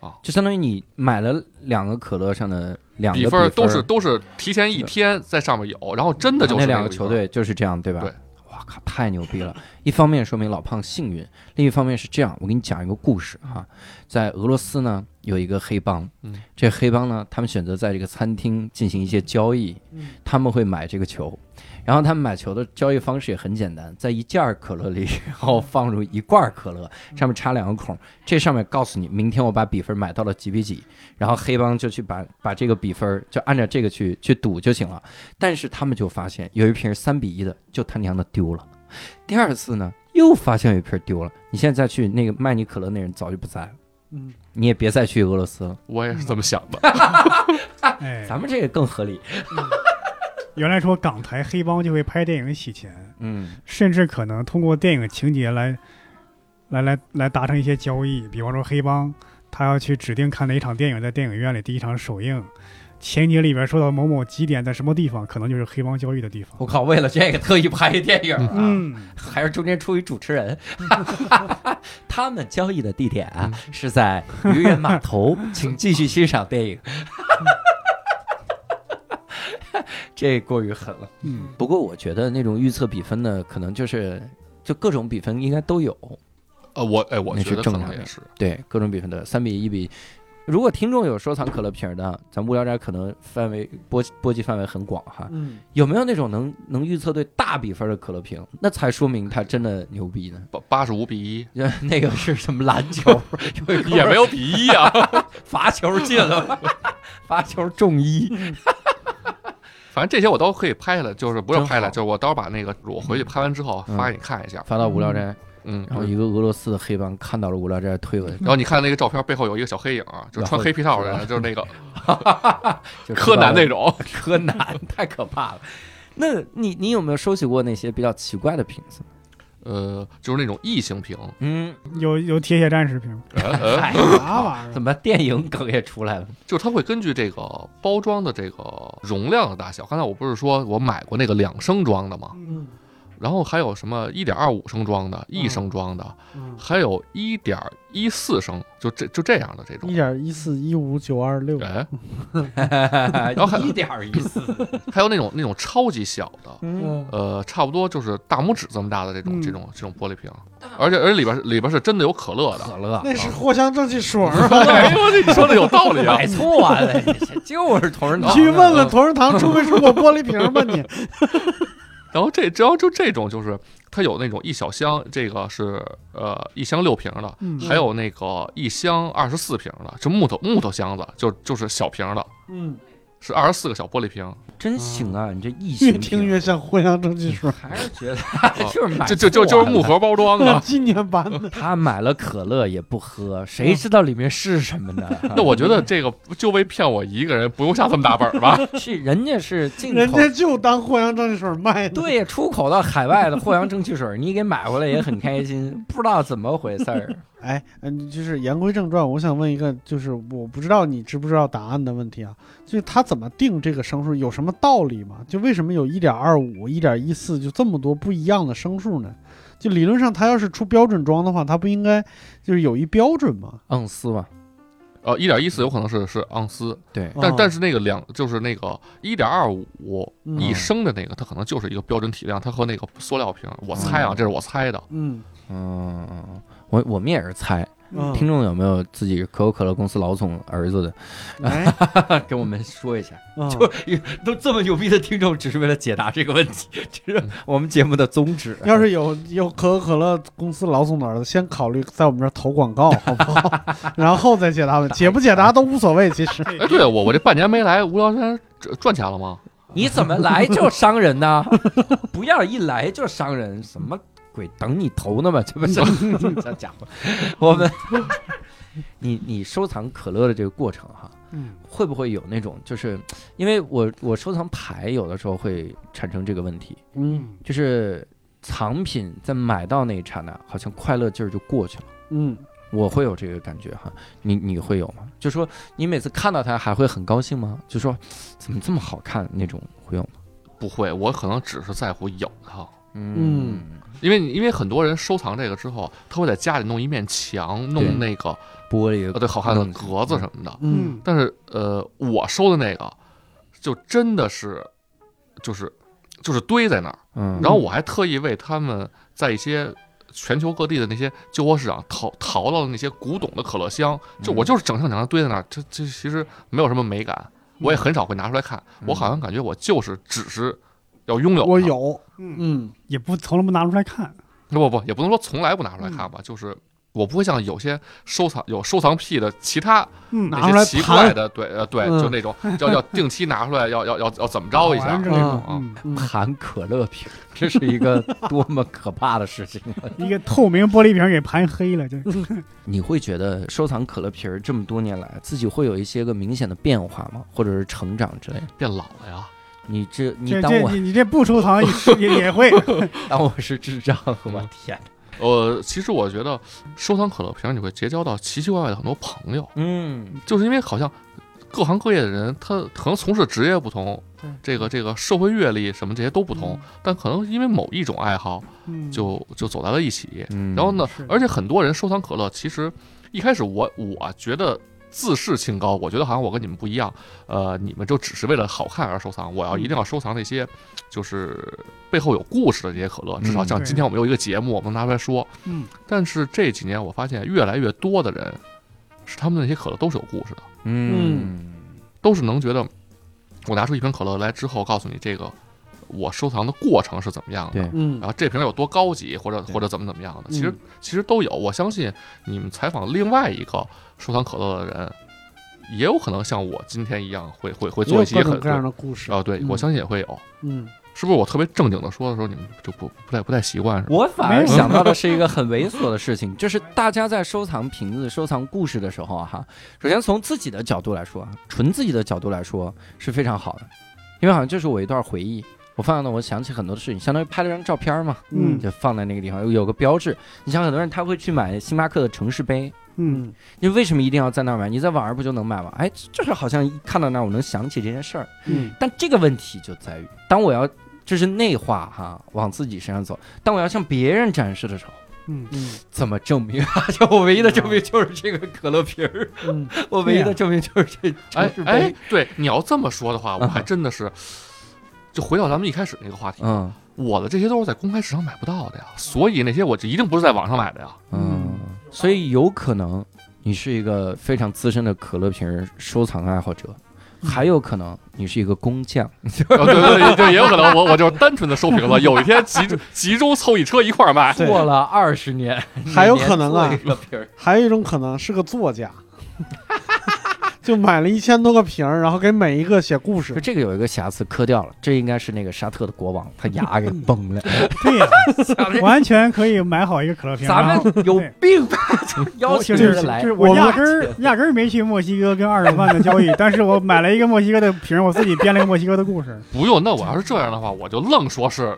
Speaker 5: 啊，
Speaker 2: 就相当于你买了两个可乐上的两个
Speaker 5: 比
Speaker 2: 分
Speaker 5: 分都是都是提前一天在上面有，然后真的就
Speaker 2: 那
Speaker 5: 是那
Speaker 2: 两
Speaker 5: 个
Speaker 2: 个
Speaker 5: 比
Speaker 2: 球
Speaker 5: 分，
Speaker 2: 队就是这样，对吧？
Speaker 5: 对。
Speaker 2: 哇靠，太牛逼了！一方面说明老胖幸运，另一方面是这样，我给你讲一个故事哈、在俄罗斯呢，有一个黑帮，
Speaker 5: 嗯
Speaker 2: 这黑帮呢，他们选择在这个餐厅进行一些交易，
Speaker 4: 嗯
Speaker 2: 他们会买这个球，然后他们买球的交易方式也很简单，在一件儿可乐里，然后放入一罐儿可乐，上面插两个孔，这上面告诉你，明天我把比分买到了几比几，然后黑帮就去把把这个比分就按照这个去去赌就行了。但是他们就发现有一瓶三比一的，就他娘的丢了。第二次呢，又发现有一瓶丢了。你现在再去那个卖你可乐那人早就不在了，
Speaker 4: 嗯，
Speaker 2: 你也别再去俄罗斯了。
Speaker 5: 我也是这么想
Speaker 2: [LAUGHS]
Speaker 5: 的。
Speaker 1: 哎，
Speaker 2: 咱们这个更合理。
Speaker 1: 原来说港台黑帮就会拍电影洗钱，
Speaker 2: 嗯
Speaker 1: 甚至可能通过电影情节来来来来达成一些交易，比方说黑帮他要去指定看哪一场电影在电影院里第一场首映，情节里边说到某某几点在什么地方，可能就是黑帮交易的地方。
Speaker 2: 我靠，为了这个特意拍一电影啊！
Speaker 1: 嗯，
Speaker 2: 还是中间出于主持人，他们交易的地点啊
Speaker 5: 嗯
Speaker 2: 是在渔人码头，请继续欣赏电影。 [LAUGHS] 这过于狠了。
Speaker 1: 嗯，
Speaker 2: 不过我觉得那种预测比分呢，可能就是就各种比分应该都有，
Speaker 5: 呃，我哎，我
Speaker 2: 那
Speaker 5: 觉
Speaker 2: 是
Speaker 5: 得可
Speaker 2: 正常
Speaker 5: 能
Speaker 2: 的
Speaker 5: 也是，
Speaker 2: 对，各种比分的三比一比。如果听众有收藏可乐瓶儿的，咱无聊斋可能范围波波及范围很广哈。
Speaker 4: 嗯，
Speaker 2: 有没有那种能能预测对大比分的可乐瓶？那才说明他真的牛逼呢。，
Speaker 5: 八八十五比一 [LAUGHS]
Speaker 2: 那个是什么篮球？有一
Speaker 5: 也没有比一啊。
Speaker 2: [LAUGHS]
Speaker 5: [LAUGHS]
Speaker 2: 罚球进了， [LAUGHS] 罚球中
Speaker 5: [LAUGHS]
Speaker 2: 一。
Speaker 5: 反正这些我都可以拍下来，就是不是
Speaker 2: 真
Speaker 5: 拍下来，
Speaker 2: 好
Speaker 5: 就是我到时候把那个我回去拍完之后发给你看一下。
Speaker 2: 发到无聊斋，
Speaker 5: 嗯，
Speaker 2: 然后一个俄罗斯的黑帮看到了无聊斋，推过去，
Speaker 5: 然后你看那个照片背后有一个小黑影啊，就
Speaker 2: 然后
Speaker 5: 穿黑皮套的人，就是那个
Speaker 2: 就知道
Speaker 5: 柯南那种。
Speaker 2: [LAUGHS]
Speaker 5: [LAUGHS]
Speaker 2: 柯南太可怕了。那你你有没有收集过那些比较奇怪的瓶子？
Speaker 5: 呃，就是那种异
Speaker 2: [LAUGHS]
Speaker 5: 形屏，
Speaker 2: 嗯，
Speaker 1: 有有铁血战士评，
Speaker 5: 呃呃，
Speaker 2: 嗨，
Speaker 4: 啥玩意
Speaker 2: 怎么电影梗也出
Speaker 5: [LAUGHS]
Speaker 2: 来了？
Speaker 5: 就是它会根据这个包装的这个容量的大小。刚才我不是说我买过那个两升装的吗？
Speaker 4: 嗯
Speaker 5: 然后还有什么一点二五升装的、一升装的，
Speaker 4: 嗯，
Speaker 5: 还有一点一四升，就这就这样的这
Speaker 4: 一
Speaker 5: 种。
Speaker 4: 点一四一五九二六，
Speaker 5: 哎，
Speaker 2: 然
Speaker 5: 后还
Speaker 2: 一点一四，
Speaker 5: 还有那种那种超级小的，
Speaker 4: 嗯，
Speaker 5: 呃，差不多就是大拇指这么大的这种、
Speaker 1: 嗯
Speaker 5: 这种这种玻璃瓶，而且而且里边是里边是真的有可乐的。
Speaker 2: 可 [LAUGHS] 乐。
Speaker 4: 那是藿香正气水
Speaker 5: [LAUGHS]
Speaker 4: 儿啊。
Speaker 5: 哎呦，这你说的有道理啊
Speaker 2: [LAUGHS] 买！错了，你这就是同仁
Speaker 4: 你
Speaker 5: [LAUGHS]
Speaker 2: 堂。
Speaker 4: 去问问同仁堂出没出过玻璃瓶吧你？
Speaker 5: 然后这只要就这种就是它有那种一小箱，这个是呃一箱六瓶的，
Speaker 1: 嗯
Speaker 5: 还有那个一箱二十四瓶的，是木头木头箱子，就就是小瓶的，
Speaker 4: 嗯，
Speaker 5: 是二十四个小玻璃瓶，
Speaker 2: 真行啊，你这异
Speaker 4: 越
Speaker 2: 形
Speaker 4: 听
Speaker 2: 瓶，
Speaker 4: 越像藿香正气水儿。。
Speaker 2: 还是觉得 [LAUGHS]
Speaker 5: [LAUGHS]
Speaker 2: 就是买
Speaker 5: 就就就就
Speaker 2: 错
Speaker 5: 是
Speaker 2: 了
Speaker 5: 木盒包装的
Speaker 4: 纪念版的，
Speaker 2: 他买了可乐也不喝，谁知道里面是什么呢？
Speaker 5: 嗯 [LAUGHS] 那我觉得这个就为骗我一个人，不用下这么大本儿吧？
Speaker 2: [LAUGHS] 是人家是进
Speaker 4: 人
Speaker 2: 口，
Speaker 4: 家就当藿香正气水儿卖的。
Speaker 2: 对，出口到海外的藿香正气水，你给买回来也很开心，不知道怎么回事
Speaker 5: [LAUGHS]
Speaker 2: 儿。
Speaker 4: 哎，嗯，就是言归正传，我想问一个，就是我不知道你知不知道答案的问题啊，就是他怎么定这个升数，有什么道理吗？就为什么有一点二五、一点一四，就这么多不一样的升数呢？就理论上，他要是出标准装的话，他不应该就是有一标准吗？
Speaker 2: 盎司嘛，
Speaker 5: 呃，一点一四有可能是是盎司，
Speaker 2: 对，
Speaker 5: 但但
Speaker 4: 是
Speaker 5: 是那个两就是那个一点二五
Speaker 4: 嗯
Speaker 5: 一升的那个，它可能就是一个标准体量，它和那个塑料瓶，我猜啊，
Speaker 2: 嗯
Speaker 5: 这是我猜的。
Speaker 4: 嗯
Speaker 2: 嗯，我我们也是猜，
Speaker 4: 嗯，
Speaker 2: 听众有没有自己可口可乐公司老总儿子
Speaker 4: 哎，
Speaker 2: 的， [LAUGHS] 给我们说一下。
Speaker 4: 嗯
Speaker 2: 就都这么牛逼的听众，只是为了解答这个问题，这是我们节目的宗旨。
Speaker 4: [LAUGHS] 要是有有可口可乐公司老总的儿子，先考虑在我们这儿投广告，好不好？然后再解答问，解不解答都无所谓，其实。
Speaker 5: 哎，对我我这半年没来无聊山赚赚钱了吗？
Speaker 2: 你怎么来就伤人呢？ [LAUGHS] 不要一来就伤人，什么鬼？等你投呢嘛，这不是 [LAUGHS] 这家伙，我们 [LAUGHS] 你你收藏可乐的这个过程哈，
Speaker 4: 嗯
Speaker 2: 会不会有那种就是因为我我收藏牌有的时候会产生这个问题，
Speaker 4: 嗯
Speaker 2: 就是藏品在买到那一刹那，好像快乐劲儿就过去了。
Speaker 4: 嗯
Speaker 2: 我会有这个感觉哈，你你会有吗？就说你每次看到它还会很高兴吗？就说怎么这么好看那种会有吗？
Speaker 5: 不会，我可能只是在乎有它，
Speaker 4: 嗯
Speaker 5: 因为你因为很多人收藏这个之后，他会在家里弄一面墙，
Speaker 2: 对
Speaker 5: 弄那个
Speaker 2: 玻璃
Speaker 5: 呃对好看的
Speaker 2: 嗯
Speaker 5: 格子什么的。
Speaker 4: 嗯，
Speaker 5: 但是呃，我收的那个就真的是就是就是堆在那儿，
Speaker 2: 嗯，
Speaker 5: 然后我还特意为他们在一些。全球各地的那些旧货市场淘淘到的那些古董的可乐箱，就
Speaker 2: 嗯
Speaker 5: 我就是整箱整箱堆在那儿，这这其实没有什么美感，我也很少会拿出来看。我好像感觉我就是只是要拥有，
Speaker 4: 我，有，
Speaker 1: 嗯，
Speaker 4: 嗯
Speaker 1: 也不从来不拿出来看，
Speaker 5: 不不也不能说从来不拿出来
Speaker 4: 嗯
Speaker 5: 看吧，就是我不会像有些收藏有收藏癖的其他
Speaker 1: 嗯，
Speaker 4: 拿
Speaker 5: 那
Speaker 4: 出来
Speaker 5: 些奇
Speaker 4: 盘
Speaker 5: 怪的，对呃对，
Speaker 4: 嗯
Speaker 5: 就那种要要定期拿出来，要要要要怎么着一下
Speaker 1: 玩之，类的
Speaker 5: 嗯
Speaker 1: 嗯
Speaker 4: 嗯
Speaker 2: 含可乐瓶， [LAUGHS] 这是一个多么可怕的事情啊！
Speaker 1: 一个透明玻璃瓶给盘黑了，这
Speaker 2: [LAUGHS] 你会觉得收藏可乐瓶儿这么多年来，自己会有一些个明显的变化吗？或者是成长之类的？
Speaker 5: 变老了呀。
Speaker 2: 你这你
Speaker 1: 这
Speaker 2: 当 [LAUGHS]
Speaker 1: 这
Speaker 2: 我
Speaker 1: 你你这不收藏也也也会，
Speaker 2: 当我是智障，我天！
Speaker 5: 呃，其实我觉得收藏可乐瓶，你会结交到奇奇怪怪的很多朋友，
Speaker 2: 嗯，
Speaker 5: 就是因为好像各行各业的人，他可能从事职业不同，这个这个社会阅历什么这些都不同，
Speaker 4: 嗯
Speaker 5: 但可能因为某一种爱好
Speaker 1: 嗯
Speaker 5: 就就走在了一起。
Speaker 2: 嗯
Speaker 5: 然后呢
Speaker 1: 是，
Speaker 5: 而且很多人收藏可乐，其实一开始我我觉得。自视清高，我觉得好像我跟你们不一样，呃，你们就只是为了好看而收藏，我要一定要收藏那些，就是背后有故事的这些可乐，至少
Speaker 2: 嗯
Speaker 5: 像今天我们有一个节目，我们拿出来说，
Speaker 1: 嗯，
Speaker 5: 但是这几年我发现越来越多的人，是他们那些可乐都是有故事的，
Speaker 2: 嗯
Speaker 5: 都是能觉得，我拿出一瓶可乐来之后，告诉你这个我收藏的过程是怎么样的，
Speaker 2: 对
Speaker 4: 嗯
Speaker 5: 然后这瓶有多高级，或者
Speaker 2: 对
Speaker 5: 或者怎么怎么样的，其实其实都有。我相信你们采访另外一个收藏可乐的人，也有可能像我今天一样，会会会
Speaker 4: 也
Speaker 5: 做
Speaker 4: 有
Speaker 5: 一些
Speaker 4: 各
Speaker 5: 很
Speaker 4: 种各样的故事
Speaker 5: 啊，对
Speaker 4: 嗯
Speaker 5: 我相信也会有。
Speaker 4: 嗯，
Speaker 5: 是不是我特别正经的说的时候，你们就不不太不太习惯是吧？
Speaker 2: 我反
Speaker 1: 没
Speaker 2: 而
Speaker 1: 有
Speaker 2: 想到的是一个很猥琐的事情， [LAUGHS] 就是大家在收藏瓶子、收藏故事的时候啊哈，首先从自己的角度来说啊，纯自己的角度来说是非常好的，因为好像这是我一段回忆，我放在那，我想起很多的事情，相当于拍了张照片嘛，
Speaker 1: 嗯
Speaker 2: 就放在那个地方，有个标志。你像很多人他会去买星巴克的城市杯，
Speaker 1: 嗯
Speaker 2: 你为什么一定要在那儿买？你在网上不就能买吗？哎，就是好像一看到那儿我能想起这件事儿。
Speaker 1: 嗯，
Speaker 2: 但这个问题就在于，当我要就是内化哈、往自己身上走，当我要向别人展示的时候。
Speaker 1: 嗯
Speaker 4: 嗯
Speaker 2: 怎么证明？ [LAUGHS] 就我唯一的证明就是这个可乐瓶儿，
Speaker 4: 嗯
Speaker 2: [LAUGHS] 我唯一的证明就是这
Speaker 1: 啊
Speaker 5: 哎
Speaker 2: 城市
Speaker 5: 哎
Speaker 2: 杯。，
Speaker 5: 对，你要这么说的话，我
Speaker 4: 嗯
Speaker 5: 还真的是，就回到咱们一开始那个话题，
Speaker 2: 嗯
Speaker 5: 我的这些都是在公开市场买不到的呀，所以那些我就一定不是在网上买的呀。 [LAUGHS]
Speaker 2: 嗯，所以有可能你是一个非常资深的可乐瓶儿收藏爱好者，
Speaker 1: 嗯
Speaker 2: 还有可能你是一个工匠。
Speaker 5: 哦对对对对，也有可能我我就是单纯的收瓶子，有一天集中集中凑一车一块儿卖。
Speaker 4: 对
Speaker 2: 过了二十年，
Speaker 4: 还有可能啊
Speaker 2: 每年做一个瓶儿，
Speaker 4: 还有一种可能是个作家， [LAUGHS] 就买了一千多个瓶儿，然后给每一个写故
Speaker 2: 就
Speaker 4: 事。
Speaker 2: 这个有一个瑕疵磕掉了，这应该是那个沙特的国王，他牙给崩
Speaker 1: [LAUGHS]
Speaker 2: 了。
Speaker 1: 对呀，完全可以买好一个可乐瓶。啊
Speaker 2: 咱
Speaker 1: 然后
Speaker 2: 们有病吧？ [LAUGHS] 邀请
Speaker 1: 就是
Speaker 2: 人
Speaker 1: 就
Speaker 2: 来
Speaker 1: 是，我压
Speaker 2: 们
Speaker 1: 根儿压根儿没去墨西哥跟二手贩子交易，但是我买了一个墨西哥的瓶，我自己编了一个墨西哥的故事。
Speaker 5: [LAUGHS] 不用，那我要是这样的话，我就愣说是，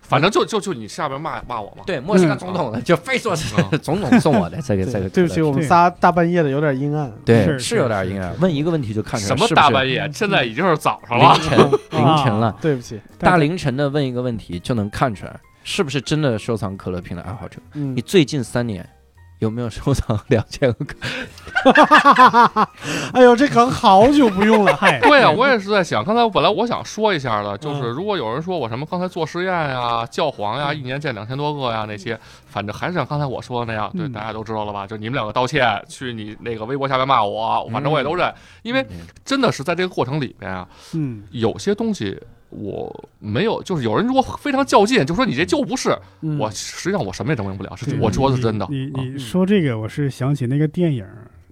Speaker 5: 反正就就就你下边骂骂我嘛。
Speaker 2: 对墨西哥总统的，就非说是
Speaker 5: 哦
Speaker 2: 总统送我的这个这个。
Speaker 4: 嗯对不起，我们
Speaker 1: 对
Speaker 4: 仨大半夜的有点阴暗。
Speaker 2: 对，
Speaker 1: 是
Speaker 2: 是
Speaker 1: 是
Speaker 2: 有点
Speaker 1: 是
Speaker 2: 阴暗。
Speaker 1: 是
Speaker 2: 问一个问题就看出来
Speaker 5: 什么
Speaker 2: 是不
Speaker 5: 大
Speaker 2: 是
Speaker 5: 半夜，现在已经是早上
Speaker 2: 凌
Speaker 5: 了。
Speaker 2: 晨凌晨
Speaker 1: 啊
Speaker 2: 了，
Speaker 4: 对不起，
Speaker 2: [LAUGHS] 大
Speaker 1: 林
Speaker 2: 凌晨的问一个问题就能看出来是不是真的收藏可乐瓶的爱好者。
Speaker 4: 嗯
Speaker 2: 你，最近三年有没有收藏 [LAUGHS] 两千个可？
Speaker 4: 哎呦，这梗好久不用了。
Speaker 1: 嗨，
Speaker 5: 对啊，我也是在想，刚才本来我想说一下的，就是
Speaker 4: 嗯
Speaker 5: 如果有人说我什么刚才做实验呀、教皇
Speaker 2: 嗯
Speaker 5: 呀，一年见两千多个呀那些，反正还是像刚才我说的那样，对
Speaker 1: 嗯
Speaker 5: 大家都知道了吧？就你们两个道歉，去你那个微博下面骂我，反正我也都
Speaker 2: 嗯
Speaker 5: 认，因为真的是在这个过程里面啊，
Speaker 1: 嗯
Speaker 5: 有些东西我没有，就是有人如果非常较劲，就说你这就不是，
Speaker 4: 嗯
Speaker 5: 我实际上我什么也证明不了，是
Speaker 1: 对
Speaker 5: 我说的是真的。
Speaker 1: 你你
Speaker 5: 啊
Speaker 1: 你说这个，我是想起那个电影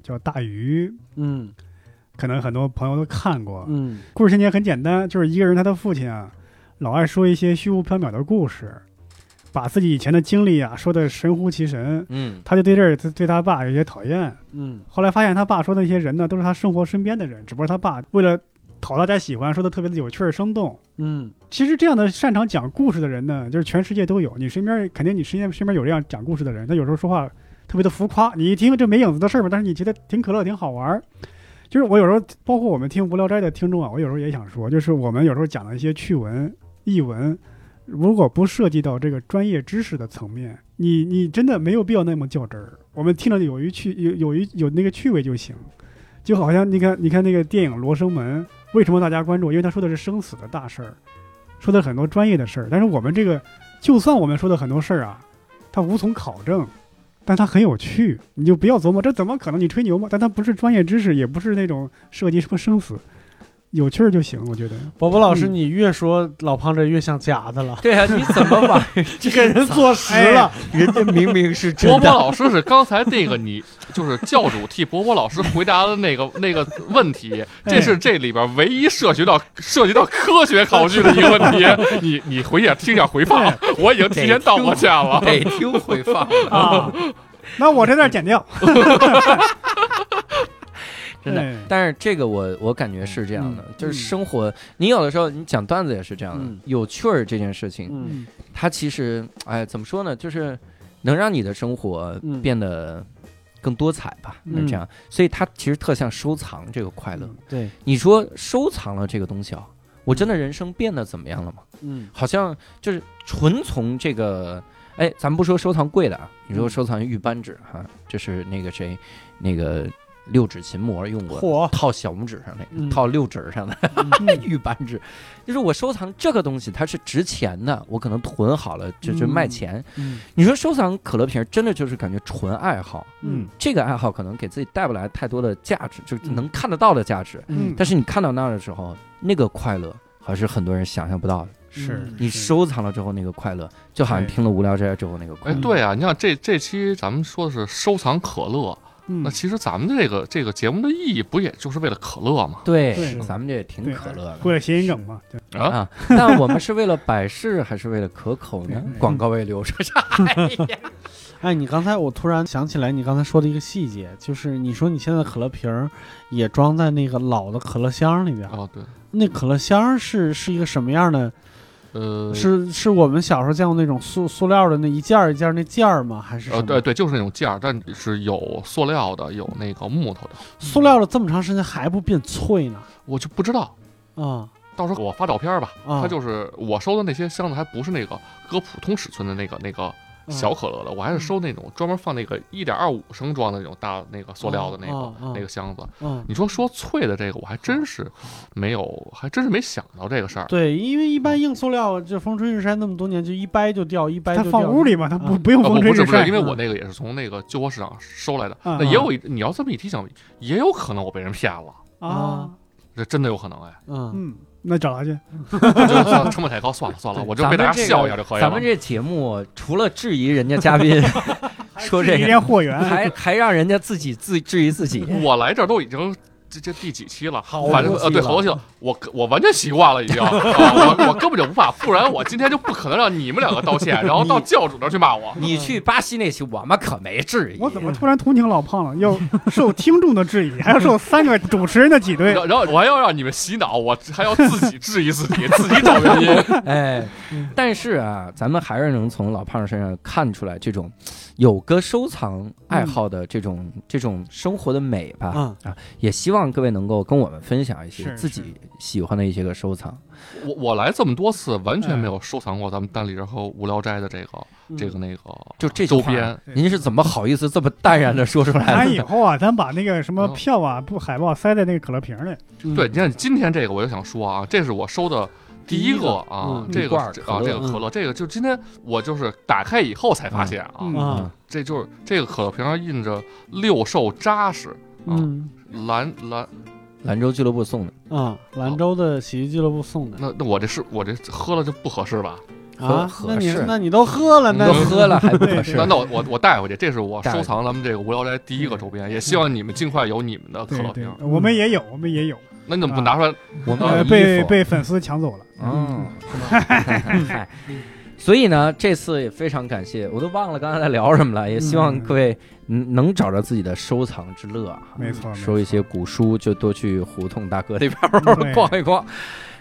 Speaker 1: 叫《大鱼》，
Speaker 4: 嗯
Speaker 1: 可能很多朋友都看过。
Speaker 4: 嗯
Speaker 1: 故事情节很简单，就是一个人他的父亲啊，老爱说一些虚无缥缈的故事，把自己以前的经历啊说的神乎其神，
Speaker 2: 嗯
Speaker 1: 他就对这儿对他爸有些讨厌。
Speaker 4: 嗯
Speaker 1: 后来发现他爸说的那些人呢，都是他生活身边的人，只不过他爸为了讨大家喜欢，说的特别的有趣儿生动。
Speaker 4: 嗯
Speaker 1: 其实这样的擅长讲故事的人呢，就是全世界都有。你身边肯定你身边身边有这样讲故事的人，他有时候说话特别的浮夸，你一听这没影子的事儿吧，但是你觉得挺可乐，挺好玩儿。就是我有时候，包括我们听《无聊斋》的听众啊，我有时候也想说，就是我们有时候讲的一些趣闻、译文，如果不涉及到这个专业知识的层面，你你真的没有必要那么较真儿。我们听着有一趣有有一有那个趣味就行，就好像你看你看那个电影《罗生门》，为什么大家关注？因为他说的是生死的大事儿，说的很多专业的事儿。但是我们这个，就算我们说的很多事儿啊，它无从考证，但它很有趣，你就不要琢磨这怎么可能，你吹牛吗？但它不是专业知识，也不是那种涉及什么生死，有趣儿就行，我觉得。
Speaker 4: 伯伯老师，
Speaker 1: 嗯
Speaker 4: 你越说老胖这越像假
Speaker 2: [LAUGHS]
Speaker 4: 的了，
Speaker 2: [LAUGHS] 对啊，你怎么
Speaker 5: [LAUGHS]
Speaker 2: 把这
Speaker 4: 给人坐实了。
Speaker 2: 人家明明是
Speaker 5: 波波老师是刚才那个你， [LAUGHS] 就是教主替波波老师回答的那个那个问题，
Speaker 1: 哎
Speaker 5: 这是这里边唯一涉及到涉及到科学考据的一个问题。
Speaker 1: [LAUGHS]
Speaker 5: 你你回去听一下回放，我已经提前道过歉了。
Speaker 2: 得听回放
Speaker 5: 哎
Speaker 2: 了，
Speaker 1: 啊， [LAUGHS] 那我这段剪掉。
Speaker 2: 真的
Speaker 1: 哎。
Speaker 2: 但是这个我我感觉是这样的，就是生活，你有的时候你讲段子也是这样的
Speaker 4: 嗯嗯，
Speaker 2: 有趣儿这件事情，
Speaker 4: 嗯
Speaker 2: 它其实，哎，怎么说呢？就是能让你的生活
Speaker 4: 嗯
Speaker 2: 变得更多彩吧，
Speaker 4: 嗯
Speaker 2: 是这样。所以它其实特像收藏这个快乐。
Speaker 4: 对，
Speaker 2: 你说收藏了这个东西啊，我真的人生变得怎么样了吗？
Speaker 4: 嗯
Speaker 2: 好像就是纯从这个，哎，咱们不说收藏贵的啊，你
Speaker 4: 嗯
Speaker 2: 说收藏玉扳指哈、这是那个谁，那个六指琴魔用过
Speaker 4: 嚯
Speaker 2: 的，套小拇指上那个，
Speaker 4: 嗯
Speaker 2: 套六指上的、
Speaker 4: 嗯
Speaker 2: [LAUGHS] 玉扳指，就是我收藏这个东西，它是值钱的，我可能囤好了，就就卖钱。
Speaker 4: 嗯
Speaker 2: 你说收藏可乐瓶，真的就是感觉纯爱好，
Speaker 4: 嗯
Speaker 2: 这个爱好可能给自己带不来太多的价值，就是能看得到的价值，
Speaker 4: 嗯
Speaker 2: 但是你看到那儿的时候，那个快乐还是很多人想象不到的。
Speaker 1: 是
Speaker 4: 嗯
Speaker 2: 你收藏了之后那个快乐，就好像
Speaker 1: 对
Speaker 2: 听了《无聊斋》之后那个快
Speaker 5: 哎，
Speaker 2: 乐。
Speaker 5: 对啊，你想这这期咱们说的是收藏可乐，
Speaker 1: 嗯
Speaker 5: 那，其实咱们这个这个节目的意义不也就是为了可乐吗？
Speaker 2: 对
Speaker 1: 对
Speaker 2: 咱们这也挺
Speaker 1: 对
Speaker 2: 可乐的
Speaker 1: 为了谐音梗嘛，对，
Speaker 5: 啊
Speaker 2: 啊！但我们是为了百事还是为了可口呢
Speaker 1: 对？
Speaker 2: 广告位留着啥？
Speaker 4: 哎，你刚才我突然想起来，你刚才说的一个细节，就是你说你现在可乐瓶儿也装在那个老的可乐箱里边儿，
Speaker 5: 哦，对，
Speaker 4: 那可乐箱是是一个什么样的？
Speaker 5: 呃，
Speaker 4: 是是我们小时候见过那种塑塑料的那一件儿一件儿那件儿吗？还是什
Speaker 5: 呃，
Speaker 4: 么？
Speaker 5: 对，对，就是那种件儿，但是有塑料的，有那个木头的，
Speaker 4: 塑料的这么长时间还不变脆呢
Speaker 5: 我就不知道。
Speaker 4: 啊！
Speaker 5: 到时候我发照片吧，
Speaker 4: 啊
Speaker 5: 它就是我收的那些箱子，还不是那个搁普通尺寸的那个那个
Speaker 4: 啊嗯
Speaker 5: 小可乐的，我还是收那种专门放那个一点二五升装的那种大那个塑料的那
Speaker 4: 哦
Speaker 5: 个
Speaker 4: 哦
Speaker 5: 那个箱子。
Speaker 4: 嗯，
Speaker 5: 你说说脆的这个，我还真是没有，还真是没想到这个事儿。
Speaker 4: 对，因为一般硬塑料，就风吹日晒那么多年，就一掰就掉，一掰
Speaker 1: 他
Speaker 4: 就掉。
Speaker 1: 放屋里嘛，他不
Speaker 4: 啊
Speaker 1: 不用
Speaker 5: 啊，不
Speaker 1: 风吹
Speaker 5: 不是
Speaker 1: 日
Speaker 5: 不是，
Speaker 1: 晒
Speaker 5: 因为，我那个也是从那个旧货市场收来的，
Speaker 1: 啊
Speaker 5: 那也有一你要这么一提醒，也有可能我被人骗了，
Speaker 1: 啊，
Speaker 5: 这真的有可能哎，
Speaker 4: 嗯，
Speaker 1: 嗯，那找他去，
Speaker 5: [LAUGHS] 我觉得算了成本太高，算了算了，我就
Speaker 2: 咱
Speaker 5: 被
Speaker 2: 们
Speaker 5: 大家
Speaker 2: 这个
Speaker 5: 笑一下就可以了。
Speaker 2: 咱们这节目除了质疑人家嘉宾说这
Speaker 1: 一
Speaker 2: 个，
Speaker 1: 连货
Speaker 2: [LAUGHS]
Speaker 1: 源，
Speaker 2: 还还让人家自己自质疑自
Speaker 5: [LAUGHS]
Speaker 2: 己。
Speaker 5: 我来这儿都已经这这第几期了，
Speaker 2: 好
Speaker 5: 反正
Speaker 2: 多期
Speaker 5: 呃对，
Speaker 2: 了
Speaker 5: 好多期了，我我完全习惯了已经， [LAUGHS] 啊我我根本就无法，不然我今天就不可能让你们两个道歉，然后到教主那儿去骂我。
Speaker 2: [LAUGHS] 你去巴西那期，我们可没质疑。
Speaker 1: 我怎么突然同情老胖了？ [LAUGHS] 要受听众的质疑，还要受三个主持人的挤兑
Speaker 5: [LAUGHS] 然，后然后我还要让你们洗脑，我还要自己质疑自己，自己找原因。 [LAUGHS]
Speaker 2: 哎，但是啊，咱们还是能从老胖身上看出来这种有个收藏爱好的这种、
Speaker 1: 嗯
Speaker 2: 这种生活的美吧。
Speaker 4: 嗯
Speaker 2: 啊，也希望各位能够跟我们分享一些
Speaker 1: 是
Speaker 2: 自己喜欢的一些个收
Speaker 1: 啊
Speaker 2: 藏。
Speaker 5: 我我来这么多次，完全没有收藏过咱们单立人和无聊斋的这个、这
Speaker 2: 嗯
Speaker 5: 个那个，
Speaker 2: 就这句
Speaker 5: 周
Speaker 2: 话
Speaker 5: 边。
Speaker 1: 对
Speaker 2: 您是怎么好意思这么淡然的说出来
Speaker 1: 咱
Speaker 2: 的
Speaker 1: 以
Speaker 2: 呢？
Speaker 1: 后啊，咱把那个什么票啊、不海报塞在那个可乐瓶里，
Speaker 5: 对，你看今天这个，我就想说啊，这是我收的第一个啊，
Speaker 4: 嗯
Speaker 5: 这个
Speaker 2: 罐儿
Speaker 5: 这
Speaker 2: 可
Speaker 5: 啊
Speaker 2: 乐
Speaker 5: 这个可乐，这个就今天我就是打开以后才发现啊，
Speaker 1: 嗯
Speaker 4: 啊，
Speaker 5: 这就是这个可乐瓶上印着“六兽扎实”啊，
Speaker 4: 嗯
Speaker 5: 兰兰，
Speaker 2: 兰州俱乐部送的，
Speaker 4: 啊，兰州的喜剧俱乐部送的
Speaker 5: 那那我这是我这喝了就不合适吧？
Speaker 4: 啊
Speaker 2: 合，
Speaker 4: 那
Speaker 2: 合
Speaker 4: 你
Speaker 2: 适
Speaker 4: 那你都喝了，
Speaker 5: 你
Speaker 4: 那
Speaker 2: 都
Speaker 5: 嗯
Speaker 2: 喝了
Speaker 1: [LAUGHS]
Speaker 2: 还不合适
Speaker 5: 那。那我我我带回去，这是我
Speaker 2: 带回
Speaker 5: 收
Speaker 2: 去
Speaker 5: 藏咱们这个无聊斋第一个周边，也希望你们尽快有你们的可
Speaker 1: 对
Speaker 5: 乐
Speaker 1: 对
Speaker 5: 瓶。，
Speaker 1: 我们也有，我们也有，
Speaker 5: 那你怎么不拿出来？
Speaker 2: 我们
Speaker 1: 呃，
Speaker 2: 有哦衣
Speaker 1: 被
Speaker 2: 服
Speaker 1: 被粉丝抢走了，
Speaker 2: 嗯，
Speaker 1: [LAUGHS]
Speaker 2: 嗨所以呢，这次也非常感谢，我都忘了刚才在聊什么了，也希望各位嗯能找着自己的收藏之乐啊，
Speaker 1: 没错没错
Speaker 2: 收一些古书就多去胡同大哥那边
Speaker 1: 对
Speaker 2: 儿逛一逛。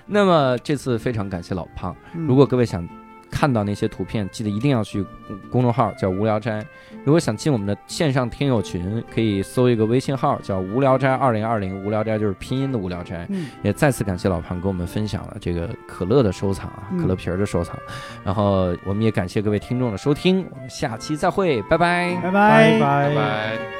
Speaker 2: 那么这次非常感谢老胖，
Speaker 1: 嗯
Speaker 2: 如果各位想看到那些图片，记得一定要去公公众号叫“无聊斋”。如果想进我们的线上听友群，可以搜一个微信号叫“无聊斋二零二零”，无聊斋就是拼音的无聊斋。
Speaker 1: 嗯
Speaker 2: 也再次感谢老胖给我们分享了这个可乐的收藏啊，
Speaker 1: 嗯
Speaker 2: 可乐瓶儿的收藏。然后我们也感谢各位听众的收听，我们下期再会，拜拜
Speaker 1: 拜
Speaker 4: 拜
Speaker 1: 拜。
Speaker 5: 拜
Speaker 4: 拜
Speaker 5: 拜。